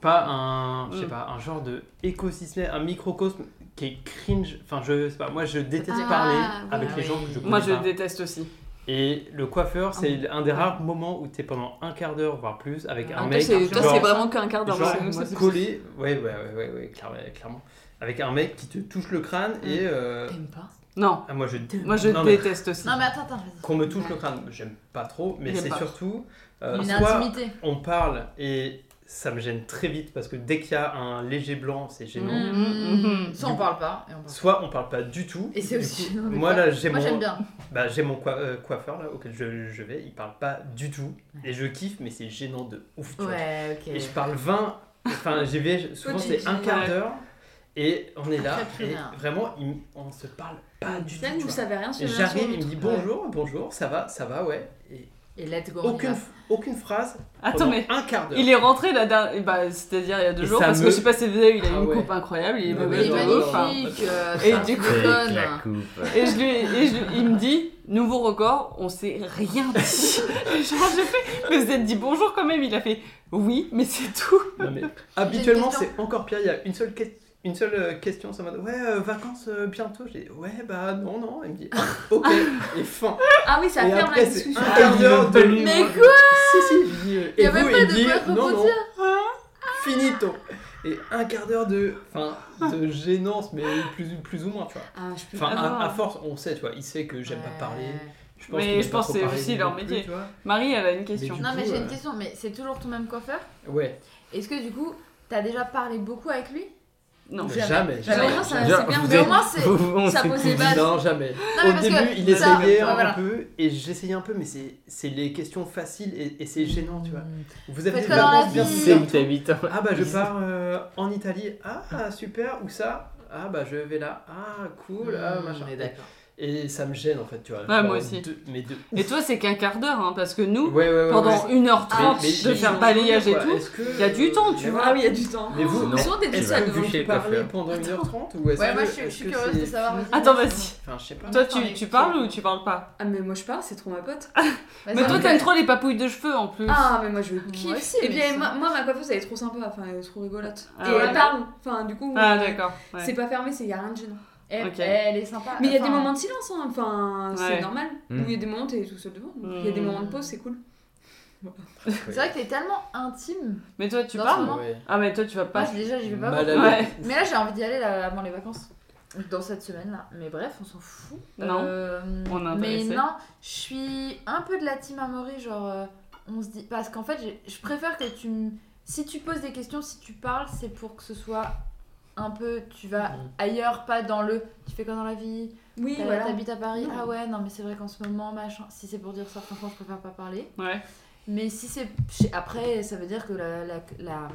S4: pas un je sais
S1: Mm.
S4: pas un genre de écosystème, un microcosme qui est cringe. Enfin, je sais pas, moi je déteste
S5: Ah,
S4: parler
S5: oui.
S4: avec les
S3: Ah
S4: gens
S3: oui.
S4: que je connais
S1: Moi, je
S4: pas.
S1: déteste aussi.
S4: Et le coiffeur, c'est un des rares moments où t'es pendant un quart d'heure voire plus avec
S5: Ah,
S4: un
S5: toi,
S4: mec
S5: c'est toi,
S4: genre-
S5: c'est vraiment qu'un quart d'heure.
S4: genre
S1: ouais, moi, c'est-
S4: collé, ouais ouais ouais ouais, ouais, clairement, clairement. avec un mec qui te touche le crâne et euh,
S3: T'aimes pas
S1: Non,
S4: ah, moi je dé-
S1: moi, je
S4: non, mais-
S1: déteste aussi.
S3: Non, mais attends, attends, vas-y.
S4: qu'on me touche le crâne, j'aime pas trop, mais
S1: J'aime
S4: c'est
S1: pas.
S4: surtout euh,
S3: Une
S4: soit
S3: intimité.
S4: on parle et ça me gêne très vite parce que dès qu'il y a un léger blanc, c'est gênant.
S1: Mm,
S4: mmh.
S1: mm, mm.
S3: Mmh, Ça, on parle pas. Et, on parle.
S4: Soit on parle pas du tout.
S3: et c'est
S4: Du
S3: aussi.
S4: coup,
S3: non, mais
S4: moi
S3: quoi.
S4: là, j'ai
S3: Moi, j'aime
S4: mon,
S3: bien.
S4: bah, j'ai mon coi- euh, coiffeur là auquel je, je vais, il parle pas du tout et je kiffe, mais c'est gênant de ouf. tu vois.
S3: Ouais, ok.
S4: Et je parle 20, enfin j'y vais, souvent
S3: Petit,
S4: c'est un quart
S1: ouais.
S4: d'heure. Et on est là,
S3: Après, plus
S4: et
S3: rien.
S4: vraiment, il m- on se parle pas du tout.
S3: Celle
S4: tu
S3: où
S4: vois.
S3: ça savez rien sur
S4: Et
S3: l'un,
S4: J'arrive,
S3: sur
S4: il me dit
S3: l'autre.
S4: bonjour, bonjour, ça va, ça va, ouais. Et
S3: Et let's go. on y
S4: aucune,
S3: va.
S4: aucune phrase.
S1: Attends,
S4: pendant
S1: mais
S4: un quart d'heure.
S1: il est rentré la dernière. Bah, C'est-à-dire il y a deux
S4: Et
S1: jours,
S4: ça
S1: parce
S4: me-
S1: que je sais pas si vous avez vu, il a
S4: Ah
S1: une
S4: ouais.
S1: coupe incroyable, il est
S4: Non, mais
S3: Mais il
S1: mauvais
S3: est
S1: dans
S4: Ouais,
S1: l'eau, enfin.
S3: magnifique. euh,
S1: Et
S3: ça,
S1: du coup,
S3: c'est
S6: Avec
S3: fun.
S6: la coupe.
S1: Et je lui, et je lui- il me dit, nouveau record, on s'est rien dit. Et Genre, j'ai fait, mais vous êtes dit bonjour quand même. Il a fait, oui, mais c'est tout.
S4: Non, mais habituellement,
S3: question.
S4: c'est encore pire. Il y a une seule, que- une seule euh, question. Ça m'a dit Ouais, euh, vacances euh, bientôt J'ai dit Ouais, bah non, non. Il me dit Ah, Ok, et fin.
S3: Ah oui, ça
S4: et
S3: ferme la
S4: après, c'est
S3: discussion.
S4: un quart d'heure de lui.
S3: Mais
S4: quoi Si, si. Je dis, euh,
S3: Il y
S4: et
S3: avait
S4: vous,
S3: pas
S4: il
S3: de
S4: dit
S3: quoi
S4: Non, non.
S3: rebondir.
S4: Finito. Et un quart d'heure de, enfin, de gênance, mais plus, plus ou moins, tu vois.
S5: Ah, je peux
S4: Enfin, à,
S1: Ah.
S4: à force, on sait, tu vois. Il sait que j'aime pas parler. Je
S1: Mais
S4: qu'il
S1: je
S4: m'aime pas
S1: pense
S4: trop
S1: que c'est
S4: parler
S1: aussi
S4: non
S1: leur
S4: plus,
S1: métier.
S4: tu vois.
S1: Marie, elle a une question.
S4: du
S3: Non,
S4: coup,
S3: mais j'ai une
S4: euh,
S3: question, mais c'est toujours ton même coiffeur
S4: Ouais.
S3: Est-ce que du coup, t'as déjà parlé beaucoup avec lui
S1: Non.
S4: Jamais.
S3: Mais au
S4: jamais.
S3: moins, ça-
S6: Genre,
S3: c'est bien.
S6: vous
S3: Mais au
S6: êtes-
S3: moins, c'est.
S6: vous- on
S3: ça
S6: s'est
S3: pose
S6: plus
S3: les
S6: dit.
S3: bases.
S4: Non, jamais.
S3: Non, mais
S4: Au
S3: parce
S4: début,
S3: que
S4: il
S3: ça-
S4: essayait
S3: ouais,
S4: un
S3: voilà.
S4: peu, et j'essayais un peu, mais c'est c'est les questions faciles et, et c'est gênant, tu vois.
S3: Mmh,
S4: Vous avez
S3: Parce
S4: des
S3: que dans la
S4: vacances bien
S3: vie-
S6: C'est où
S4: sûr.
S6: t'habites hein.
S4: Ah bah je pars euh, en Italie. Ah super, où ça Ah bah je vais là. Ah cool, ah
S3: Mmh,
S4: machin.
S3: mais d'accord.
S4: Et ça me gêne en fait, tu vois.
S1: Ouais, moi
S4: Genre,
S1: aussi.
S4: de- mais de
S1: Et toi, c'est qu'un quart d'heure, hein, parce que nous,
S4: Ouais, ouais, ouais,
S1: pendant
S4: ouais.
S1: 1h30
S4: Mais- mais-
S1: de
S4: mais-
S1: faire balayage et
S4: quoi,
S1: tout,
S4: est-ce que,
S1: il y a du temps, tu
S4: euh,
S1: vois.
S2: Ah oui, il y a du temps.
S4: Mais vous,
S6: Non,
S4: est-ce
S3: Souvent des
S6: tu
S4: que
S6: vas
S3: salles de
S4: vous
S6: coucher
S4: pouvez
S6: le coiffeur.
S4: parler pendant 1h30 ou est-ce
S3: Ouais,
S4: que-
S3: moi, je suis- je
S4: est-ce
S3: suis
S4: que
S3: curieuse
S4: c'est
S3: de savoir
S4: fluide
S3: aussi.
S1: Attends, vas-y.
S4: Enfin, je sais pas.
S1: Toi, tu, tu parles ou tu parles pas
S5: Ah, mais moi je parle, c'est trop ma pote.
S1: Mais toi, t'aimes trop les papouilles de cheveux en plus.
S5: Ah, mais moi je
S3: Moi
S5: kiffe.
S3: aussi,
S5: Et
S3: mais
S5: bien,
S3: ça-
S5: moi, moi, ma coiffeuse elle est trop sympa, enfin elle est trop rigolote.
S1: Ah
S5: et
S1: ouais.
S5: elle parle, enfin du coup.
S1: Ah,
S5: euh,
S1: d'accord. ouais.
S5: C'est pas fermé, c'est y a rien de gênant.
S3: Elle,
S1: Ok.
S3: elle est sympa.
S5: Mais il y a des
S3: Ah, Enfin,
S5: moments de silence, hein. enfin
S1: Ouais.
S5: c'est normal.
S6: Mm.
S4: Hmm.
S5: Où il y a des moments où t'es tout seul devant. Il y a des
S1: Mm.
S5: moments de pause, c'est cool.
S3: C'est vrai que t'es tellement intime.
S1: Mais toi, tu
S3: Non,
S1: parles
S3: c'est
S1: non
S3: moi.
S4: Ouais.
S1: Ah, mais toi, tu vas pas.
S3: Moi, déjà, j'y vais pas.
S4: Mal à
S3: beaucoup.
S1: Ouais.
S4: l'aise.
S3: Mais là, j'ai envie d'y aller là, avant les vacances. Dans cette semaine-là. Mais bref, on s'en fout.
S1: Non.
S3: Euh,
S1: On est
S3: Mais
S1: intéressé.
S3: non, je suis un peu de la team Amaury, genre, euh, on se dit... Parce qu'en fait, j'ai- je préfère que tu... me- Si tu poses des questions, si tu parles, c'est pour que ce soit un peu... Tu vas
S4: Mm.
S3: ailleurs, pas dans le... Tu fais quoi dans la vie
S5: Oui,
S3: T'as-
S5: voilà.
S3: T'habites à Paris
S5: Non.
S3: Ah ouais, non, mais c'est vrai qu'en ce moment, machin... Si c'est pour dire ça, franchement, je préfère pas parler.
S1: Ouais.
S3: Mais si c'est... je- Après, ça veut dire que la... la, la-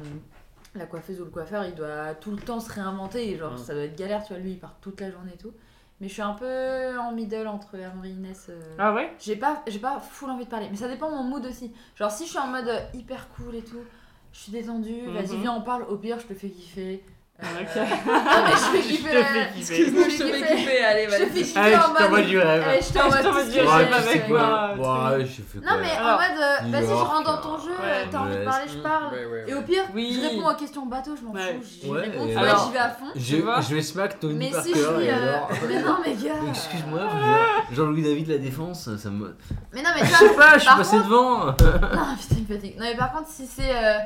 S3: la coiffeuse ou le coiffeur, il doit tout le temps se réinventer. et Genre,
S4: Mm.
S3: ça doit être galère, tu vois. Lui, il part toute la journée et tout. Mais je suis un peu en middle entre Amaury et Inès. euh,
S1: Ah ouais
S3: j'ai pas, j'ai pas full envie de parler, mais ça dépend de mon mood aussi. Genre, si je suis en mode euh, hyper cool et tout, je suis détendue, vas-y,
S1: Mhm.
S3: viens, on parle, au pire, je te fais kiffer. Euh,
S1: Ok.
S3: Ah, mais je fais kiffer la-
S5: Excuse-moi, je te fais kiffer, allez,
S3: Je te
S5: vas-y.
S3: fais kiffer
S6: Allez,
S3: en
S6: Ah, je t'envoie
S3: mode.
S6: du rêve.
S3: Allez, Eh, je t'envoie
S1: Je
S3: tout
S1: t'envoie
S3: ce
S1: du
S3: que
S1: rêve
S3: j'ai,
S1: avec
S3: je-
S1: moi.
S6: Ouais, je fais
S3: Non, mais en
S1: Alors,
S3: mode, euh,
S6: New
S3: vas-y, je
S6: York,
S3: rentre dans ton
S6: euh,
S3: jeu,
S1: ouais.
S3: t'as envie de
S6: Ouais,
S3: parler, je parle.
S4: Ouais, ouais,
S3: Et
S4: ouais.
S3: au pire,
S1: Oui.
S3: je réponds aux questions bateau, je m'en
S1: Ouais.
S3: fous, j'y
S6: Ouais,
S3: réponds,
S6: et
S3: ouais,
S6: alors-
S3: j'y vais à fond.
S6: Je,
S1: Tu vois
S6: je vais smack Tony
S3: Mais
S6: Parker
S3: si je suis.
S6: et
S3: euh,
S6: alors- euh,
S3: Mais non, mais gars.
S6: Excuse-moi, je veux dire, Jean-Louis David la défense, ça me.
S3: Mais non, mais
S6: Je
S3: ça,
S6: sais pas, je suis
S3: par
S6: passé devant.
S3: Non, putain, il me fatigue. Non, mais par contre, si c'est. euh,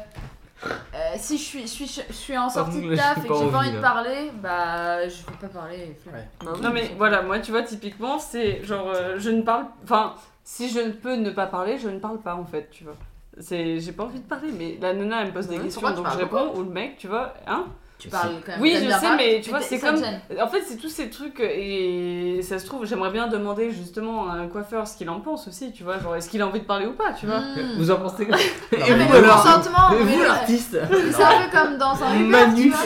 S3: euh, si je suis, je, suis, je suis en sortie
S6: Pardon,
S3: de
S6: mais
S3: taf
S6: j'ai
S3: et que
S6: pas
S3: j'ai pas
S6: envie,
S3: envie de
S6: là.
S3: parler, bah je vais pas parler. flemme.
S4: Ouais.
S2: Ah
S1: Non mais voilà, moi tu vois typiquement c'est genre euh, je ne parle, enfin si je ne peux ne pas parler, je ne parle pas en fait, tu vois. C'est... J'ai pas envie de parler, mais la nana, elle me pose des
S2: Ouais,
S1: questions,
S2: pourquoi tu
S1: donc
S2: parles
S1: je réponds, ou le mec, tu vois, hein
S3: Tu
S6: Tu sais,
S3: parles quand même.
S1: Oui,
S3: T'as
S1: je
S3: de la
S1: sais,
S3: rage,
S1: mais tu vois,
S3: t'es-
S1: c'est
S3: ça me
S1: comme-
S3: gêne.
S1: En fait, c'est tous ces trucs, euh, et ça se trouve, j'aimerais bien demander justement à un coiffeur ce qu'il en pense aussi, tu vois, genre, est-ce qu'il a envie de parler ou pas, tu vois
S3: Mmh.
S6: Vous en pensez quoi Et
S3: Non, mais
S6: vous,
S3: le
S6: alors
S3: consentement,
S6: Et
S3: mais
S6: vous,
S3: le-
S6: l'artiste
S3: c'est un peu comme dans un Uber, tu
S6: Manu
S3: vois.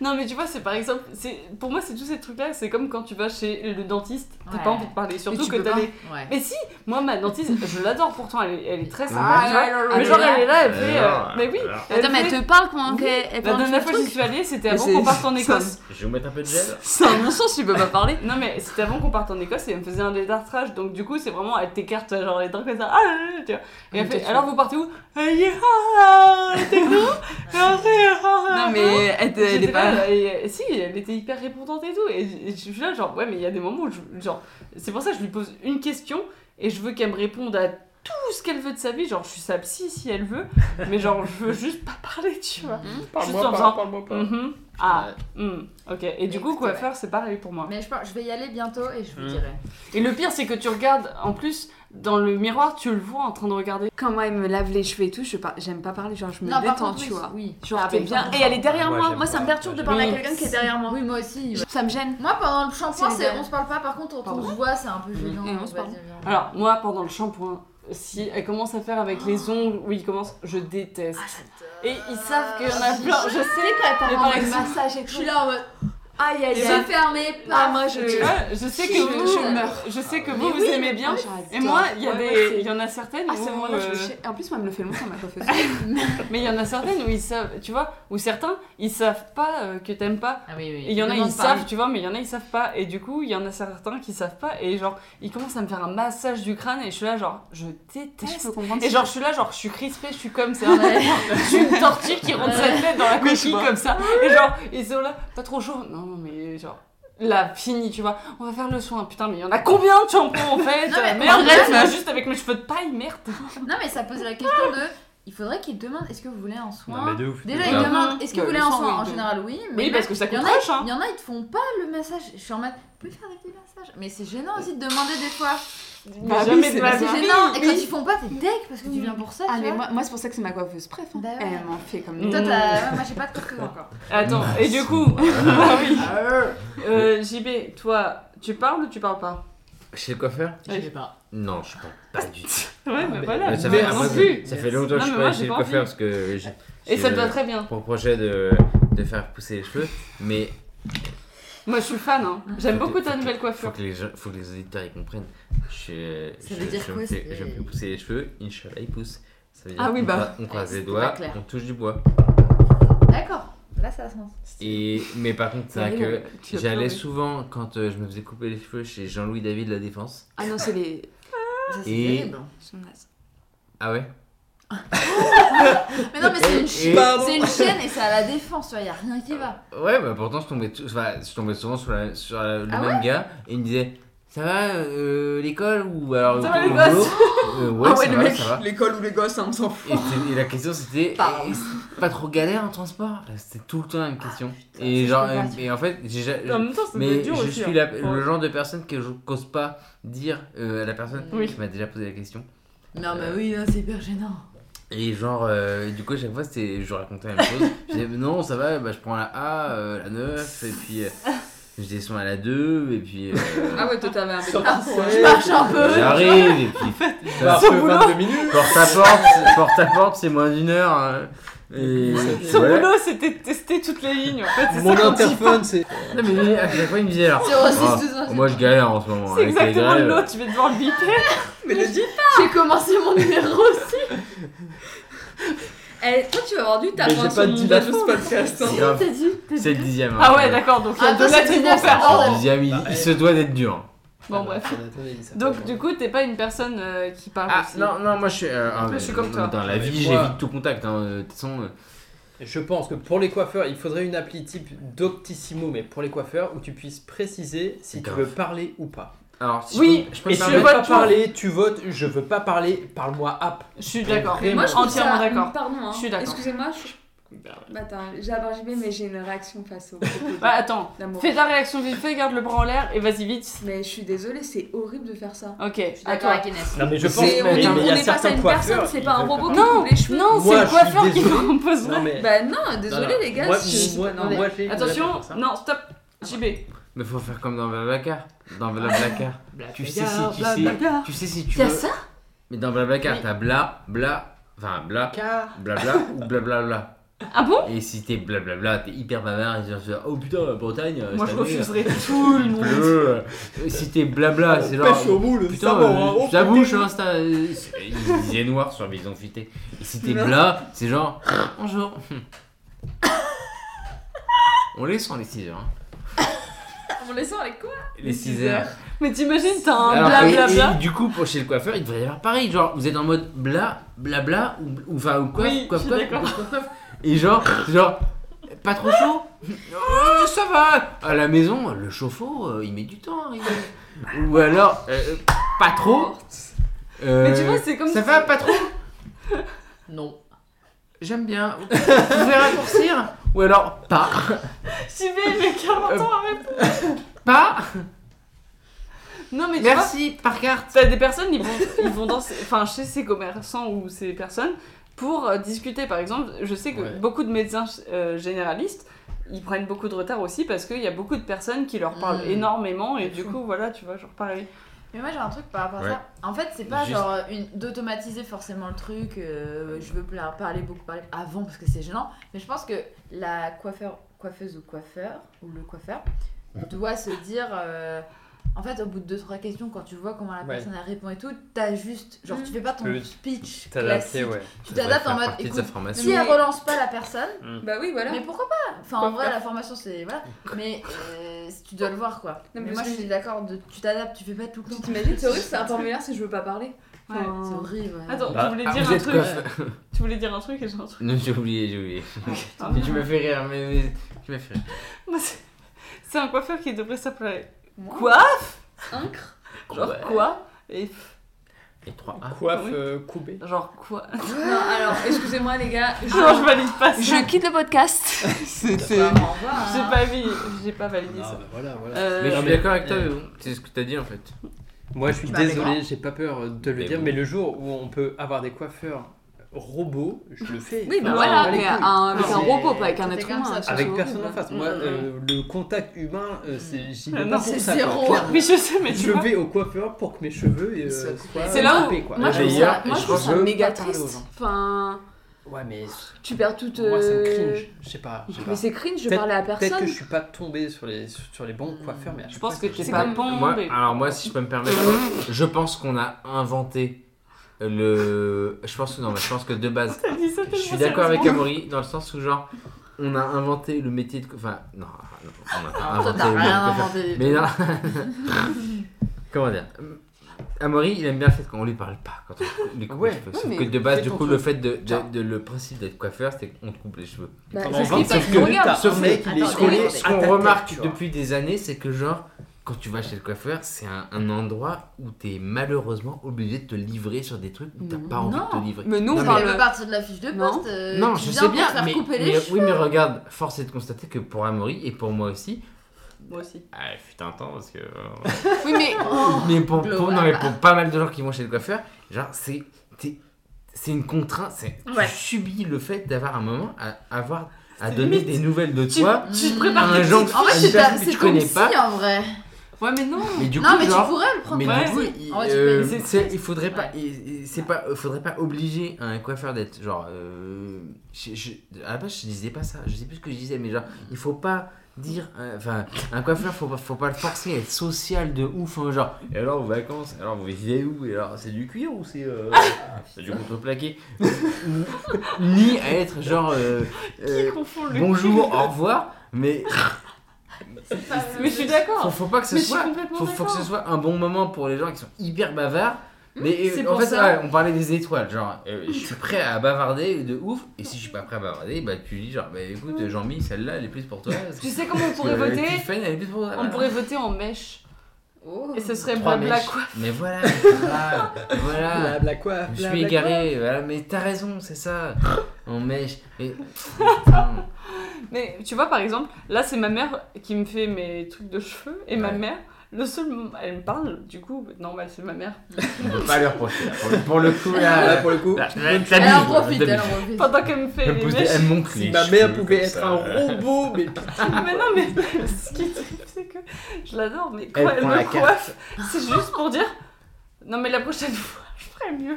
S1: Non, mais tu vois, c'est par exemple, c'est pour moi, c'est tous ces trucs-là, c'est comme quand tu vas chez le dentiste, t'as
S3: Ouais.
S1: pas envie de parler, surtout
S5: tu
S1: que
S5: peux
S1: t'as
S5: pas.
S1: des-
S3: Ouais.
S1: Mais si, moi, ma dentiste, je l'adore pourtant, elle est, elle est très sympa,
S5: Ah,
S1: tu vois.
S5: là, là, là,
S1: Mais
S5: là,
S1: genre,
S5: là.
S1: elle est là, elle fait. euh,
S6: Alors,
S1: Mais oui
S6: alors,
S1: elle
S5: Attends, mais
S1: fait-
S5: elle te parle pendant
S1: Oui.
S5: qu'elle
S1: La
S5: parle
S1: dernière fois que j'y suis allée, c'était avant
S5: ah. Mais
S1: qu'on
S5: c'est-
S1: parte en
S5: ça-
S1: Écosse.
S6: Je vais vous mettre un peu de gel.
S5: C'est un mensonge, tu peux pas parler.
S1: Non mais c'était avant qu'on parte en Écosse et elle me faisait un détartrage donc du coup c'est vraiment elle t'écarte genre les dents comme ça ah, là, là, là, tu vois. et elle
S5: Mais
S1: fait
S5: t'es
S1: alors vous partez où Ah, yeah, ah, t'es où Et après, ah, ah,
S5: Non, mais elle, te- elle
S1: J'étais
S5: est pas.
S1: là, et, et si, elle était hyper répondante et tout. Et, j- et je suis là, genre, ouais, mais il y a des moments où, je- genre, c'est pour ça que je lui pose une question et je veux qu'elle me réponde à tout ce qu'elle veut de sa vie. Genre, je suis sa psy si elle veut, mais genre, je veux juste pas parler, tu vois. Parle-moi pas,
S4: parle-moi
S1: Mhm. Ah, hmm, ok. Et du coup, coiffeur, c'est pareil pour moi.
S3: Mais je, pense- je vais y aller bientôt et je vous
S4: Mm.
S3: dirai.
S1: Et le pire, c'est que tu regardes, en plus, dans le miroir, tu le vois en train de regarder.
S5: Quand moi, elle me lave les cheveux et tout, je par- j'aime pas parler, genre, je me
S3: Non, par
S5: détends,
S3: contre, oui,
S5: tu vois.
S3: Oui.
S5: Genre,
S3: Ah,
S5: t'es
S3: mais
S5: bien.
S3: par
S5: Et elle est derrière
S4: Moi,
S5: moi.
S4: j'aime
S5: Moi, ça me
S4: pas.
S5: perturbe de
S4: Oui.
S5: parler à quelqu'un qui est derrière moi.
S3: Oui, moi aussi. ouais.
S5: Ça me gêne.
S3: Moi, pendant le shampoing,
S5: C'est
S3: c'est-
S5: les-
S3: on se parle pas. Par contre, quand on
S5: Pardon
S3: se voit, c'est un peu gênant.
S5: Et on se
S3: Vas-y,
S5: parle.
S3: viens.
S1: Alors, moi, pendant le shampoing, si elle commence à faire avec les
S5: Oh.
S1: ongles, oui, il commence, je déteste.
S3: Ah, ça te-
S1: Et ils savent qu'il y en a plein, je sais.
S5: quand
S1: Mais
S5: elle
S1: par exemple-
S5: massage et
S3: Je suis là en mode.
S5: Aïe, aïe,
S3: Je
S5: aïe.
S3: fermé,
S5: Ah,
S3: pas
S5: moi, je.
S1: Tu vois, je sais que
S5: Je-
S1: vous,
S5: je meurs.
S1: je sais que
S6: Ah,
S1: vous,
S5: Mais
S1: vous
S5: oui,
S1: aimez bien.
S5: Ah,
S1: Et moi, il y, a
S5: Ouais,
S1: des-
S5: ouais, c'est-
S1: il y en a certaines
S5: Ah,
S1: où,
S5: c'est moi, là, je
S1: euh,
S5: me chie. En plus, moi, elle me le fait longtemps, ma coiffeuse.
S1: mais il y en a certaines où ils savent, tu vois, où certains ils savent pas euh, que t'aimes pas.
S3: Ah oui, oui.
S1: Et il y en a
S3: Demande
S1: ils
S3: pas.
S1: savent, tu vois, mais il y en a ils savent pas. Et du coup, il y en a certains qui savent pas et genre ils commencent à me faire un massage du crâne et je suis là genre je
S5: Et je
S1: déteste.
S5: peux comprendre.
S1: Et
S5: si-
S1: genre je suis là genre je suis crispée, je suis comme ça.
S3: Ouais.
S1: je suis une tortue qui rentre sa tête dans la
S5: Oui, je
S1: coquille
S5: vois.
S1: comme ça. Et genre, ils sont là, pas trop chaud. Non, non, mais genre, là, fini, tu vois. On va faire le soin. Putain, mais il y en a combien de shampoings en fait
S3: Non, mais
S1: Merde, là,
S3: on dirait-
S1: tu m'as juste avec mes cheveux de paille, merde.
S3: Non, mais ça pose la question de. Il faudrait qu'ils demandent est-ce que vous voulez un
S4: Non,
S3: soin
S4: mais de ouf.
S3: Déjà,
S4: Ouais.
S3: ils demandent est-ce que
S5: Bah,
S3: vous voulez
S5: le
S3: un
S5: soin,
S3: soin
S5: oui,
S3: En
S5: de-
S3: général, oui. Mais
S1: Oui, parce que ça
S3: il y
S1: coûte
S3: en a-
S1: proche, hein.
S3: Il y en a, ils te font pas le massage. Je suis en mode. Vous pouvez faire des petits massages Mais c'est gênant aussi de demander des fois.
S1: Mais
S5: oui,
S1: jamais
S5: c'est
S1: de ma
S5: la
S3: Mais
S1: vie.
S3: c'est gênant. Et quand ils font pas, t'es deck parce que tu viens pour ça.
S5: Ah,
S3: tu
S5: mais
S3: vois.
S5: moi, moi, c'est pour ça que c'est ma coiffeuse. Bref, hein.
S3: Bah ouais.
S5: elle m'en fait comme
S1: Mm.
S3: Toi, t'as. ouais, Moi, j'ai pas de coiffeuse encore.
S1: Attends, et du coup, ah oui. Euh, JB, toi, tu parles ou tu parles pas
S6: Chez le coiffeur
S1: Ouais.
S2: sais pas.
S6: Non, je pense pas du tout.
S1: Ouais, mais
S4: mais-
S1: voilà,
S6: Ah, Mais ça,
S1: mais
S6: fait,
S4: un
S1: non
S6: moi,
S4: mois
S1: plus.
S6: ça fait longtemps que
S1: Non,
S6: je suis
S1: mais
S6: pas
S1: moi,
S6: allé
S1: j'ai
S6: chez le
S1: pas
S6: coiffeur
S1: envie.
S6: parce que j'ai
S1: Et ça
S6: j'ai
S1: te va très bien.
S6: pour projet de, de faire pousser les cheveux, mais
S1: Moi, je suis fan, hein. J'aime
S6: Faut que-
S1: beaucoup ta
S6: faut que-
S1: nouvelle
S6: faut
S1: coiffure.
S6: que les, gens- faut que les auditeurs y comprennent. Je,
S3: Ça
S6: je-
S3: veut dire
S6: je
S3: quoi,
S6: me fais,
S3: c'est-
S6: je me fais pousser les cheveux, Inch'Allah, ils poussent. Ça veut dire
S5: Ah oui,
S6: qu'on
S5: bah.
S6: cro- on croise les
S3: C'était
S6: doigts,
S3: pas clair.
S6: on touche du bois.
S3: D'accord. Là, ça a sens.
S6: Et, mais par contre, c'est vrai que
S5: Tu vas
S6: j'allais
S5: pleurer.
S6: souvent, quand euh, je me faisais couper les cheveux chez Jean-Louis David de la Défense.
S5: Ah non, c'est les.
S3: Ça, c'est
S6: Et-
S3: terrible.
S5: son as.
S6: Ah ouais
S3: Mais non, mais c'est
S6: Et-
S3: une
S6: et-
S3: chaîne. C'est une chaîne et c'est à la défense, tu vois. Y a rien qui va.
S6: Ouais, bah pourtant, je tombais, tout- enfin, je tombais souvent sur, la- sur la- le
S3: Ah
S6: même gars et il me disait Ça va euh, l'école ou alors
S1: Ça va,
S6: le
S1: les
S6: boulot Euh, Ouais,
S5: ah ouais,
S6: ça
S5: le
S6: va,
S5: mec,
S6: ça va.
S5: l'école ou les gosses, hein, on s'en fout.
S6: Et, c'est- et la question c'était
S5: Pardon.
S6: et c'est pas trop galère en transport C'était tout le temps la même
S3: Ah,
S6: question. et,
S3: ça,
S6: genre,
S3: je peux
S6: euh,
S3: pas.
S6: et en fait, j'ai ja-
S1: En même temps, ça doit
S6: mais
S1: être dur
S6: je
S1: aussi.
S6: suis
S1: hein.
S6: la-
S1: Ouais.
S6: le genre de personne que je n'ose pas dire euh, à la personne
S1: Oui.
S6: qui m'a déjà posé la question. Euh,
S3: Non, mais oui, non, c'est hyper gênant.
S6: Et genre, euh, du coup, à chaque fois, c'était, je lui racontais la même chose. je disais, non, ça va, bah, je prends la A, euh, la 9, et puis euh, je descends à la 2, et puis euh,
S1: Ah
S5: ouais, toi, t'avais un
S3: Ah, Je marche un peu.
S6: j'arrive, et puis
S3: bah,
S4: Marche 22 minutes.
S6: porte à porte, porte à porte, c'est moins d'une heure. hein. Et
S1: Son
S6: voilà.
S1: boulot, c'était de tester toutes les lignes, en fait. c'est
S4: Mon
S1: ça qu'on dit.
S4: interphone, c'est.
S6: Non, mais à chaque fois, il me disait alors.
S3: 06
S6: Ah,
S3: 12
S6: moi, je galère en ce moment. hein,
S1: C'est
S6: avec les
S1: exactement
S6: grèves.
S1: l'autre, tu vais devoir le biper.
S5: Mais le dit
S3: J'ai commencé mon numéro aussi. Eh, toi, tu vas avoir du taf.
S4: Mais j'ai
S3: hein,
S4: pas
S3: sur
S4: dit
S3: mon
S4: la
S3: dos.
S4: fin de ce podcast.
S6: C'est
S3: Si,
S6: grave.
S3: t'as dit. t'as dit.
S6: C'est le dixième. hein.
S1: Ah ouais, d'accord, donc il y a
S3: Ah,
S1: deux
S3: toi, c'est
S1: lettres
S3: le
S1: et
S3: dîner,
S1: mon
S3: ça.
S1: frère.
S6: Le dixième, il, il se doit d'être dur. hein.
S1: Bon, bref. Donc, du coup, t'es pas une personne euh, qui parle
S6: Ah
S1: aussi.
S6: non, non, moi je suis. euh, ah,
S1: Je
S6: mais-
S1: suis comme
S6: mais
S1: toi.
S6: Dans la
S4: Ah, mais
S6: vie,
S4: moi-
S6: j'évite tout contact. hein, euh, De toute façon, euh,
S4: Je pense que pour les coiffeurs, il faudrait une appli type Doctissimo, mais pour les coiffeurs, où tu puisses préciser si tu
S6: Grave.
S4: veux parler ou pas.
S6: Alors, si
S1: Oui,
S6: je peux,
S4: Et
S6: je
S4: si
S6: peux
S4: tu
S6: me
S4: veux
S6: permettre-
S4: pas
S1: toujours.
S4: parler, tu votes, je veux pas parler, parle-moi app.
S1: Je suis d'accord.
S4: Mais
S1: Moi,
S4: moi,
S1: je
S4: je
S1: suis entièrement
S2: ça-
S1: d'accord.
S2: Pardon, hein.
S1: Je suis d'accord.
S2: Excusez-moi, je-
S1: Bah, ouais.
S2: Bah, attends, j'ai abordé, mais j'ai une réaction face au propos de-
S1: Bah, attends,
S2: d'amour.
S1: fais ta réaction vite fait, garde le bras en l'air et vas-y vite.
S2: Mais je suis désolée, c'est horrible de faire ça.
S1: Ok.
S3: Je suis
S1: à
S3: d'accord
S1: toi.
S3: avec Inès.
S4: Non, mais je
S6: C'est-
S2: on
S4: pense mais-
S2: est-
S4: mais il y
S2: on
S4: a
S2: est face à
S4: certains
S2: une personne,
S4: coiffeurs,
S2: c'est
S4: ils
S2: pas un
S4: veulent
S2: robot
S4: pas.
S2: qui coupe les cheveux.
S1: Non,
S4: Moi,
S1: c'est le
S4: je suis
S1: coiffeur qui
S4: désolé.
S1: compose.
S4: Non, mais.
S2: Bah non, désolée
S6: Non, non.
S2: les gars.
S4: Moi,
S2: je-
S4: moi-
S2: non, mais-
S6: moi, j'ai- j'ai
S1: Attention,
S6: pas fait ça.
S1: non, stop. JB.
S6: Mais faut faire comme dans Blablacar. Dans Blablacar. tu sais si, tu sais, tu sais si
S3: Il
S6: tu
S3: y a
S6: veux.
S3: ça
S6: Mais dans Blablacar, t'as bla, bla, enfin bla, blabla ou blablabla.
S1: Ah bon
S6: Et si t'es blablabla, t'es hyper bavard et tu vas dire, oh putain, la Bretagne. euh,
S1: Moi je
S6: cette année,
S1: refuserais tout le
S6: il
S1: monde.
S6: pleut. Euh, Si t'es blabla, c'est genre.
S4: moule,
S6: Putain,
S4: hein,
S6: euh, je t'avoue, je suis insta. euh, c'est- Ils disaient noir sur mes ils ont fuité. Et si t'es bla, c'est genre. Bonjour. On les sent les 6 heures. hein.
S2: On les sent avec quoi
S6: Les 6 heures.
S1: Mais t'imagines, t'as un
S6: Alors, et-
S1: blablabla.
S6: et du coup, pour chez le coiffeur, il devrait y avoir pareil. Genre, vous êtes en mode bla, bla, bla, ou, ou enfin, ou quoi,
S1: Oui,
S6: quoi,
S1: je suis
S6: quoi,
S1: d'accord.
S6: quoi, quoi, quoi. Et genre, genre, pas trop chaud Oh, ça va À la maison, le chauffe-eau, euh, il met du temps à arriver. Ou alors, euh, pas trop Euh,
S5: Mais tu vois, c'est comme
S6: Ça
S5: si-
S6: va, pas trop
S3: Non.
S6: J'aime bien. Vous pouvez raccourcir Ou alors, pas.
S1: JB, j'ai 40 ans, arrête.
S6: Pas
S1: Non, mais tu vois,
S6: Merci, par carte.
S1: T'as des personnes, ils vont, ils vont dans ces- enfin, chez ces commerçants ou ces personnes pour euh, discuter. Par exemple, je sais que
S4: Ouais.
S1: beaucoup de médecins euh, généralistes, ils prennent beaucoup de retard aussi parce qu'il y a beaucoup de personnes qui leur parlent
S3: Mm.
S1: énormément et du coup, voilà, tu vois, genre pareil.
S3: Mais moi j'ai un truc par rapport à
S6: Ouais.
S3: ça. En fait, c'est pas
S6: Juste.
S3: genre euh, une- d'automatiser forcément le truc. euh, je veux pla- parler beaucoup parler avant parce que c'est gênant. Mais je pense que la coiffeur, coiffeuse ou coiffeur ou le coiffeur doit se dire. euh, en fait, au bout de deux trois questions, quand tu vois comment la
S4: Ouais.
S3: personne elle répond et tout, t'as juste genre tu fais pas ton
S4: Le-
S3: speech
S4: T'adapter,
S3: classique.
S4: ouais.
S3: Tu t'adaptes en mode.
S6: de sa
S3: Écoute,
S6: formation.
S3: si elle relance pas la personne.
S2: Bah oui, voilà.
S3: Mais pourquoi pas Enfin, en vrai, la formation, c'est. Voilà. Mais euh, tu dois le voir, quoi.
S2: Non, mais
S3: mais
S2: parce
S3: moi, je
S2: que-
S3: suis d'accord, de... tu t'adaptes, tu fais pas tout le temps.
S2: T'imagines, c'est horrible, c'est un formulaire si je veux pas parler. Enfin,
S3: C'est horrible. ouais.
S1: Attends,
S4: Bah,
S1: tu voulais
S6: ah,
S1: dire
S6: vous
S1: un
S6: êtes
S1: truc. euh,
S6: coiffeur.
S1: Tu voulais dire un truc et j'ai un truc.
S6: Non, j'ai oublié, j'ai oublié.
S1: Ah,
S6: Mais tu me fais rire, mais, mais- tu me fais rire.
S1: Moi, c'est- C'est un coiffeur qui devrait s'appeler
S2: Moi
S1: quoi
S2: Incre
S1: Genre
S6: Ouais. Ah.
S1: quoi Et
S6: Et 3A.
S4: Coiffe
S1: Oui.
S4: euh, coupée.
S1: genre quoi
S2: Non, alors, excusez-moi les gars, je-
S1: Non, je valide pas ça.
S5: Je quitte le podcast.
S3: Bah,
S5: Ah,
S3: au revoir,
S1: J'ai
S3: hein.
S1: pas vu, j'ai pas validé ça.
S4: voilà, voilà.
S1: Euh,
S6: Mais je suis
S4: mais-
S6: d'accord avec toi, c'est ce que t'as dit en fait.
S4: Moi, je suis
S3: Bah,
S4: désolé, j'ai pas peur de le
S6: Mais
S4: dire,
S6: bon.
S4: mais le jour où on peut avoir des coiffeurs robots, je le fais.
S5: Oui, bah
S4: Non, on
S5: voilà,
S4: va les
S5: mais
S4: couilles.
S5: un- avec un
S4: C'est-
S5: robot, pas avec un
S3: T'es
S5: être
S3: comme
S5: humain.
S3: ça,
S5: ça,
S4: Avec
S5: c'est
S4: personne en
S5: horrible.
S4: face. Moi,
S1: Mm, mm,
S4: euh, le contact humain,
S5: Mm.
S4: euh, c'est-
S5: Ah
S4: j'y vais
S1: Non,
S4: pas
S1: c'est
S4: pour ça, quoi.
S2: zéro.
S4: Clairement,
S1: Mais je sais, mais tu
S4: Je
S1: vois.
S4: vais au coiffeur pour que mes cheveux euh,
S3: soient
S4: soient
S3: coupés.
S1: C'est là où-
S4: coupés, quoi.
S5: Moi, je trouve
S6: D'ailleurs,
S5: ça, moi, je
S6: je
S5: trouve ça
S6: veux
S5: méga
S4: pas parler aux
S5: triste.
S4: gens.
S5: Enfin,
S4: Ouais, mais
S5: tu perds toute.
S4: moi, ça me
S5: euh,
S4: cringe. Je sais pas. je sais pas.
S5: Mais c'est cringe, je
S4: Peut-être-
S5: parlais à personne.
S4: Peut-être que je suis pas tombé sur les, sur les bons coiffeurs, mais à
S1: Je
S4: chaque
S1: pense que
S4: fois,
S1: t'es
S5: c'est
S1: pas
S5: comme-
S1: bon.
S6: Moi,
S1: mais-
S6: alors moi, si je peux me permettre, je pense qu'on a inventé le. Je pense que non, mais je pense que de base,
S1: T'as dit ça
S6: je
S1: tellement
S6: suis d'accord avec
S1: sérieusement.
S6: Amaury dans le sens où genre, on a inventé le métier de. co- Enfin, non, non, on a
S3: Ah,
S6: pas
S3: Toi,
S6: inventé
S3: t'as
S6: le métier de
S3: rien
S6: coiffeur.
S3: inventé.
S6: Ah, Mais non. Comment dire Amaury, il aime bien le fait qu'on lui parle pas quand on lui coupe
S4: Ouais.
S6: les cheveux. Sauf
S5: mais
S6: que de base,
S4: fais
S6: du
S4: ton
S6: coup,
S4: truc.
S6: le fait de, de-
S4: Ciao.
S6: de- le principe d'être coiffeur, c'est qu'on te coupe les cheveux.
S5: Bah,
S4: Pendant
S5: c'est ce qui
S4: 25
S5: fait que-
S4: minutes,
S5: regarde,
S4: t'as
S6: sauf
S4: un
S6: que-
S4: mec, il est
S3: attends,
S6: Ce qu'on
S4: collé
S3: mais-
S4: à
S6: ce
S4: ta
S6: qu'on
S4: tête,
S6: remarque
S4: tu vois.
S6: depuis des années, c'est que genre, quand tu vas chez le coiffeur, c'est un, un endroit où t'es malheureusement obligé de te livrer sur des trucs où t'as
S5: Non.
S6: pas envie de
S3: Non.
S6: te livrer.
S5: Mais nous,
S6: Non,
S5: on
S6: mais-
S3: Ça
S5: parle.
S3: fait partie de la fiche de
S5: Non.
S3: poste. euh,
S6: non,
S3: tu
S6: je
S3: viens
S6: sais
S3: pour
S6: bien,
S3: te faire
S6: mais,
S3: couper les
S6: mais-
S3: cheveux.
S6: oui, mais regarde, force est de constater que pour Amaury et pour moi aussi,
S1: Moi aussi.
S6: ah, putain, attends, parce que. euh,
S5: Oui, mais
S6: mais pour, pour-
S3: Oh, Global.
S6: non, mais pour pas mal de gens qui vont chez le coiffeur, genre, c'est. t'es- C'est une contrainte, c'est,
S3: Ouais.
S6: tu subis le fait d'avoir un moment à, avoir, à
S1: C'est
S6: donner
S1: limite.
S6: des nouvelles de
S1: Tu,
S6: toi
S1: tu te
S3: Mm.
S6: à
S1: prépares
S6: un
S1: tes
S6: gens
S1: petites-
S3: En
S6: à
S3: vrai,
S6: une
S3: c'est
S6: personne
S3: ta-
S6: que
S3: c'est
S6: tu
S3: ton
S6: connais
S3: psy
S6: pas.
S3: en vrai.
S1: Ouais, mais non.
S6: Mais du
S3: Non,
S6: coup,
S3: mais tu
S6: genre,
S3: pourrais le prendre.
S6: Mais
S1: Ouais,
S6: du coup,
S1: c'est-
S6: il,
S3: en vrai, tu
S6: euh,
S3: peux
S1: les-
S6: tu sais, il faudrait
S3: Ouais.
S6: pas, il- il- c'est pas, euh, faudrait pas obliger un coiffeur d'être genre. euh, je- je- à la base, je disais pas ça. Je sais plus ce que je disais, mais genre, il faut pas dire, euh, enfin, un coiffeur, faut pas, faut pas le forcer à être social de ouf, hein, genre. Et alors, aux vacances, alors vous vivez où Et alors, c'est du cuir ou c'est, euh, c'est du contreplaqué Ni à être genre. euh,
S1: Qui
S6: euh,
S1: confond le
S6: bonjour, au revoir, mais
S1: Mais je suis
S6: faut,
S1: d'accord.
S6: faut pas que ce
S1: Mais je suis
S6: soit
S1: complètement
S6: faut, faut que ce
S1: d'accord. Hmm,
S6: soit un bon moment pour les gens qui sont hyper bavards mais euh,
S1: c'est
S6: en
S1: pour
S6: fait
S1: ça.
S6: ouais, on parlait des étoiles genre euh, je suis prêt à bavarder de ouf et si je suis pas prêt à bavarder bah tu dis genre bah écoute Jean-Mi celle-là elle est plus pour toi
S1: Hmm. Tu sais comment on pourrait
S6: Parce que
S1: voter
S6: Tiffany, elle est plus pour toi
S1: On pourrait voter en mèche.
S3: Oh.
S1: Et ce serait
S4: Trois
S1: blabla
S4: mèches.
S1: quoi.
S6: Mais voilà, voilà, voilà.
S4: Blabla quoi
S6: Ah. Je
S4: blabla
S6: suis égaré, voilà, mais t'as raison, c'est ça. On mèche. Et... Putain.
S1: Mais tu vois, par exemple, là, c'est ma mère qui me fait mes trucs de cheveux. Et ma
S6: Ouais.
S1: mère, le seul moment, elle me parle, du coup, normal, c'est ma mère.
S6: On peut pas leur reprocher. là. Pour, le- pour le coup,
S4: quoi. Ah,
S1: Ah,
S6: là.
S4: Là, pour le coup,
S6: là, là, t'abuses,
S3: Elle en
S6: là,
S3: profite,
S6: t'abuses.
S3: elle en profite.
S1: Pendant qu'elle me fait
S6: Elle
S1: les
S6: pousse des-
S1: mèches.
S6: elle montre
S4: si
S6: les
S4: ma mère
S6: cheveux
S4: pouvait
S6: comme
S4: être
S6: ça.
S4: un robot, mais putain,
S1: Ah, mais non, mais ce qui est triste, c'est que je l'adore, mais quand
S6: Elle
S1: elle,
S6: prend la
S1: me
S6: carte.
S1: coiffe, c'est juste pour dire non, mais la prochaine fois, je ferai mieux.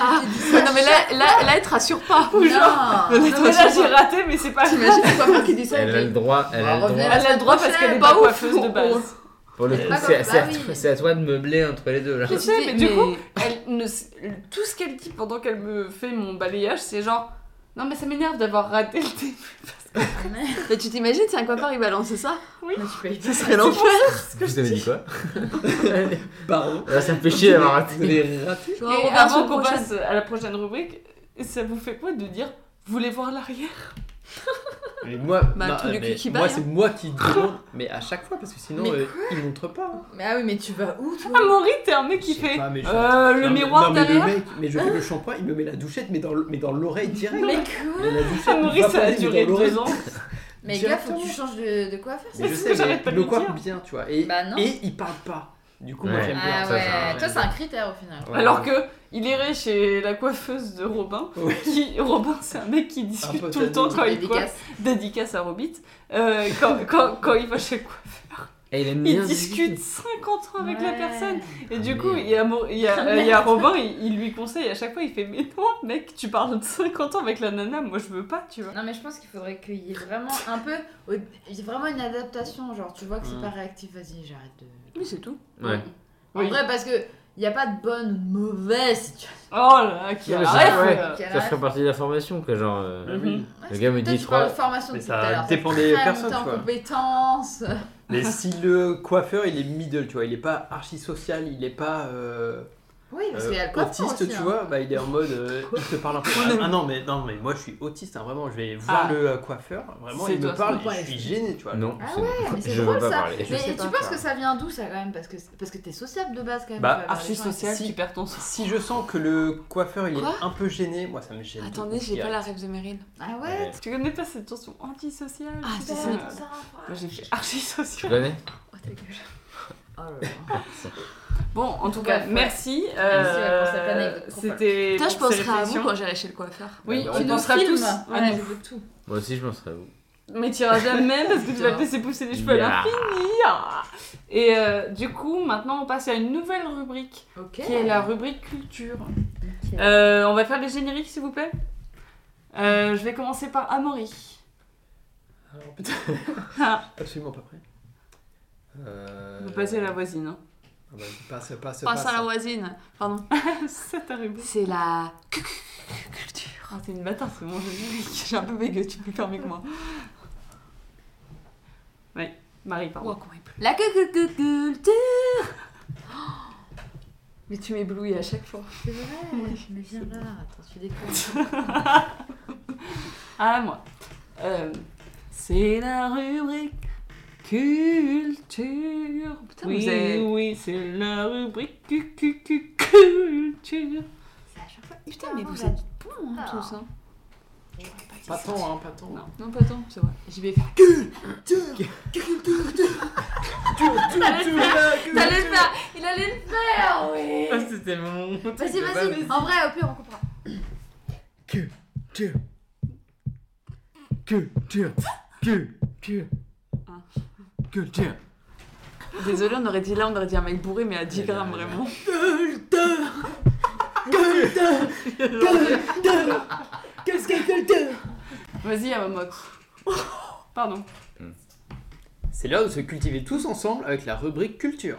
S3: Ah, tu dis ça,
S5: Non, mais là, là, là, elle te rassure pas.
S1: Ou genre,
S3: Non.
S1: non, mais là, j'ai raté, mais c'est pas grave.
S3: T'imagines le coiffeur qui dit ça
S6: Elle a le
S3: avec
S6: droit, elle a
S3: Bah,
S6: le
S3: revenez
S6: droit.
S1: Elle a le droit parce qu'elle est
S3: Pas
S1: Ah, pas
S3: ouf.
S1: coiffeuse de base.
S6: Pour le
S4: C'est
S6: coup,
S3: pas
S6: c'est
S3: comme-
S6: c'est à,
S3: bah oui.
S6: c'est à toi de meubler entre les deux là.
S1: Je sais, mais
S5: dis-
S1: du coup, elle ne... tout ce qu'elle dit pendant qu'elle me fait mon balayage, c'est genre non, mais ça m'énerve d'avoir raté le début.
S5: Bah, tu t'imagines si un coiffeur il balance ça
S3: Mais tu payes.
S5: Ça serait l'enfer.
S6: Vous avez dit quoi
S4: pardon.
S6: Là, Ça me fait chier d'avoir raté.
S4: Vous avez raté
S5: Je
S1: Et
S5: reviens sur
S1: avant
S5: le
S1: qu'on
S5: prochain.
S1: passe à la prochaine rubrique, ça vous fait quoi de dire vous voulez voir l'arrière
S4: Mais moi,
S5: Bah, tout du
S4: mais
S5: cul qui
S4: moi
S5: baille,
S4: c'est moi qui demande, mais à chaque fois, parce que sinon,
S3: Mais
S4: euh, ils montrent pas.
S3: Mais ah oui, mais tu vas où toi
S1: Ah, Maury, t'es un mec
S4: Je
S1: qui
S4: sais
S1: fait
S4: pas, mais je-
S1: euh, le
S4: Non, mais-
S1: miroir
S4: non, mais
S1: derrière.
S4: le mec, mais je fais le shampoing, il me met la douchette, mais dans le- mais dans l'oreille direct.
S3: Mais quoi
S4: Mais la douchette,
S1: Ah,
S4: il
S1: Maury,
S4: va
S1: Ah, ça
S4: pas
S1: a
S4: aller, mais
S1: duré
S4: dans l'oreille.
S1: deux ans.
S3: Mais gars, faut que tu
S4: Directement.
S3: changes de, de coiffeur.
S4: Mais
S1: C'est
S4: je
S1: ce
S4: sais,
S1: que
S4: mais
S1: j'arrête pas de
S4: le
S1: lui
S4: coiffe
S1: dire.
S4: bien, tu vois. Et,
S3: Bah non.
S4: et il parle pas. Du coup, moi
S6: Ouais.
S4: j'aime bien.
S3: Ah
S6: ça,
S3: ouais,
S6: ça,
S3: toi c'est un critère au final.
S4: Ouais.
S1: Alors que il irait chez la coiffeuse de Robin.
S4: Ouais.
S1: Qui, Robin, c'est un mec qui discute
S4: peu
S1: tout le temps
S4: sadique.
S1: quand il coiffe.
S3: Dédicace.
S1: Dédicace à Robit. Euh, quand, quand, quand il va chez le coiffeur,
S6: Et il aime
S1: il
S6: bien
S1: discute 50 ans avec la
S3: Ouais.
S1: personne. Et
S6: Ah,
S1: du
S6: merde.
S1: coup, il y a, Mo- il y a-
S3: Ah,
S1: euh, il y a Robin, il, il lui conseille à chaque fois, il fait Mais non, mec, tu parles de 50 ans avec la nana, moi je veux pas, tu vois.
S3: Non mais je pense qu'il faudrait qu'il y ait vraiment un peu, au- il y ait vraiment une adaptation, genre tu vois que c'est
S4: Hmm.
S3: pas
S6: Mm.
S3: réactif, vas-y j'arrête de...
S5: Oui, c'est tout.
S6: Ouais.
S3: En
S1: Oui.
S3: vrai parce que il n'y a pas de bonne ou de mauvaise situation.
S1: Oh là, qui
S6: Non, mais
S1: arrête,
S6: c'est- ouais.
S1: euh.
S3: Quel
S6: Ça
S3: âge
S6: ferait partie de la formation, quoi. Genre, euh,
S4: Ah oui.
S3: Ouais,
S6: le gars me
S3: Mm. Toi,
S6: dit
S3: tu parles
S6: trois.
S3: de formation
S4: Mais
S3: depuis tout
S4: ça
S3: à l'heure.
S4: dépend
S3: C'est
S4: des
S3: très
S4: personnes,
S3: monté en
S4: tu vois.
S3: compétences.
S4: Mais si le coiffeur il est middle, tu vois, il est pas archi social, il est pas euh,
S3: Oui, parce
S4: euh,
S3: qu'il y a le coiffeur
S4: autiste,
S3: aussi,
S4: tu
S3: hein.
S4: vois, bah il est en mode euh, il te parle un peu. Ah, ah non, mais non, mais moi je suis autiste, hein, vraiment, je vais voir
S1: Ah.
S4: le euh, coiffeur, vraiment,
S1: C'est
S4: il
S1: toi,
S4: me
S1: c'est
S4: parle,
S3: toi,
S4: et je
S3: ouais.
S4: suis gêné, tu vois.
S6: Non,
S3: Ah
S6: c'est-
S3: ouais, mais c'est
S6: je veux
S3: drôle
S6: pas
S3: ça.
S6: parler.
S3: Mais
S4: sais
S3: tu
S4: pas,
S3: penses
S4: ça.
S3: que ça vient d'où ça quand même Parce que parce que t'es sociable de base quand même.
S4: Bah,
S3: tu vas voir les
S1: Archi
S3: gens.
S1: social,
S4: Si.
S1: tu perds ton sens.
S4: Si je sens que le coiffeur il est
S5: Quoi
S4: un peu gêné, moi ça me gêne.
S5: Attendez, j'ai pas la rêve de Mérine.
S3: Ah ouais.
S6: Ouais.
S1: Tu connais pas cette chanson antisociale
S5: Ah,
S1: putain.
S5: c'est ça.
S1: Moi j'ai fait
S6: Tu
S1: archi-social.
S6: connais
S3: Oh ta gueule. Oh là là.
S1: Bon, en tout
S3: Ouais,
S1: cas,
S3: ouais.
S1: euh, merci.
S3: Merci, ouais, pour cette
S1: euh,
S3: anecdote trop folle.
S1: C'était.
S5: Putain, je
S1: pour ces
S5: penserai à vous
S1: réflexions.
S5: quand j'irai chez le coiffeur.
S1: Oui,
S6: Tu
S1: Bah, on
S6: nous
S1: pensera
S3: filmes.
S1: tous Ah, à
S3: Ouais,
S1: nous.
S3: je veux tout.
S6: Moi aussi, je penserais à vous.
S1: Mais t'iras jamais parce que tu vas te laisser pousser les cheveux à
S6: Yeah.
S1: l'infini. Ah. Et euh, du coup, maintenant, on passe à une nouvelle rubrique
S3: Ok.
S1: qui est la rubrique culture.
S3: Ok.
S1: Euh, on va faire les génériques, s'il vous plaît. Euh, je vais commencer par Amaury.
S4: Alors, Ah, putain, absolument pas prêt. Euh...
S1: On peut passer à la voisine. hein.
S4: Ah, bah, passe, passe,
S5: Passe à la
S4: voix.
S5: voisine. Pardon.
S1: C'est ta rubrique.
S5: C'est la culture.
S1: Ah, t'es une bâtarde, c'est mon générique.
S5: J'ai un peu bégueux, tu peux faire mieux que moi.
S1: Marie, pardon.
S5: La culture. Mais tu m'éblouis à chaque fois.
S3: C'est vrai. Mais viens là. Attends, tu découvres.
S1: Ah, moi. Euh, c'est la rubrique culture.
S5: Putain,
S1: oui,
S5: vous avez-
S1: oui, c'est la rubrique cu- cu- cu- culture.
S3: C'est à chaque fois.
S5: Putain, mais vous êtes bons hein,
S3: Ah.
S5: tous. Hein.
S4: Pas tant, hein, pas tant.
S1: Non.
S5: Non, pas tant, c'est vrai. J'y vais faire.
S3: T'allais le faire. Il allait le faire. Oui.
S6: Ah, c'était mon.
S3: Vas-y, vas-y. En vrai, au pire, on comprend.
S6: Culture. Culture. Culture.
S5: Ah.
S6: Culture.
S5: Désolé, on aurait dit là, on aurait dit un mec bourré, mais à 10 grammes vraiment.
S4: Qu'est-ce qu'elle culture
S1: Vas-y, Amamox. Pardon.
S4: C'est l'heure de se cultiver tous ensemble avec la rubrique culture.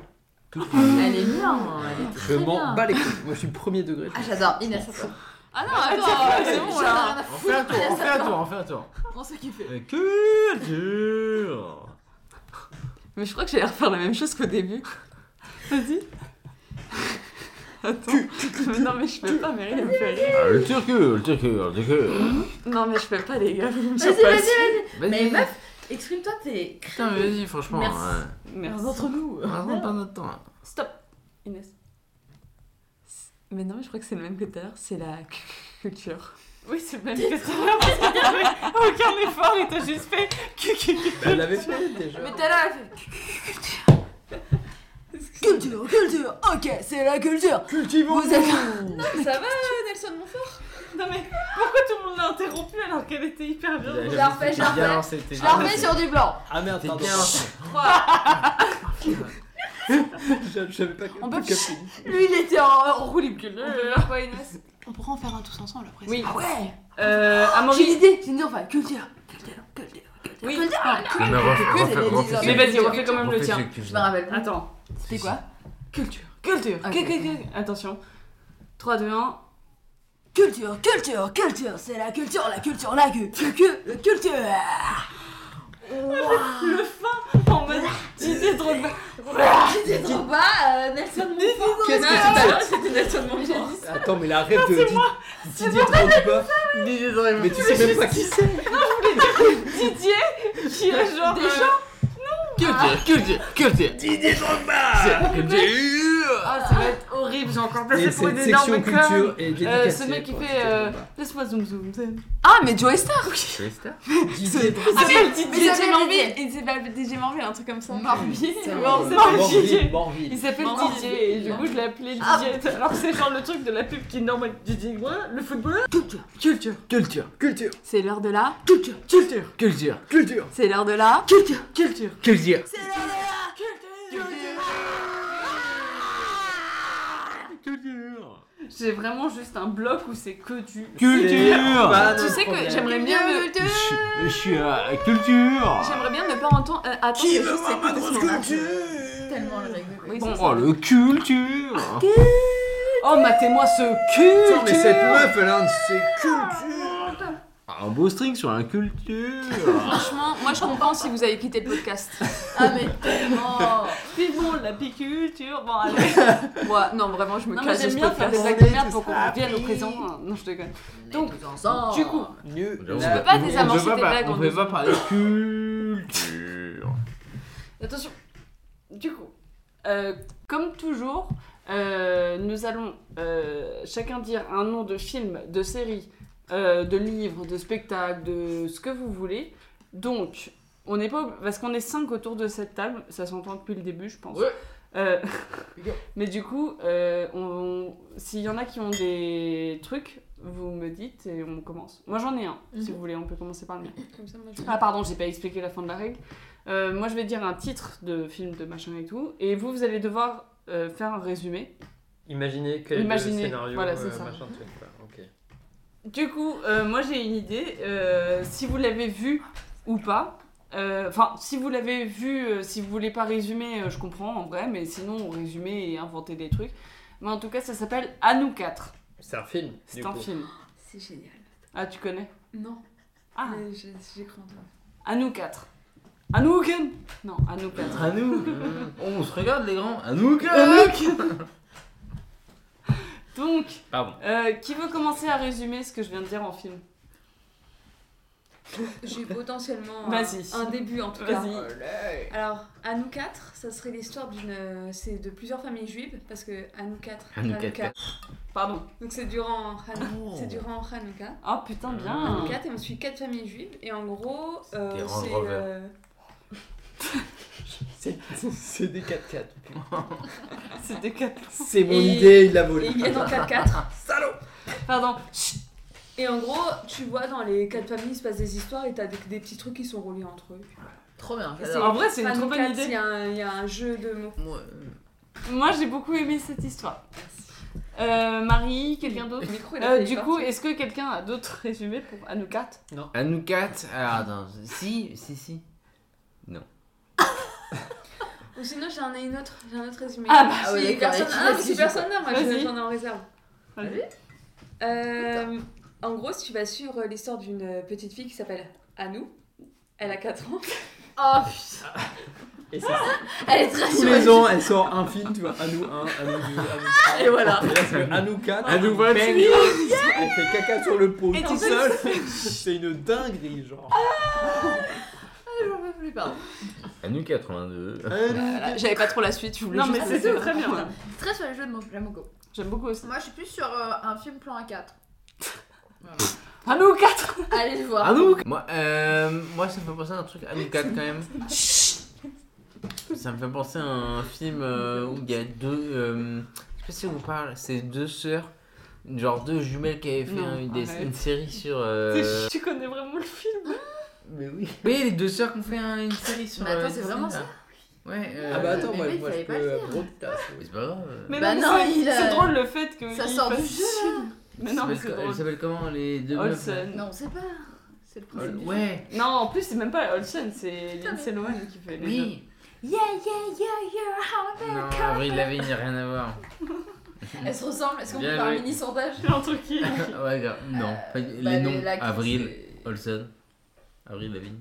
S3: Elle est bien. hein, Elle est
S4: Je
S3: très
S4: m'en
S3: bien.
S4: bats les couilles. Moi, je suis premier degré.
S3: Ah j'adore. Inès. attends.
S5: Ah non, attends, c'est bon
S3: J'en ai
S5: là.
S3: rien à
S6: On fait un
S3: foutre.
S6: tour, on fait un tour, on fait un tour.
S3: On se kiffe.
S6: Euh, Culture.
S5: Mais je crois que j'allais refaire la même chose qu'au début. Vas-y. Attends. Mais non, mais je peux pas, Meryl, elle me fait rire.
S6: Ah, le turc, le turc, le turc.
S5: Non, mais je peux pas, les gars. vous me
S3: Vas-y,
S5: surpassez.
S3: vas-y, vas-y. Mais meuf, Exprime-toi, t'es
S6: Putain, mais vas-y, franchement.
S3: Merci.
S6: hein.
S1: Merci.
S3: entre nous.
S6: On va prendre pas notre temps. hein.
S1: Stop, Inès.
S5: Mais non, mais je crois que c'est le même que tout à l'heure, c'est la culture.
S1: Oui, c'est le même que tout à l'heure, parce que t'as fait aucun effort et t'as juste fait cu, cu, cu.
S4: Bah, Elle l'avait fait déjà.
S2: Mais t'as là, elle fait.
S5: Culture, culture, ok, c'est la culture
S4: Cultivons
S5: Vous êtes-
S3: Ça va, Nelson Montfort
S1: Non mais pourquoi tout le monde l'a interrompu alors qu'elle était hyper bien
S6: J'avais-
S3: la refais, je la
S6: t'es bien
S3: refais.
S6: lancé, t'es
S3: Je
S6: bien
S3: la remets
S6: lancé.
S3: sur du blanc.
S4: Ah merde,
S6: T'es
S4: pardon.
S6: bien lancé.
S4: Je je savais pas que
S5: On peut-
S4: que- que-
S3: Lui, il était en, en roue libre.
S1: Euh,
S2: Quoi, Inès On pourra en faire un tous ensemble après.
S1: Oui.
S5: Ah ouais
S1: Euh,
S5: J'ai
S1: Amaury.
S5: une idée, j'ai une idée, enfin, culture, culture, culture, culture.
S1: Oui.
S6: Ah, Non, mais refais-
S3: c'est
S6: refais-
S3: des
S6: refais-
S3: dix ans.
S1: Mais vas-y, on fait quand même
S6: refais
S1: le
S6: ce
S1: tien.
S6: que tu
S3: Je
S6: faisais.
S3: me rappelle plus.
S1: Attends.
S5: C'était quoi
S1: Culture, culture.
S5: Ok.
S1: cu, cu, cu. Attention. 3, 2, 1.
S5: Culture, culture, culture, c'est la culture, la culture, la cu- cu- cu- culture
S1: Le fin en mode Didier Drogba.
S3: Didier
S5: Bah,
S3: Drogba, euh, Nelson Montfort.
S4: Qu'est-ce que
S3: Ah,
S4: c'est
S3: alors, C'était Nelson Montfort.
S4: Attends, mais la rêve de Did- Didier Drogba.
S6: Didier Drogba.
S4: Mais tu sais même pas qui c'est.
S1: Didier qui est genre. euh,
S6: Culture, culture, culture. Didier Drogba.
S1: Ah, ça va être horrible, j'ai encore
S4: Et
S1: placé pour
S4: c'est
S1: une
S4: une
S1: énorme
S4: section
S1: conne.
S4: culture et
S1: Euh,
S4: dédicace.
S1: ce mec qui fait euh, Laisse-moi zoom zoom. zoom.
S5: Ah, mais Joey Star
S4: Didier Drogba.
S1: Ah, mais Didier
S2: Mais
S3: J'ai
S2: j'ai
S3: l'envie.
S2: l'envie. Il s'est pas DJ Marvel, un truc comme ça.
S3: Morbide. c'est
S1: Non,
S3: bon.
S1: c'est pas Didier.
S4: Morville,
S1: Il
S4: Morville.
S1: s'appelle
S2: Non.
S1: Didier et du coup je l'ai appelé
S3: Ah.
S1: Didier. Alors que c'est genre le truc de la pub qui est normal. Didier, ouais, le footballeur.
S5: Culture,
S1: Culture.
S6: Culture, culture,
S5: c'est l'heure de la
S6: culture, culture, culture, culture,
S5: C'est l'heure de la
S6: culture,
S1: Culture.
S6: culture.
S1: J'ai vraiment juste un bloc où c'est que du.
S6: Culture.
S4: Pas de
S2: Tu sais que
S4: problème.
S2: j'aimerais bien ne...
S6: Je suis- Je suis à culture.
S2: J'aimerais bien ne pas entendre... euh, attendre
S6: Qui
S2: que
S6: veut
S2: juste
S6: voir ma
S2: écouter
S6: grosse
S2: ce moment.
S6: culture
S3: Tellement le rigolo.
S2: Oui,
S1: Bon,
S2: c'est
S6: Oh
S2: ça.
S6: le
S1: Ah,
S6: culture
S1: Oh, matez-moi ce cul
S6: Putain, mais cette meuf, elle a un de ses cultures Ah, Un beau string sur un culture
S2: Franchement, moi je comprends si vous avez quitté le podcast.
S3: Ah, mais tellement.
S1: Vivons la piculture. Bon, allez.
S5: Moi, non, vraiment, je me
S1: Non, mais
S5: casse de
S1: j'aime
S5: ce
S1: bien faire des
S5: podcast.
S1: blagues de merde pour qu'on revienne au présent. Non, je déconne. Donc,
S3: ensemble.
S1: du coup,
S4: Nul.
S6: On
S2: peux pas désamorcer
S6: peut pas
S2: tes
S6: par-
S2: blagues en
S6: On peut
S2: deux
S6: pas parler culture
S1: Attention. Du coup, euh, comme toujours, euh, nous allons euh, chacun dire un nom de film, de série, euh, de livre, de spectacle, de ce que vous voulez. Donc, on n'est pas ob- parce qu'on est cinq autour de cette table, ça s'entend depuis le début, je pense.
S6: Ouais.
S1: Euh,
S6: Go.
S1: mais du coup, euh, on- s'il y en a qui ont des trucs, vous me dites et on commence. Moi, j'en ai un. Si
S3: Mhm.
S1: vous voulez, on peut commencer par le mien.
S2: Comme ça, moi je...
S1: Ah pardon, j'ai pas expliqué la fin de la règle. Euh, moi, je vais dire un titre de film, de machin et tout, et vous, vous allez devoir euh, faire un résumé.
S4: Imaginez quel
S1: Imaginez,
S4: scénario.
S1: voilà, c'est
S4: euh,
S1: ça.
S4: machin, truc, quoi. Ok.
S1: Du coup, euh, moi, j'ai une idée. euh, si vous l'avez vu ou pas, euh, enfin, si vous l'avez vu, euh, si vous voulez pas résumer, euh, je comprends en vrai, mais sinon, résumer et inventer des trucs. Mais en tout cas, ça s'appelle À nous quatre.
S4: C'est un film. du
S1: C'est un
S4: coup.
S1: film.
S2: C'est génial.
S1: Ah, tu connais
S2: Non,
S1: Ah,
S5: Euh.
S2: mais je- j'ai cru entendre.
S1: À nous quatre. À nous aucun Non, À nous quatre.
S6: À nous euh, On se regarde les grands À nous
S1: À
S6: culture
S1: nous quatre. Donc,
S6: Pardon.
S1: Euh, qui veut commencer à résumer ce que je viens de dire en film
S2: J'ai potentiellement euh,
S1: Vas-y.
S2: un, un début en tout cas.
S1: Vas-y.
S2: Alors, à nous quatre, ça serait l'histoire d'une. euh, C'est de plusieurs familles juives, parce que à nous quatre.
S6: À nous
S2: Hanouka.
S6: quatre.
S1: Pardon.
S2: Donc c'est durant, Hanou-
S6: Oh.
S2: c'est durant Hanouka.
S1: Ah putain,
S2: À
S1: bien.
S2: nous quatre, et on suit quatre familles juives, et en gros, euh,
S6: Des Range
S2: c'est.
S6: Rover.
S2: euh,
S4: C'est- C'est des 4x4.
S1: C'est des quatre.
S4: C'est mon
S2: Et-
S4: idée, il l'a
S2: et
S4: volée.
S2: ils viennent en 4-4.
S1: Pardon. Chut.
S2: Et en gros, tu vois, dans les quatre familles, il se passe des histoires et t'as des, des petits trucs qui sont reliés entre eux.
S3: Trop bien.
S2: C'est-
S1: En vrai, c'est une
S2: Hanouka,
S1: trop bonne
S2: Il y
S1: idée.
S2: a un- il y a un jeu de mots.
S3: Moi,
S1: Moi, j'ai beaucoup aimé cette histoire. Euh, Marie, quelqu'un d'autre
S2: Le micro, il a
S1: Euh,
S2: failli
S1: Du
S2: partir.
S1: coup, est-ce que quelqu'un a d'autres résumés pour à nous quatre
S6: À nous quatre Alors attends, si, si, si.
S2: Ou sinon, j'en ai une autre, j'ai un autre résumé.
S1: Ah, bah,
S2: Si
S3: ah oui, d'accord,
S2: personne...
S3: vas-y,
S2: ah, mais
S3: vas-y,
S2: si
S3: je-
S2: personne n'a, moi
S1: vas-y.
S2: j'en- j'en ai en réserve.
S1: Vas-y.
S2: Euh, en gros, si tu vas suivre euh, l'histoire d'une petite fille qui s'appelle Anou, elle a 4 ans.
S3: Oh putain.
S4: Et c'est ça.
S3: Elle est très
S4: Tous
S3: chouette.
S4: les ans, elle sort un film, tu vois. À nous 1, à nous 2, à
S3: Et
S4: nous 3.
S3: voilà.
S4: Et là, c'est à nous 4.
S6: À nous 28.
S4: Elle fait caca sur le pot
S1: Et
S4: tout
S1: en fait,
S4: seul. C'est une dinguerie, genre.
S3: j'en peux plus, pardon.
S6: À nous 82.
S4: Euh,
S5: Voilà, J'avais pas trop la suite, je voulais
S1: Non,
S5: juste
S1: mais
S5: la
S1: c'est
S5: laisser.
S1: c'est très bien. là.
S3: C'est très sur les jeux de mon- la Moco.
S1: J'aime beaucoup aussi.
S3: Moi, je suis plus sur euh, un film plan A4.
S1: Ah, nous 4
S3: Allez le voir.
S6: Ah nous moi, euh, moi, ça me fait penser à un truc à nous quatre, quand même. Ça me fait penser à un film euh, où il y a deux. euh, je sais pas si on vous parle, c'est deux sœurs, genre deux jumelles qui avaient fait
S1: Non,
S6: un- des-
S1: arrête.
S6: une série sur. euh,
S1: Tu connais vraiment le film
S6: Mais oui. Oui, les deux sœurs qui ont fait un- une série sur.
S1: Bah,
S3: Mais attends,
S6: euh,
S3: c'est vraiment
S6: Disney, là. Ouais. euh,
S4: Ah bah attends,
S3: mais
S4: moi,
S3: oui,
S4: moi
S3: fallait
S4: je
S3: pas le
S4: peux euh,
S3: faire.
S4: apprendre plus tard,
S6: mais
S4: oui.
S6: c'est pas grave. euh.
S1: Mais
S3: Bah
S1: mais
S3: non,
S1: c'est-
S3: il a-
S1: C'est drôle le fait que.
S3: Ça
S1: il
S3: sort du
S1: fasse-
S3: jeu, là.
S1: Mais non, mais c'est
S6: Elle
S1: drôle.
S6: s'appelle comment les deux meufs, là
S1: Olsen.
S3: Non, on sait pas. C'est le
S6: Euh,
S3: principe. du jeu.
S6: Ouais.
S1: Non, en plus, c'est même pas Olsen, c'est Lindsay Lohan qui fait les deux.
S6: Oui.
S3: Yeah, yeah, yeah, yeah.
S6: Non, Avril Lavigne, rien à voir.
S3: Elles se ressemblent. Est-ce qu'on peut
S6: Bien
S3: faire un
S6: joué.
S3: mini sondage
S1: C'est un truc qui.
S6: ouais, grave. Non. pas- les
S3: Bah,
S6: noms.
S3: la-
S6: Avril, Olsen. Avril Lavigne.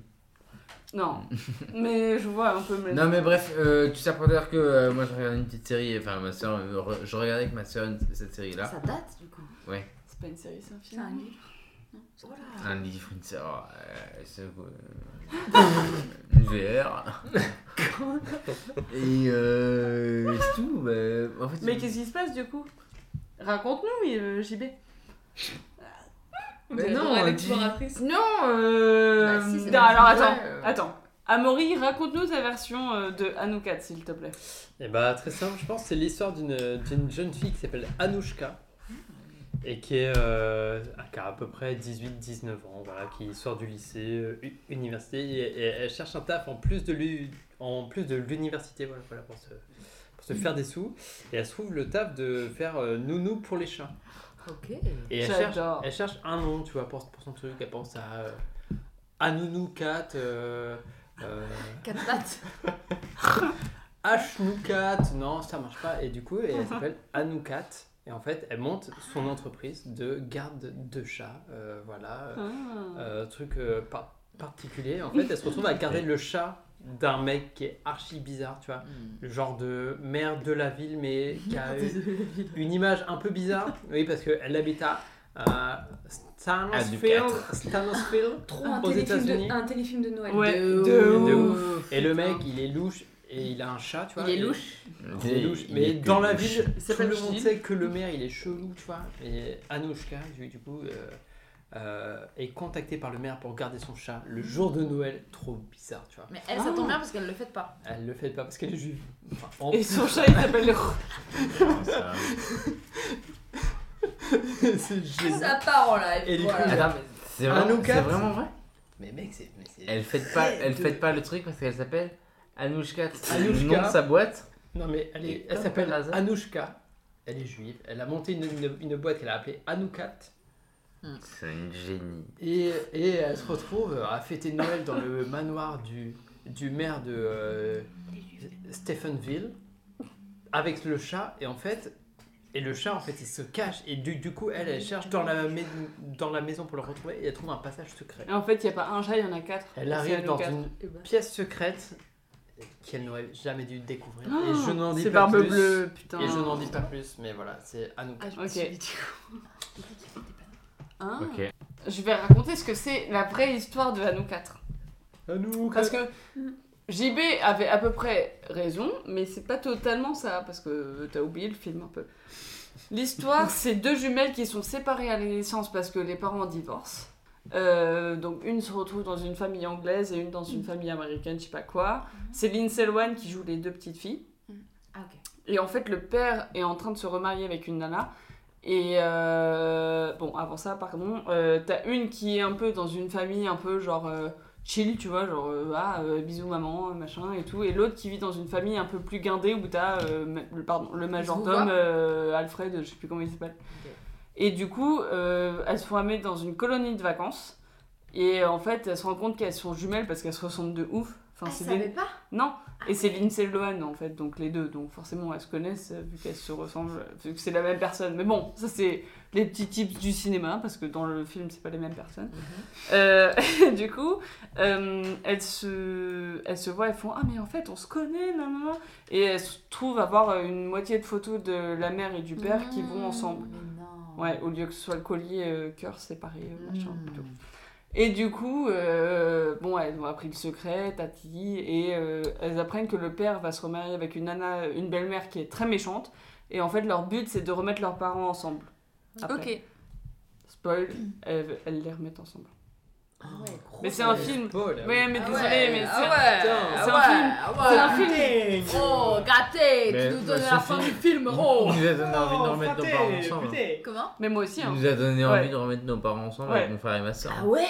S1: Non, mais je vois un peu. Mais...
S6: Non mais bref, euh, tout ça pour dire que euh, moi je regardais une petite série, enfin ma soeur, je regardais avec ma soeur cette série là.
S3: Ça date du coup.
S1: C'est pas une série, c'est un film.
S5: C'est un livre.
S6: Un livre, une soeur, euh, une VR. Et euh, c'est tout. bah, en fait,
S1: Mais qu'est-ce qui se passe du coup Raconte-nous, euh, JB.
S6: Mais non,
S2: Dora
S6: euh,
S2: l'exploratrice.
S1: Non, euh...
S3: Bah, si,
S1: non,
S3: c'est bon,
S1: alors
S3: ouais,
S1: attends, Ah.
S6: euh.
S1: attends. Amaury, raconte-nous ta version euh, de Anoukat, s'il te plaît.
S4: Et bah très simple, je pense que c'est l'histoire d'une d'une jeune fille qui s'appelle Anouchka et qui, est, euh, qui a à peu près 18-19 ans, voilà, qui sort du lycée, euh, u- université, et, et elle cherche un taf en plus de l'u- en plus de l'université voilà, voilà, pour, se, pour se faire des sous. Et elle se trouve le taf de faire euh, nounou pour les chats.
S3: euh, Ok.
S4: Et elle cherche,
S1: J'adore.
S4: elle cherche un nom, tu vois, pour, pour son truc. Elle pense à, euh, à Nounou Cat, euh, euh,
S3: Quatre pattes.
S4: Ashnukat, non, ça marche pas. Et du coup, elle s'appelle Anoukat. Et en fait, elle monte son entreprise de garde de chats. euh, voilà,
S1: Ah.
S4: euh, euh, truc euh, par- particulier. En fait, elle se retrouve à garder le chat d'un mec qui est archi bizarre, tu vois. Le genre de maire de la ville, mais qui a une, une image un peu bizarre. Oui, parce qu'elle habite à euh, Stanosfield,
S6: Anoukat.
S4: Stanosfield,
S2: Trop
S4: aux
S2: un téléfilm,
S4: États-Unis.
S2: de, un téléfilm de Noël.
S1: Ouais,
S2: De-
S1: de
S4: de
S1: ouf.
S4: Et le mec, il est louche et il a un chat, tu vois.
S3: Il est
S4: et-
S3: louche.
S4: il est louche, mais
S6: euh, est
S4: dans la
S6: louche.
S4: ville,
S1: Il
S4: tout
S1: s'appelle
S4: le monde
S1: Gilles.
S4: sait que le maire il est chelou, tu vois. Et Anouchka, du, du coup, euh, euh, est contactée par le maire pour garder son chat le jour de Noël. Trop bizarre, tu vois.
S3: Mais elle, ça tombe bien parce qu'elle le fait pas.
S4: Elle le fait pas parce qu'elle est juive. Enfin, en-
S1: Et son chat, il s'appelle
S6: Ça-
S4: c'est génial.
S3: Ça part en live.
S4: Et du coup,
S3: voilà.
S6: Attends, mais c'est vraiment,
S4: Anoukat.
S6: c'est vraiment vrai
S4: Mais mec, c'est. mais c'est-
S6: Elle fait pas, elle
S4: de-
S6: fête pas le truc parce qu'elle s'appelle Anouchka. C'est le
S4: Anouchka.
S6: nom de sa boîte.
S4: Non, mais elle, est-
S6: Et
S4: elle
S6: comme
S4: s'appelle
S6: par hasard.
S4: Anouchka. Elle est juive. Elle a monté une, une- une boîte qu'elle a appelée Anoukat.
S6: C'est une génie.
S4: Et, et elle se retrouve à fêter Noël dans le manoir du, du maire de euh, Stephenville avec le chat. Et en fait, et le chat, en fait, il se cache. Et du, du coup, elle, elle cherche dans la, mais- dans la maison pour le retrouver et elle trouve un passage secret.
S1: Et en fait, il n'y a pas un chat, il y en a quatre.
S4: Elle arrive
S1: C'est
S4: dans
S1: Anoukat.
S4: une
S3: Et bah.
S4: pièce secrète qu'elle n'aurait jamais dû découvrir.
S1: Ah,
S4: et je n'en dis
S1: C'est
S4: pas
S1: Barbe
S4: plus.
S1: Bleue, putain.
S4: Et je n'en dis pas plus, mais voilà, c'est à nous.
S5: Ah, je
S1: Ok.
S5: me suis dit, Ah.
S6: Ok.
S1: Hein Je vais raconter ce que c'est la vraie histoire de Anoukat.
S4: À nous,
S1: Parce que JB avait à peu près raison, mais c'est pas totalement ça, parce que t'as oublié le film un peu. L'histoire, c'est deux jumelles qui sont séparées à la naissance parce que les parents divorcent. Euh, donc une se retrouve dans une famille anglaise et une dans une famille américaine, je sais pas quoi. C'est Lindsay Lohan qui joue les deux petites filles.
S3: Ah, ok.
S1: Et en fait, le père est en train de se remarier avec une nana. Et euh, bon, avant ça, pardon, euh, t'as une qui est un peu dans une famille un peu genre euh, chill, tu vois, genre euh, ah, euh, bisous maman, machin et tout. Et l'autre qui vit dans une famille un peu plus guindée où t'as euh, ma- le, pardon, le majordome euh, Alfred, je sais plus comment il s'appelle.
S3: Ok.
S1: Et du coup, euh, elles se font amener dans une colonie de vacances. Et en fait, elles se rendent compte qu'elles sont jumelles parce qu'elles se ressemblent de ouf. Enfin,
S3: Elle
S1: c'est des-
S3: savait pas.
S1: non, et c'est Lindsay Lohan en fait, donc les deux, donc forcément elles se connaissent euh, vu qu'elles se ressemblent, euh, vu que c'est la même personne. Mais bon, ça c'est les petits tips du cinéma parce que dans le film c'est pas les mêmes personnes. Euh, du coup, euh, elles se elles se voient, elles font ah mais en fait on se connaît, nanana. et elles se trouvent avoir euh, une moitié de photos de la mère et du père qui vont ensemble.
S3: Oh, Mais non.
S1: Ouais, au lieu que ce soit le collier euh, cœur séparé, euh, machin.
S3: Mmh.
S1: plutôt. Et du coup, euh, bon, elles ont appris le secret, Tati, et euh, elles apprennent que le père va se remarier avec une nana, une belle-mère qui est très méchante. Et en fait, leur but, c'est de remettre leurs parents ensemble. Après.
S5: Ok.
S1: Spoil, elles, elles les remettent ensemble.
S3: Ah ouais.
S1: Mais c'est un film.
S4: Paul,
S1: Ouais, mais
S3: Ah
S1: désolé,
S3: ouais,
S1: mais
S3: ah
S1: c'est-
S3: ouais,
S4: putain,
S1: c'est
S3: ah
S1: un
S3: ouais,
S1: film.
S3: ah
S1: c'est
S3: ouais.
S1: un film.
S3: Oh, gâté,
S6: Mais-
S3: tu nous
S6: mais
S3: donnes
S6: ce
S3: la fin du
S6: film-
S3: film, oh
S6: Il nous a donné envie de remettre nos parents ensemble. hein.
S3: Comment
S1: Mais moi aussi,
S6: Il
S1: hein.
S6: nous a donné
S1: Oh, Ouais.
S6: envie de remettre nos parents ensemble
S1: Ouais.
S6: avec mon frère et ma hein. soeur.
S3: Ah ouais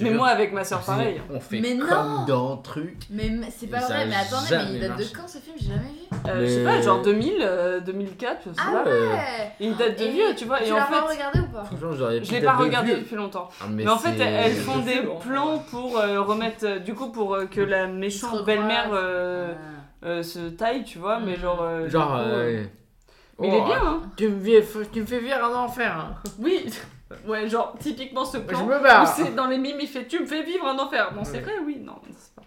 S1: Mais moi, avec ma soeur, pareil.
S6: On fait
S3: Mais non
S6: comme dans truc.
S3: Mais m- c'est pas
S6: Ça a
S3: vrai, mais attendez, mais il
S6: jamais
S3: date de
S6: marché.
S3: quand ce film J'ai jamais vu.
S1: Euh, Je sais
S6: Mais-
S1: pas, genre 2000, euh, 2004, je sais
S3: Ah
S1: pas.
S3: ouais
S1: Il date de
S3: Et
S1: vieux, tu vois.
S3: Tu
S1: Et
S3: l'as
S1: en
S3: pas
S1: fait,
S3: regardé ou pas
S6: Franchement, j'aurais
S1: je
S6: peut-être
S1: l'ai pas
S6: de
S1: regardé
S6: vieux.
S1: depuis longtemps.
S6: Ah,
S1: Mais en fait,
S6: c'est-
S1: elles font
S6: c'est-
S1: des plans pour euh, remettre, euh, du coup, pour euh, que la méchante
S3: recroisent.
S1: belle-mère euh,
S3: Ah.
S1: euh, se taille, tu vois, mais
S3: Mm.
S1: genre. euh, du
S6: Genre.
S1: coup,
S6: euh, Oh, ah.
S1: euh, Mais il est bien, hein
S6: Tu me fais, tu me fais vivre un enfer. hein.
S1: Oui Ouais, genre, typiquement ce
S6: Je
S1: plan.
S6: me
S1: où
S6: barre.
S1: c'est dans les mimes, il fait Tu me fais vivre un enfer. Non, c'est
S4: Ouais.
S1: vrai, oui, non, c'est pas vrai.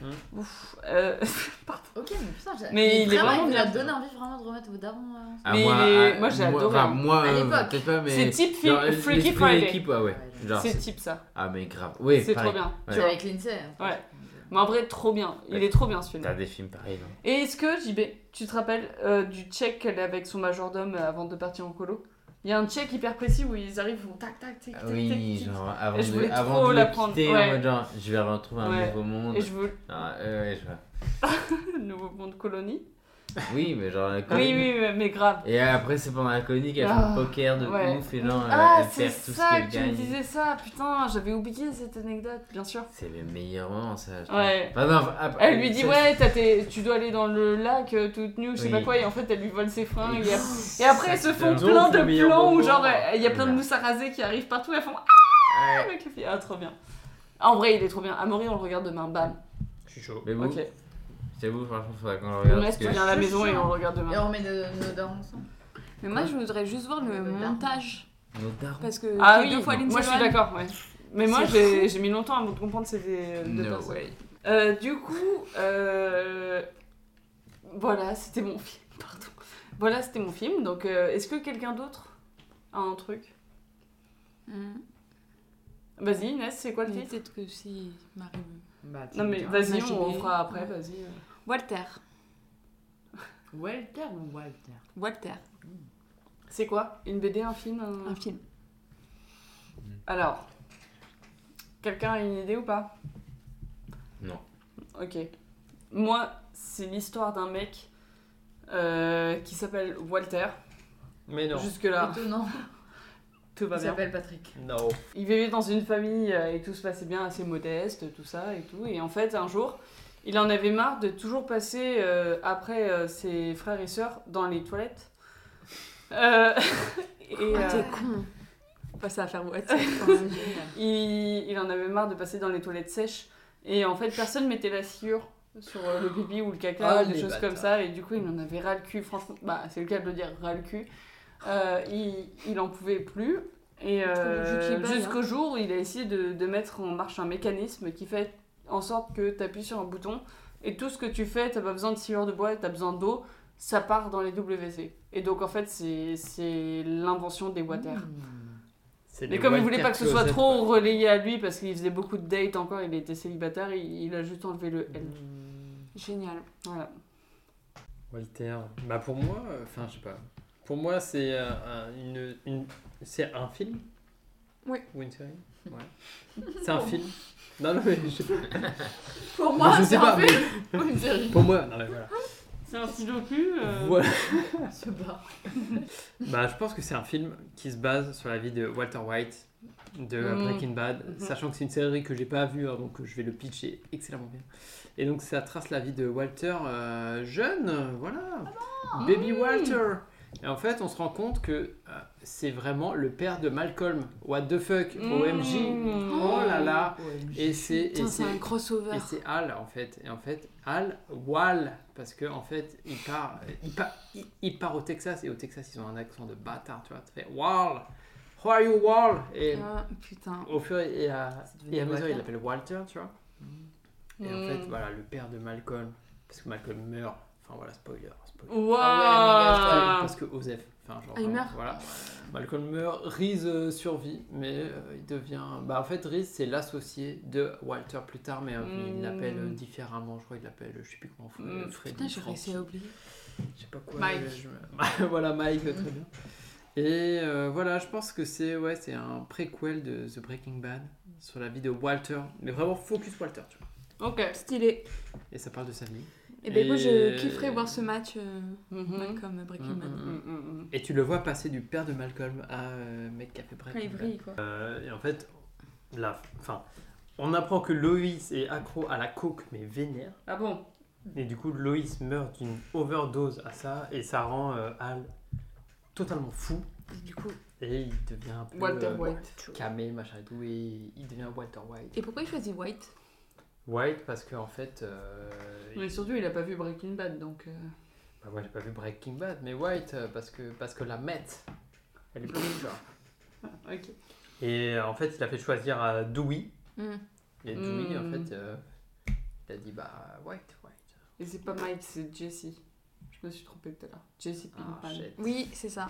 S4: Mm.
S1: Ouf. euh, pardon.
S3: Ok, mais putain, j'ai-
S1: Mais il est vraiment
S3: il nous a
S1: bien.
S3: donné envie vraiment de remettre au daron. euh,
S6: Ah,
S1: Mais il est- moi, j'ai adoré.
S6: enfin, moi,
S3: À
S6: euh,
S3: l'époque.
S6: peut-être pas, mais.
S1: C'est type fi-
S6: Genre, euh,
S1: Freaky
S6: l'esprit
S1: Friday.
S6: d'équipe, ouais, ouais. Genre,
S1: C'est
S6: c'est-
S1: type ça.
S6: Ah, mais grave. Oui,
S1: C'est
S6: pareil.
S1: trop bien.
S6: Ouais.
S1: tu
S3: C'est
S1: vois.
S3: avec Lindsay. hein.
S1: Ouais. Mais en vrai, trop bien. Il est trop bien ce film.
S6: T'as des films pareils, non
S1: Et est-ce que, JB, tu te rappelles euh, du check qu'elle a avec son majordome euh, avant de partir en colo Il y a un check hyper précis où ils arrivent, ils font tac tac tac tac tac,
S6: Ah Oui,
S1: tac.
S6: genre, avant
S1: je
S6: de,
S1: voulais
S6: avant
S1: trop
S6: de
S1: la
S6: le
S1: prendre,
S6: quitter,
S1: ouais.
S6: en mode genre, je vais retrouver un
S1: Ouais.
S6: nouveau monde.
S1: Et je veux
S6: Ah, euh, ouais, je vois.
S1: le nouveau monde colonie.
S6: Oui, mais genre, la
S1: Oui,
S6: colonie.
S1: oui, oui, mais grave.
S6: Et après, c'est pendant la colonie qu'elle fait
S1: Ah,
S6: un poker de
S1: ouais.
S6: ouf et genre,
S1: ah,
S6: elle
S1: c'est
S6: perd tout ce
S1: ça
S6: qu'elle
S1: que tu me
S6: gagne.
S1: disais ça. Putain, j'avais oublié cette anecdote, bien sûr.
S6: C'est le meilleur moment, ça. je trouve.
S1: Ouais.
S6: Enfin, non, enfin, après-
S1: Elle lui dit
S6: ça,
S1: ouais, t'as tes- tu dois aller dans le lac euh, toute nue, je sais
S6: Oui.
S1: pas quoi, et en fait elle lui vole ses fringues. Et, après-
S6: c'est-
S1: et après elles se font
S4: Donc,
S1: plein de
S4: le meilleur
S1: plans où
S4: moment.
S1: genre il y a plein de
S6: Ouais.
S1: mousse à raser qui arrivent partout, elles font ah
S6: Ouais.
S1: avec les filles. Ah trop bien. Ah, en vrai il est trop bien. Amaury on le regarde demain, bam.
S4: Je suis chaud.
S6: Mais vous,
S1: Ok.
S6: c'est vous, franchement, faudrait qu'on le
S1: Le
S6: regarde.
S1: reste tu
S6: parce que-
S1: viens à la
S3: je
S1: maison
S3: suis
S1: et
S3: sûre.
S1: on le regarde
S3: Et
S1: demain.
S3: on remet de- nos darons ensemble.
S5: Mais moi, je voudrais juste voir le
S3: Le daron.
S5: montage.
S6: Nos darons.
S5: Parce que
S1: Ah
S5: j'ai
S1: oui,
S5: Euh, deux fois Lindsay
S1: moi je suis
S5: Lohan.
S1: d'accord, ouais. Mais moi
S5: C'est
S1: j'ai j'ai mis longtemps avant de comprendre c'était de
S6: No
S1: personnes.
S6: way.
S1: Euh, du coup, euh, voilà, c'était mon film. Pardon. Voilà, c'était mon film. Donc, euh, est-ce que quelqu'un d'autre a un truc Mm.
S5: Mhm.
S1: Vas-y, Inès, c'est quoi le
S5: Mais
S1: titre
S5: Peut-être que si Marie veut.
S3: Bah,
S1: Non, mais vas-y,
S5: Moi,
S1: on
S5: j'ai-
S1: fera après.
S5: ouais.
S1: Vas-y. euh.
S5: Walter.
S3: Walter ou Walter
S5: Walter.
S1: C'est quoi Une BD, un film un-
S5: Un film.
S1: Alors, quelqu'un a une idée ou pas
S6: Non.
S1: Ok. Moi, c'est l'histoire d'un mec euh, qui s'appelle Walter.
S4: Mais non.
S1: Jusque-là,
S3: Étonnant.
S1: tout va
S3: Il
S1: bien.
S3: s'appelle Patrick.
S4: No.
S1: Il vivait dans une famille euh, et tout se passait bien, assez modeste, tout ça et tout. Et en fait, un jour, il en avait marre de toujours passer euh, après euh, ses frères et sœurs dans les toilettes. Euh, et
S5: Ah,
S1: euh,
S5: t'es con. On passe à faire boîte.
S1: il, il en avait marre de passer dans les toilettes sèches. Et en fait, personne mettait la sciure sur euh, le pipi ou le caca,
S4: Ah,
S1: des
S4: les
S1: choses comme
S4: bâtards.
S1: ça. Et du coup, il en avait ras le cul, franchement. Bah, c'est le cas de le dire, ras le cul. Euh, il, il en pouvait plus. Et euh,
S5: Entre le jus qui est
S1: jusqu'au jour où il a essayé de, de mettre en marche un mécanisme qui fait en sorte que tu appuies sur un bouton et tout ce que tu fais, t'as pas besoin de sciure de bois, t'as besoin d'eau, ça part dans les WC. Et donc en fait, c'est c'est l'invention des water.
S4: C'est
S1: Mais
S4: les
S1: comme il
S4: Walter
S1: voulait pas que ce soit
S4: Closet.
S1: trop relayé à lui parce qu'il faisait beaucoup de dates encore, il était célibataire, il, il a juste enlevé le L.
S5: Génial.
S1: Voilà.
S4: Hmm. Walter. Bah pour moi, euh, enfin je sais pas. Pour moi c'est euh, un, une, une- c'est un film.
S5: Oui.
S4: Ou une série. Ouais. c'est un film. Non non mais je sais pas.
S3: Pour
S4: Non,
S3: moi,
S4: je
S3: c'est
S4: sais
S3: un
S4: pas.
S3: film.
S4: mais
S3: ou une série.
S4: pour moi. Non mais voilà.
S1: C'est un silocu
S4: Voilà.
S3: Je sais pas.
S4: Bah je pense que c'est un film qui se base sur la vie de Walter White de euh,
S1: Mm.
S4: Breaking Bad,
S5: Mm-hmm.
S1: Mhm.
S4: sachant que c'est une série que j'ai pas vue hein, donc euh, je vais le pitcher excellemment bien. Et donc ça trace la vie de Walter euh, jeune, euh, voilà.
S5: Ah
S4: Baby Walter. Et en fait, on se rend compte que euh, c'est vraiment le père de Malcolm. What the fuck, OMG. Oh là là. Et c'est et
S5: Mm. Putain, c'est
S4: c'est-
S5: un crossover.
S4: et c'est Al en fait. Et en fait, Al Wal parce que en fait, il part il part il, il part au Texas et au Texas, ils ont un accent de bâtard, tu vois. Tu fais Wal. How are you Wal Et
S5: Ah, putain.
S4: au fur et à,
S3: C'est
S4: et
S3: devenu
S4: à mesure,
S3: Walter.
S4: il l'appelle Walter, tu vois. Et en fait,
S1: Mm.
S4: voilà, le père de Malcolm parce que Malcolm meurt. Enfin voilà, spoiler, spoiler.
S1: Waouh
S3: Ah ouais,
S4: Ah, parce que Osef. Enfin, genre,
S5: Ah, il
S4: vraiment,
S5: meurt
S4: Voilà. Malcolm meurt, Reese euh, survit, mais euh, il devient. Bah, en fait, Reese, c'est l'associé de Walter plus tard, mais euh, il
S1: Mm.
S4: l'appelle euh, différemment. Je crois qu'il l'appelle, euh, je sais plus comment, Fre-
S1: Mm.
S4: Freddy.
S8: Putain, j'ai
S4: Frank.
S8: réussi à oublier.
S4: Je sais pas quoi.
S1: Mike.
S4: mais je- voilà, Mike, très bien. Et euh, voilà, je pense que c'est ouais, c'est un préquel de The Breaking Bad sur la vie de Walter, mais vraiment focus Walter, tu vois.
S1: Ok.
S8: Stylé.
S4: Et ça parle de sa vie.
S8: Et ben moi, je
S4: Et-
S8: kifferais voir ce match euh,
S1: Mhm.
S8: Malcolm Breaking Bad.
S4: Euh, Mhm.
S1: Mm, mm, mm.
S4: Et tu le vois passer du père de Malcolm à euh, mec qui a fait Breaking
S5: Quand il
S4: Bad.
S5: brille, quoi.
S4: Euh, et en fait, la, enfin, on apprend que Loïs est accro à la coke, mais vénère.
S1: Ah bon
S4: Et du coup, Loïs meurt d'une overdose à ça, et ça rend euh, Al totalement fou.
S8: Et Du coup,
S4: Et il devient un peu
S1: Walter
S4: euh,
S1: White.
S4: camé, machin et tout, et il devient Walter White.
S8: et pourquoi il choisit White
S4: White parce qu'en fait, euh,
S1: Mais surtout, il a pas vu Breaking Bad, donc... euh,
S4: bah, moi j'ai pas vu Breaking Bad, mais White euh, parce que parce que la meth, elle est plus genre.
S1: Ah, Ok.
S4: Et euh, en fait, il a fait choisir à Dewey.
S8: Mm.
S4: Et Dewey, en
S1: Mm.
S4: fait, euh, il a dit bah White, White.
S1: Et c'est pas Mike, c'est Jesse. Je me suis trompée tout à l'heure. Jesse Pinkman.
S4: Ah, shit.
S8: Oui, c'est ça.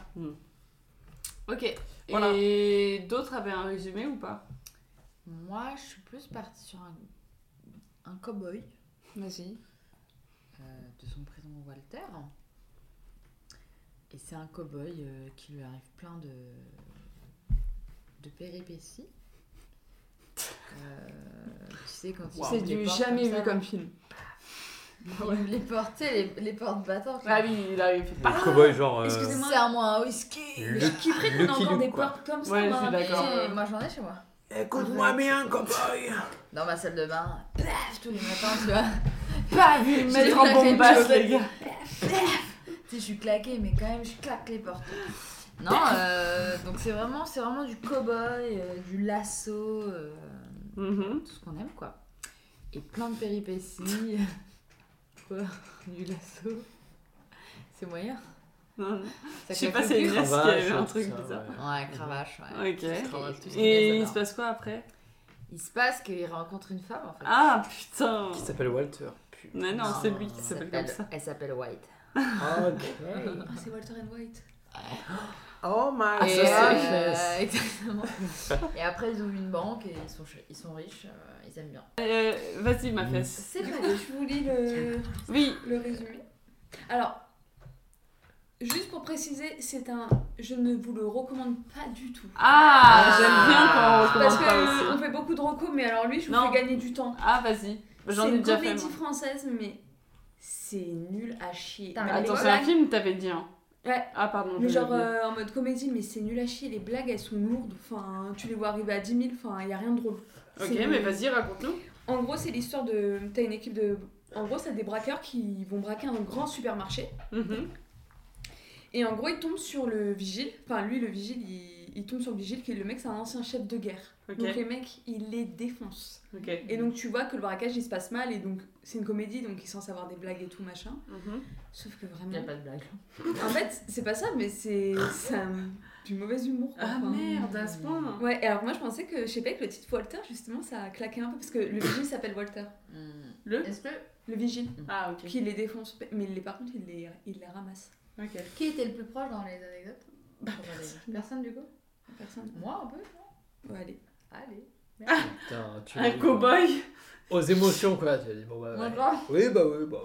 S1: ok.
S4: Voilà.
S1: Et d'autres avaient un résumé ou pas
S3: Moi, je suis plus partie sur un, un cow-boy
S8: Vas-y.
S3: euh, de son prénom Walter. Et c'est un cow-boy euh, qui lui arrive plein de, de péripéties. Euh, tu sais, quand il
S8: C'est
S3: ouvre les
S8: du
S3: portes
S8: jamais
S3: ça,
S8: vu
S3: là,
S8: comme film.
S3: Il ouvre les portes, tu sais, les, les portes battantes.
S1: Ah oui, il a il fait
S4: Les
S1: pas.
S4: cowboys, genre. euh,
S3: Excusez-moi. Serre-moi un whisky.
S4: Le-
S3: Je kifferais qu'on ait
S4: Lucky
S3: encore
S4: Luke,
S3: des
S4: quoi.
S3: portes comme ça.
S1: Ouais,
S3: dans
S1: je suis
S3: la maison.
S1: d'accord.
S3: Et Moi, j'en ai chez moi.
S4: Écoute-moi bien, cowboy.
S3: Dans ma salle de bain, paf, tous les matins, tu vois.
S1: Pas vu le
S3: J'ai
S1: mettre
S3: vu
S1: en
S3: la clé de
S1: bombasse,
S3: Joker.
S1: les gars.
S3: Tu sais, je suis claquée, mais quand même, je claque les portes. Non, euh, donc c'est vraiment, c'est vraiment du cow-boy, euh, du lasso, euh,
S1: Mhm.
S3: tout ce qu'on aime, quoi. Et plein de péripéties. quoi Du lasso C'est moyen
S1: Non, non. Je
S3: Ça
S1: sais
S3: claque
S1: pas,
S3: le
S1: c'est
S3: cul
S1: une
S4: Cravache,
S1: race qui avait un
S4: tout
S1: truc
S4: ça,
S1: bizarre.
S4: ouais.
S3: Ouais, cravache, ouais.
S1: Ok.
S4: Cravache, tout ça.
S1: Et il se passe quoi après
S3: Il se passe qu'il rencontre une femme, en fait.
S1: Ah putain
S4: Qui s'appelle Walter. Putain.
S1: Mais non,
S3: Non,
S1: c'est lui qui
S3: Elle
S1: s'appelle comme ça.
S3: Elle s'appelle White.
S4: Ok.
S5: Ah, c'est Walter and White.
S4: Oh my
S3: Et,
S4: god.
S3: euh, exactement. et après, ils ouvrent une banque et ils sont, ch- ils sont riches, euh, ils aiment bien.
S1: Euh, Vas-y, ma
S4: Mm.
S1: fesse.
S3: C'est pas
S5: Je vous lis le,
S1: Oui,
S5: le résumé. Alors, juste pour préciser, c'est un. Je ne vous le recommande pas du tout.
S1: Ah,
S3: Ah.
S1: j'aime bien quand on
S5: Parce
S1: recommande
S5: que
S1: pas aussi. hein.
S5: on fait beaucoup de recours, mais alors lui, je vous
S1: Non.
S5: fais gagner du temps.
S1: Ah, vas-y. J'en
S5: C'est
S1: ai
S5: une
S1: déjà fait.
S5: comédie
S1: moi.
S5: française, mais c'est nul à chier.
S3: Attends,
S5: Mais
S3: mais
S5: les
S1: Attends, c'est un
S5: blagues-
S1: film, t'avais dit. Hein.
S5: Ouais.
S1: Ah, pardon.
S5: Mais
S1: je
S5: genre
S1: l'ai oublié.
S5: euh, en mode comédie, mais c'est nul à chier. Les blagues, elles sont lourdes. Enfin, tu les vois arriver à 10 000. Enfin, il y a rien de drôle. c'est-
S1: Ok, mais vas-y, raconte-nous.
S5: En gros, c'est l'histoire de. T'as une équipe de. En gros, t'as des braqueurs qui vont braquer un grand supermarché.
S1: Mhm.
S5: Et en gros, ils tombent sur le vigile. Enfin, lui, le vigile, il, il tombe sur le vigile. Qui, le mec, c'est un ancien chef de guerre.
S1: Ok.
S5: Donc les mecs, il les défonce.
S1: Ok.
S5: Et donc, tu vois que le braquage, il se passe mal. Et donc, c'est une comédie, donc ils sont censés avoir des blagues et tout, machin.
S1: Mhm.
S5: Sauf que
S3: Il n'y a
S5: vraiment.
S3: pas de blague.
S5: En fait, c'est pas ça, mais c'est. c'est un- du mauvais humour. quoi.
S1: Ah
S5: Enfin,
S1: merde, à ce point.
S5: Ouais, et alors moi je pensais que, je sais pas, que le titre Walter, justement, ça a claqué un peu parce que le vigile s'appelle Walter.
S3: Hmm.
S1: Le
S3: Est-ce que.
S5: Le vigile.
S1: Ah, ok.
S5: Qui les défonce. Mais les, par contre, il les, il les ramasse.
S1: Ok.
S3: Qui était le plus proche dans les anecdotes
S5: Bah,
S3: personne. du coup
S5: Personne.
S3: Moi un peu non
S5: Ouais, allez.
S3: Allez.
S4: Putain, tu
S1: Un cowboy
S4: Aux émotions, quoi. Tu as dit, bon, bah, ouais.
S3: D'accord.
S4: Oui, bah, oui, bah.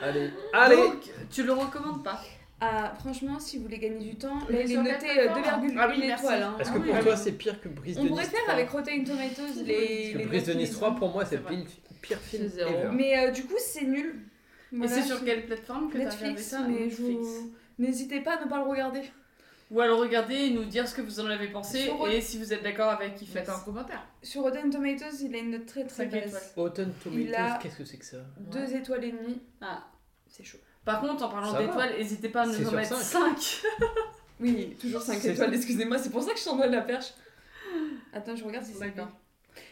S4: Allez. Allez.
S3: Donc, tu le recommandes pas
S5: Ah, franchement, si vous voulez gagner du temps, là,
S3: Mais
S5: il est
S3: sur
S5: noté euh,
S3: plateforme, hein.
S5: 2,1
S3: Ah oui, merci.
S5: étoiles. hein.
S4: Est-ce
S5: Ah
S4: que
S5: oui,
S4: pour
S5: oui.
S4: toi, c'est pire que Brise
S5: On
S4: de
S5: pourrait
S4: Nice
S5: faire
S4: 3?
S5: avec Rotten Tomatoes les.
S4: Parce que
S5: les hein.
S4: Brise de
S5: notes
S4: Nice
S5: qu'ils
S4: 3,
S5: ont.
S4: pour moi, c'est le
S1: C'est vrai.
S4: pire, pire film
S3: C'est zéro.
S4: ever.
S5: Mais euh, du coup, c'est nul.
S1: Et
S5: Voilà,
S1: c'est sur quelle plateforme que t'as regardé
S5: Netflix,
S1: ça
S5: mais je vous- N'hésitez pas à ne pas le regarder.
S1: Ou alors regardez et nous dire ce que vous en avez pensé
S5: Sur-
S1: et si vous êtes d'accord avec qui fait.
S3: Faites un commentaire.
S5: Sur Rotten Tomatoes, il a une note très très
S1: Cinq étoiles.
S5: basse.
S4: Autumn
S5: Il a-
S4: Tomatoes, qu'est-ce que c'est que ça
S5: Deux étoiles et demie,
S1: Ah.
S5: c'est chaud.
S1: Par contre, en parlant
S4: Ça va.
S1: d'étoiles, n'hésitez pas à
S4: C'est
S1: nous en
S4: sur
S1: mettre
S4: cinq.
S1: 5.
S5: Oui, toujours 5
S4: C'est-
S5: étoiles, excusez-moi, c'est pour ça que je t'en donne la perche. Attends, je regarde si c'est
S1: D'accord.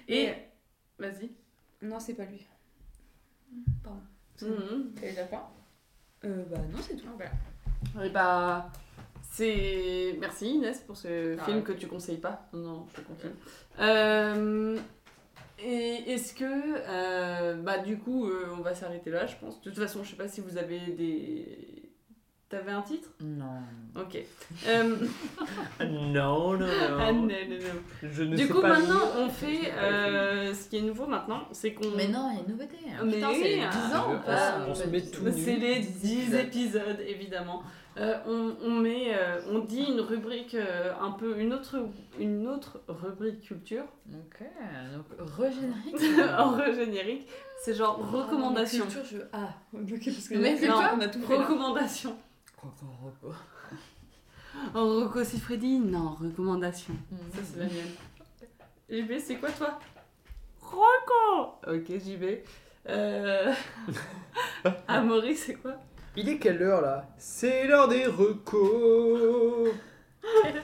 S5: lui. Euh,
S1: Et. Vas-y.
S5: Non, c'est pas lui. Pardon. C'est-
S1: Mhm.
S5: T'as déjà pas Euh, bah non, c'est tout.
S1: Et bah. C'est. Merci Inès pour ce
S3: Ah,
S1: film
S3: ok.
S1: que tu conseilles pas. Non, Non, je te conseille. Euh, et est-ce que. euh, bah, du coup, euh, on va s'arrêter là, je pense. De toute façon, je sais pas si vous avez des. T'avais un titre
S3: Non.
S1: Ok. Euh,
S4: Non, non,
S1: Ah, non, non,
S4: non.
S1: non.
S4: Je ne
S1: Du
S4: sais
S1: coup,
S4: pas
S1: maintenant,
S4: lire.
S1: on
S4: Je ne
S1: fait
S4: sais pas
S1: euh, ce qui est nouveau maintenant, c'est qu'on.
S3: Mais non, il y a une nouveauté.
S5: Ah,
S1: Mais
S3: Putain,
S1: oui,
S3: c'est les
S1: hein.
S3: 10 ans
S4: Ah, On
S3: ou pas
S4: se- on se met tout
S1: Bah, C'est
S4: nu.
S1: les 10 épisodes, évidemment. Euh, on, on met, euh, on dit une rubrique euh, un peu, une autre, une autre rubrique culture,
S5: Mm.
S3: Ok, donc regénérique.
S1: en re-générique, c'est genre
S5: Ah,
S1: recommandation.
S2: Culture, je... Ah, ok, parce que
S3: Mais
S2: non,
S3: c'est
S1: toi
S2: on a tout fait. là.
S1: Recommandation. En Oh, Rocco Siffredi Non, recommandation.
S3: Mm.
S1: Ça, c'est la mienne. JB, c'est quoi toi Rocco Ok, JB. Euh... Amaury, c'est quoi
S4: Il est quelle heure là C'est l'heure des recos. Je m'en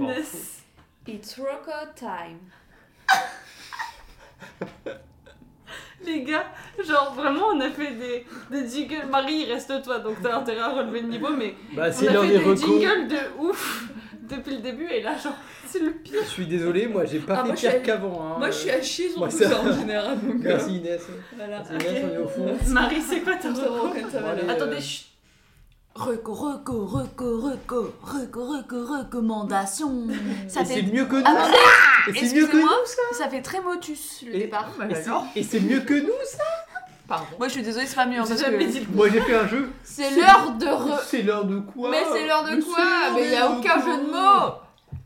S4: fous.
S1: Ness.
S2: It's Rocco time.
S1: Les gars, genre vraiment, on a fait des, des jingles. Marie, reste-toi, donc t'as intérêt à relever le niveau, mais
S4: Bah,
S1: on
S4: c'est
S1: a
S4: l'heure
S1: fait
S4: des
S1: des
S4: recos.
S1: jingles de ouf depuis le début, et là, genre, c'est le pire.
S4: Je suis désolé, moi j'ai pas
S2: Ah, moi, je suis
S4: fait pire
S2: allée-
S4: qu'avant. hein.
S2: Moi, je suis à chier sur
S4: moi,
S2: tout
S4: ça-
S2: ça en général.
S5: Ah,
S2: Donc, euh,
S4: Merci Inès.
S2: voilà.
S4: Merci Inès, on est au fond.
S1: Marie, c'est quoi ta
S2: Comme
S5: Euh,
S2: ça,
S1: recours
S2: Rocco, ça va.
S4: Allez,
S1: Attendez,
S4: euh,
S1: chut.
S3: Reco, reco, reco, reco, reco, reco, recommandation.
S4: Et
S5: Ça
S4: c'est
S5: fait.
S4: mieux que
S5: Ah,
S4: nous. Et c'est mieux que
S5: Excusez-moi,
S4: nous.
S5: ça fait très motus le
S4: Et-
S5: départ.
S4: Et c'est- Et c'est mieux que nous.
S3: Oh, bah, Pardon.
S5: Moi je suis désolée, c'est pas mieux.
S1: J'ai
S5: parce
S1: jamais
S5: que-
S1: dit le
S4: Moi j'ai fait un jeu.
S5: euh,
S4: Oh,
S5: C'est l'heure de re.
S4: C'est l'heure de quoi
S5: Mais c'est l'heure de quoi
S4: c'est
S5: Mais il a
S4: l'heure
S5: aucun
S4: quoi
S5: jeu de mots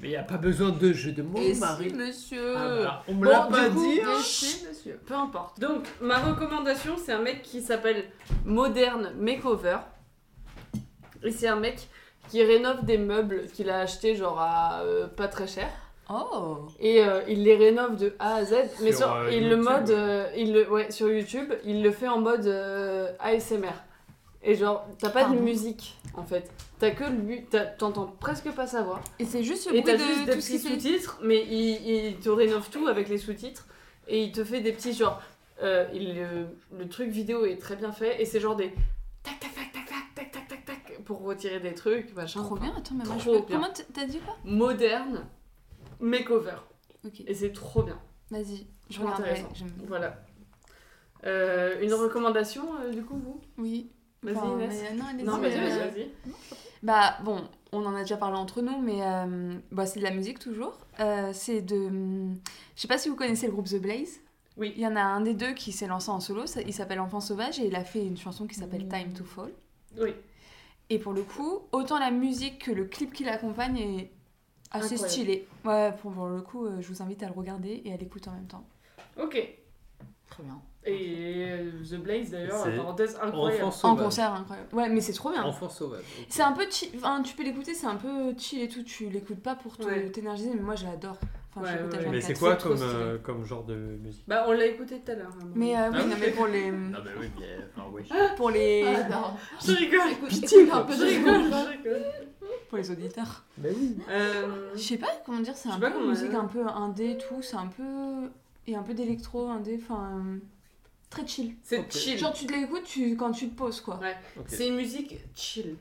S4: Mais y a pas besoin de jeu de mots,
S5: Et si,
S4: Marie.
S5: monsieur
S4: Ah, bah, on me l'a
S5: Bon,
S4: pas
S5: du coup,
S4: dit. hein.
S5: et si, monsieur.
S1: Peu importe. Donc, ma recommandation, c'est un mec qui s'appelle Modern Makeover. Et c'est un mec qui rénove des meubles qu'il a acheté genre à euh, pas très cher.
S5: Oh
S1: Et euh, il les rénove de A à Z. mais
S4: Sur,
S1: sur,
S4: euh,
S1: il le
S4: YouTube.
S1: mode, euh, il le, ouais, sur YouTube, il le fait en mode euh, ASMR. Et genre, t'as pas de
S5: Pardon
S1: musique en fait. T'as que lui, t'as- t'entends presque pas sa voix.
S5: Et c'est juste le
S1: Et
S5: bruit
S1: t'as juste
S5: de
S1: des
S5: tout ce qui
S1: petits
S5: fait.
S1: sous-titres, mais il, il te rénove tout avec les sous-titres et il te fait des petits genre. euh, il, euh, le truc vidéo est très bien fait et c'est genre des tac tac tac tac tac tac tac tac tac pour retirer des trucs, machin.
S5: Trop bien, attends, mais moi je
S1: Trop
S5: peux-
S1: bien.
S5: Comment t- t'as dit quoi
S1: Moderne makeover.
S5: Ok,
S1: Et c'est trop bien.
S5: vas-y, je
S1: Trop
S5: regarderai.
S1: intéressant.
S5: je me-
S1: Voilà. Euh, une recommandation euh, du coup, vous
S5: Oui.
S1: Vas-y
S5: Enfin,
S1: Inès.
S5: mais- non, allez-y,
S1: Non, vas-y,
S5: euh,
S1: vas-y, vas-y.
S5: Bah bon, on en a déjà parlé entre nous, mais euh, bah, c'est de la musique toujours. Euh, c'est de... hum, Je sais pas si vous connaissez le groupe The Blaze.
S1: Oui.
S5: Il y en a un des deux qui s'est lancé en solo, ça- il s'appelle Enfant Sauvage et il a fait une chanson qui s'appelle
S1: Mmh.
S5: Time to Fall.
S1: Oui.
S5: Et pour le coup, autant la musique que le clip qui l'accompagne est assez
S1: Incroyable.
S5: stylé. Ouais, pour, pour le coup, euh, je vous invite à le regarder et à l'écouter en même temps.
S1: Ok.
S3: Très bien.
S1: Et euh, The Blaze d'ailleurs,
S4: C'est
S1: parenthèse
S4: Enfant
S1: incroyable.
S5: En
S4: sauvage.
S5: concert, incroyable. Ouais, mais c'est trop bien.
S4: Enfant sauvage.
S5: C'est un peu chill, enfin, tu peux l'écouter, c'est un peu chill et tout, tu l'écoutes pas pour te-
S1: Ouais. t'énergiser,
S5: t'énergiser, mais moi j'adore. Enfin,
S1: Ouais,
S5: je l'écoute à
S1: ouais.
S5: 24,
S4: Mais c'est quoi
S5: trop
S4: comme,
S5: stylé.
S4: euh, comme genre de musique
S1: Bah on l'a écouté tout à l'heure. hein.
S5: Mais euh, oui,
S4: Ah oui.
S5: non, mais pour les.
S4: Ah bah oui, bien. Enfin, oui.
S5: Pour les.
S1: Je rigole.
S3: Écoute,
S5: Pitié,
S3: Ah, bah, écoute un peu
S1: Je
S3: de
S1: rigole, je rigole.
S5: Pour les auditeurs.
S4: Bah oui.
S1: Euh,
S5: Je sais pas comment dire, c'est
S1: Ah Je sais
S5: un
S1: pas
S5: peu
S1: comment-
S5: musique un peu indé et tout, c'est un peu. Et un peu d'électro, indé, enfin. euh, Très chill.
S1: c'est
S4: Ok.
S1: chill.
S5: Genre tu te l'écoutes tu... quand tu te poses quoi.
S4: Ok.
S1: C'est une musique chill.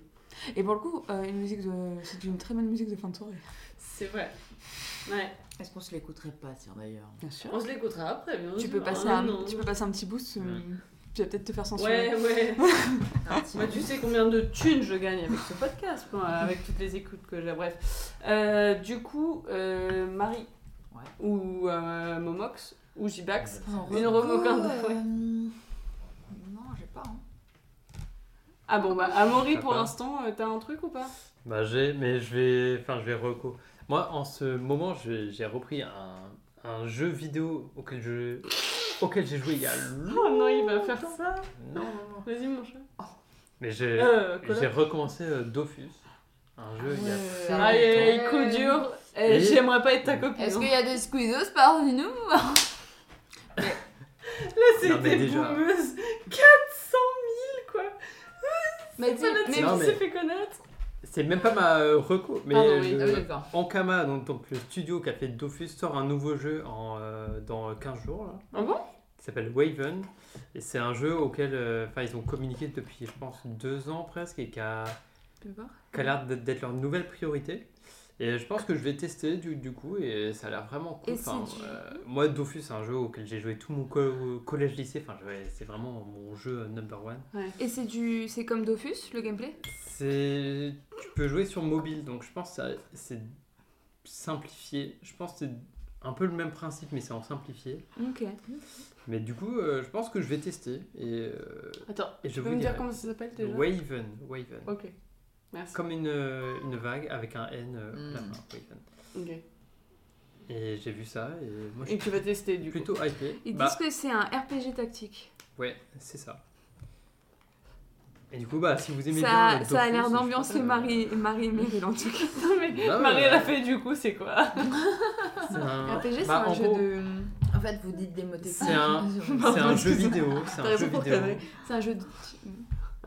S5: Et pour le coup, euh, une musique de. C'est une très bonne musique de fin de soirée.
S1: C'est vrai. Ouais.
S3: Est-ce qu'on se l'écouterait pas, tiens, d'ailleurs
S5: Bien sûr.
S1: On se l'écoutera après, bien
S5: Tu
S1: sûr.
S5: peux, passer
S1: Ah,
S5: un...
S1: non.
S5: tu peux passer un petit boost. euh,
S4: Mm.
S5: Tu vas peut-être te faire censurer.
S1: Ouais, ouais. Moi,
S3: Moi,
S1: tu sais combien de thunes je gagne avec ce podcast, moi, avec toutes les écoutes que j'ai. Bref. Euh, du coup, euh, Marie
S3: Ouais.
S1: ou euh, Momox ou Jibax. Une
S3: reco,
S1: reco-
S3: euh, Non, j'ai pas. hein.
S1: Ah bon, bah, Amaury,
S4: Ça
S1: pour
S4: va.
S1: l'instant, euh, t'as un truc ou pas
S4: Bah j'ai, mais je vais, enfin je vais reco. Moi, en ce moment, je- j'ai repris un, un jeu vidéo auquel je, auquel j'ai joué il y a
S1: Oh non, il va faire ça.
S4: non, non, non.
S1: Vas-y, mon chat.
S4: Mais j'ai,
S1: Euh, Call of
S4: j'ai recommencé euh, Dofus, un jeu il y a très
S3: Ah,
S1: Aïe, aïe, aïe,
S3: Ouais.
S1: coup dur. Eh,
S4: Et-
S1: J'aimerais pas être ta copine.
S3: Est-ce
S1: hein.
S3: qu'il y a des squeezos parmi nous
S1: Là,
S4: Non, mais
S1: c'était
S4: déjà.
S1: boumeuse. 400 000, quoi.
S3: Mais tu
S1: C'est la team
S4: Non,
S1: qui
S4: mais-
S1: s'est fait connaître.
S4: C'est même pas ma euh, reco, mais
S1: Pardon, oui.
S4: le-
S3: Ah oui, d'accord.
S4: Ankama, donc, donc le studio qui a fait Dofus, sort un nouveau jeu en, euh, dans 15 jours. Là.
S1: Ah bon
S4: Il s'appelle Waven. Et c'est un jeu auquel euh, enfin ils ont communiqué depuis, je pense, deux ans presque et qui a,
S5: Tu peux voir
S4: qui a l'air d'être d'être leur nouvelle priorité. Et je pense que je vais tester du, du coup, et ça a l'air vraiment cool.
S5: Et c'est
S4: Enfin,
S5: du-
S4: euh, moi, Dofus, c'est un jeu auquel j'ai joué tout mon co- collège-lycée. Enfin, je- c'est vraiment mon jeu number one.
S5: Et c'est du, c'est comme Dofus le gameplay.
S4: C'est... Tu peux jouer sur mobile, donc je pense que ça- c'est simplifié. Je pense que c'est un peu le même principe, mais c'est en simplifié.
S5: Ok.
S4: Mais du coup, euh, je pense que je vais tester. Et, euh,
S1: Attends,
S4: Et je
S1: tu peux
S4: vous
S1: me dire
S4: dirai.
S1: comment ça s'appelle déjà
S4: Waven, Waven.
S1: Ok. Merci.
S4: Comme une, euh, une vague avec un N
S3: Hmm.
S4: euh, à la
S6: Mm.
S4: fin, Waven.
S1: Ok.
S4: Et j'ai vu ça, et moi je
S1: Et
S4: suis
S1: tu vas tester du coup.
S4: plutôt hypé.
S5: Ils
S4: Bah,
S5: disent que c'est un RPG tactique.
S4: Ouais, c'est ça. Et du coup, bah, si vous aimez bien.
S5: Ça,
S4: le
S5: ça a
S4: Dofus,
S5: l'air
S4: je
S5: d'ambiancer
S4: pense, euh,
S5: Marie, Marie et Meryl en tout cas.
S1: Non, mais
S4: Non, mais-
S1: Marie, elle a fait du coup, c'est quoi
S4: C'est un,
S5: RPG, c'est
S4: bah, en
S5: un jeu
S4: gros,
S5: de.
S3: Euh, En fait, vous dites des mots techniques.
S4: C'est un- C'est un jeu vidéo. C'est
S5: T'as
S4: un
S5: raison
S4: jeu
S5: pour
S4: vidéo.
S5: cadrer. C'est un jeu de.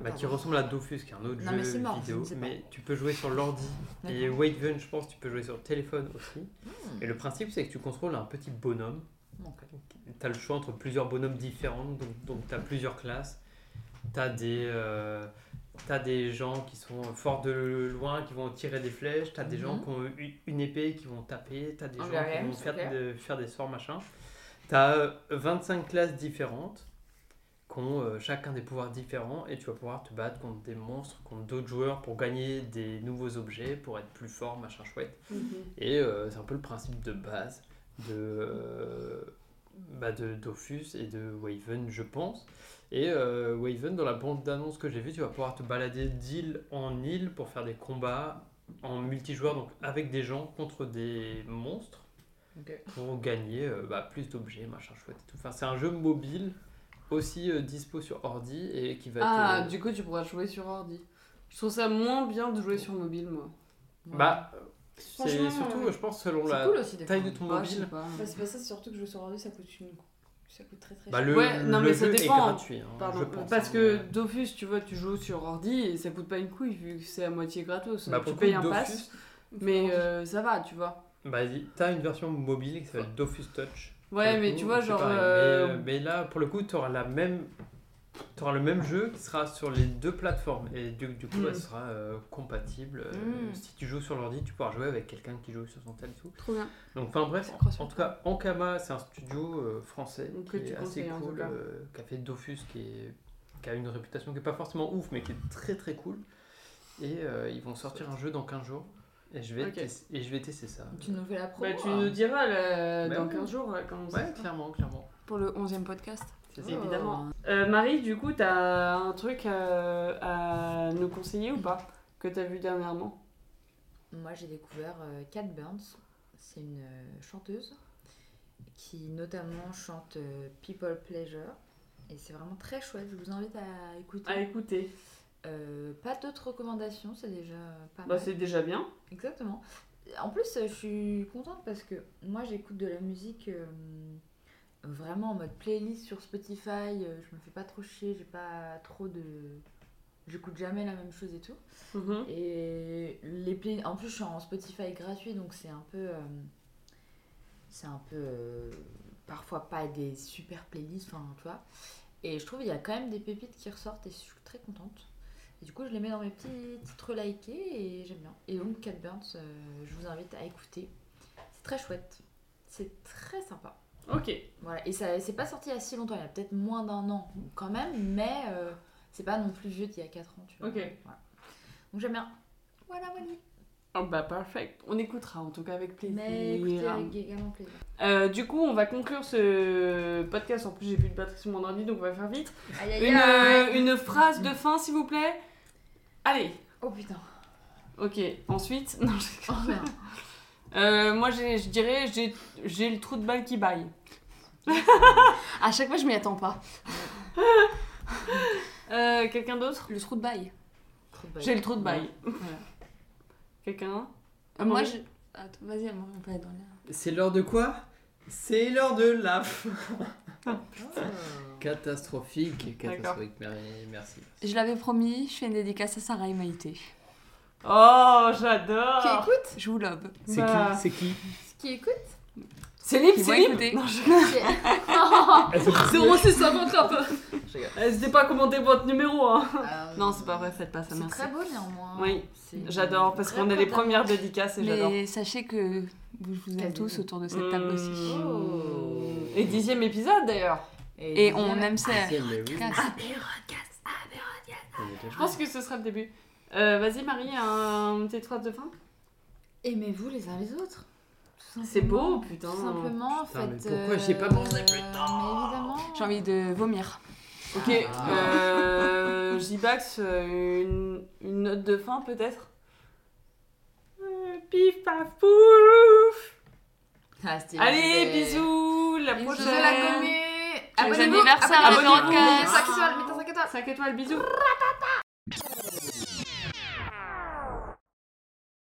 S4: Bah, qui ressemble à Dofus, qui est un autre
S3: Non,
S4: jeu
S3: mais c'est mort, je
S4: vidéo.
S3: ne sais pas.
S4: Mais tu peux jouer sur l'ordi. Et Waven, je pense, tu peux jouer sur le téléphone aussi. Et le principe, c'est que tu contrôles un petit bonhomme. Tu as le choix entre plusieurs bonhommes différents, donc, tu as plusieurs classes. Tu as, des gens qui sont forts de loin, qui vont tirer des flèches. Tu as des gens qui ont une- une épée, qui vont taper. Tu as des
S2: Un
S4: gens qui
S2: Guardians,
S4: vont faire,
S2: ok.
S4: de- faire des sorts, machin. Tu as 25 classes différentes qui ont euh, chacun des pouvoirs différents et tu vas pouvoir te battre contre des monstres, contre d'autres joueurs pour gagner des nouveaux objets, pour être plus fort, machin chouette. Et euh, c'est un peu le principe de base de, euh, bah, de Dofus et de Waven, je pense. Et euh, Waven, dans la bande d'annonce que j'ai vue, tu vas pouvoir te balader d'île en île pour faire des combats en multijoueur, donc avec des gens contre des monstres
S2: Ok.
S4: pour gagner euh, bah, plus d'objets, machin chouette et tout. Enfin, c'est un jeu mobile aussi euh, dispo sur ordi et qui va
S1: Ah,
S4: être. euh,
S1: du coup, tu pourras jouer sur ordi. Je trouve ça moins bien de jouer sur mobile, moi.
S4: Bah, c'est
S2: Franchement,
S4: surtout,
S1: euh,
S2: ouais.
S4: je pense, selon
S3: C'est
S4: la
S3: cool aussi. des
S4: taille
S3: fois.
S4: de ton
S1: Bah, je sais
S4: mobile.
S1: pas.
S2: Bah, c'est pas ça, c'est surtout que jouer sur ordi, ça coûte, une... ça coûte très très
S4: Bah,
S2: cher.
S4: le,
S1: Ouais, non,
S4: le
S1: mais ça
S4: jeu est
S1: dépend.
S4: gratuit. hein,
S1: Pardon,
S4: je pense,
S1: parce
S4: hein.
S1: que Dofus, tu vois, tu joues sur ordi et ça coûte pas une couille vu que c'est à moitié gratos.
S4: Bah,
S1: tu
S4: pour le
S1: payes
S4: coup,
S1: un
S4: Dofus,
S1: pass, mais euh, ça va, tu vois.
S4: Bah, y- t'as une version mobile qui s'appelle Dofus Touch. Pour
S1: Ouais,
S4: le
S1: mais
S4: coup,
S1: tu vois,
S4: c'est
S1: genre.
S4: pareil. Mais,
S1: euh,
S4: euh, Mais, là, pour le coup, t'auras la même. T'auras le même jeu qui sera sur les deux plateformes et du, du coup
S1: Mm.
S4: elle sera euh, compatible. Euh,
S3: Mm.
S4: Si tu joues sur l'ordi, tu pourras jouer avec quelqu'un qui joue sur son tel et tout.
S5: Trop bien.
S4: Donc enfin bref,
S5: Ça cross-
S4: en tout cas Ankama c'est un studio euh, français
S1: Donc,
S4: qui
S1: que tu
S4: est assez
S1: conseilles, en tout
S4: cool,
S1: cas.
S4: euh, qui a fait Dofus qui, est- qui a une réputation qui est pas forcément ouf mais qui est très très cool. Et euh, ils vont sortir un jeu dans 15 jours et je vais,
S1: Ok.
S4: tes- et je vais tester ça.
S3: Tu nous fais la promo. Ah.
S1: Bah, tu nous diras là,
S4: Bah,
S1: dans
S4: ouais.
S1: 15 jours là, comment ça
S4: Ouais,
S1: se
S4: clairement, clairement.
S5: Pour le 11e podcast.
S4: C'est
S1: passe.
S4: ça.
S1: Évidemment. Euh, Marie, du coup, t'as un truc euh, à nous conseiller ou pas Que t'as vu dernièrement
S3: Moi, j'ai découvert euh, Cat Burns. C'est une euh, chanteuse qui notamment chante euh, People Pleasure. Et c'est vraiment très chouette. Je vous invite à écouter.
S1: À écouter.
S3: Euh, pas d'autres recommandations, c'est déjà euh, pas
S1: Bah,
S3: mal.
S1: c'est déjà bien.
S3: Exactement. En plus, euh, je suis contente parce que moi, j'écoute de la musique euh, vraiment en mode playlist sur Spotify. euh, Je me fais pas trop chier, j'ai pas trop de. J'écoute jamais la même chose et tout.
S1: Mhm.
S3: Et les play- en plus, je suis en Spotify gratuit, donc c'est un peu. euh, c'est un peu. euh, parfois pas des super playlists, enfin, tu vois. Et je trouve qu'il y a quand même des pépites qui ressortent et je suis très contente. Et du coup, je les mets dans mes petits titres likés et j'aime bien. Et donc, Cat Burns, euh, je vous invite à écouter. C'est très chouette. C'est très sympa.
S1: Ok.
S3: Voilà, et ça c'est pas sorti il y a si longtemps, il y a peut-être moins d'un an quand même, mais euh, c'est pas non plus vieux d'il y a 4 ans, tu vois.
S1: Ok.
S3: Voilà. Donc j'aime bien. Voilà, voilà.
S1: Ah bah parfait. On écoutera en tout cas avec
S5: Bah,
S1: plaisir.
S3: Mais écoutez avec également plaisir.
S1: Euh, du coup, on va conclure ce podcast. En plus, j'ai plus de batterie sur mon ordi, donc on va faire vite.
S3: Aïe aïe
S1: Une,
S3: aïe.
S1: euh, une phrase de fin, s'il vous plaît. Allez.
S3: Oh putain.
S1: Ok. Ensuite, non,
S3: Oh,
S1: je-
S3: merde.
S1: Euh, moi, j'ai- je dirais, j'ai- j'ai le trou de balle qui baille.
S5: À chaque fois, je m'y attends pas.
S1: Euh, Quelqu'un d'autre
S5: Le trou de bail.
S3: Trop de bail.
S1: J'ai le trou de baille. Quelqu'un Ah,
S5: Euh, moi,
S1: oui.
S5: je. Attends, vas-y, Amaury, on peut aller dans l'air.
S4: C'est l'heure de quoi C'est l'heure de la fin.
S3: Oh.
S4: Catastrophique,
S1: D'accord.
S4: catastrophique. mer- Merci.
S5: Je l'avais promis, je fais une dédicace à Sarah et Maïté.
S1: Oh,
S5: Qui
S1: j'adore
S5: écoute Je vous love.
S4: C'est
S1: Bah.
S4: qui C'est qui
S3: Qui écoute
S1: C'est libre,
S5: Ils
S1: c'est
S5: vont
S1: libre
S5: écouter.
S1: Non, je-
S2: Zéro, c'est 50 un peu.
S1: N'hésitez Eh, pas à commenter votre numéro. hein.
S3: Euh,
S1: Non, c'est pas vrai, faites pas ça,
S3: C'est
S1: merci.
S3: très beau néanmoins.
S1: Oui,
S3: C'est-
S1: j'adore, parce
S3: Très
S1: qu'on est les
S3: content.
S1: premières dédicaces et j'adore.
S5: Mais sachez que vous- je vous aime
S3: Quasi.
S5: tous autour de cette table aussi.
S1: Mmh.
S3: Oh.
S1: Et dixième épisode d'ailleurs.
S5: Et on aime ça.
S1: Ah,
S3: Ah,
S4: Ah,
S1: Je pense que ce sera le début. Euh, Vas-y Marie, un petit phrase de fin
S3: Aimez-vous les uns les autres. tout
S1: C'est
S3: simplement.
S1: beau, putain.
S3: Tout simplement,
S4: Putain, mais
S3: faites. euh,
S4: pourquoi j'ai pas pensé, putain
S3: Mais évidemment.
S5: J'ai envie de vomir.
S1: Ok,
S5: Ah.
S1: euh, J-Bax, euh, une, une note de fin peut-être Euh, Pif paf pouf
S3: Ah, c'était-
S1: Allez,
S3: c'était-
S1: bisous La
S5: Bisous,
S1: prochaine
S3: Je la connais.
S5: Joyeux anniversaire à
S1: abonnez-vous.
S5: Florence.
S3: Mettez 5 étoiles, mettez 5 étoiles.
S1: 5 étoiles, bisous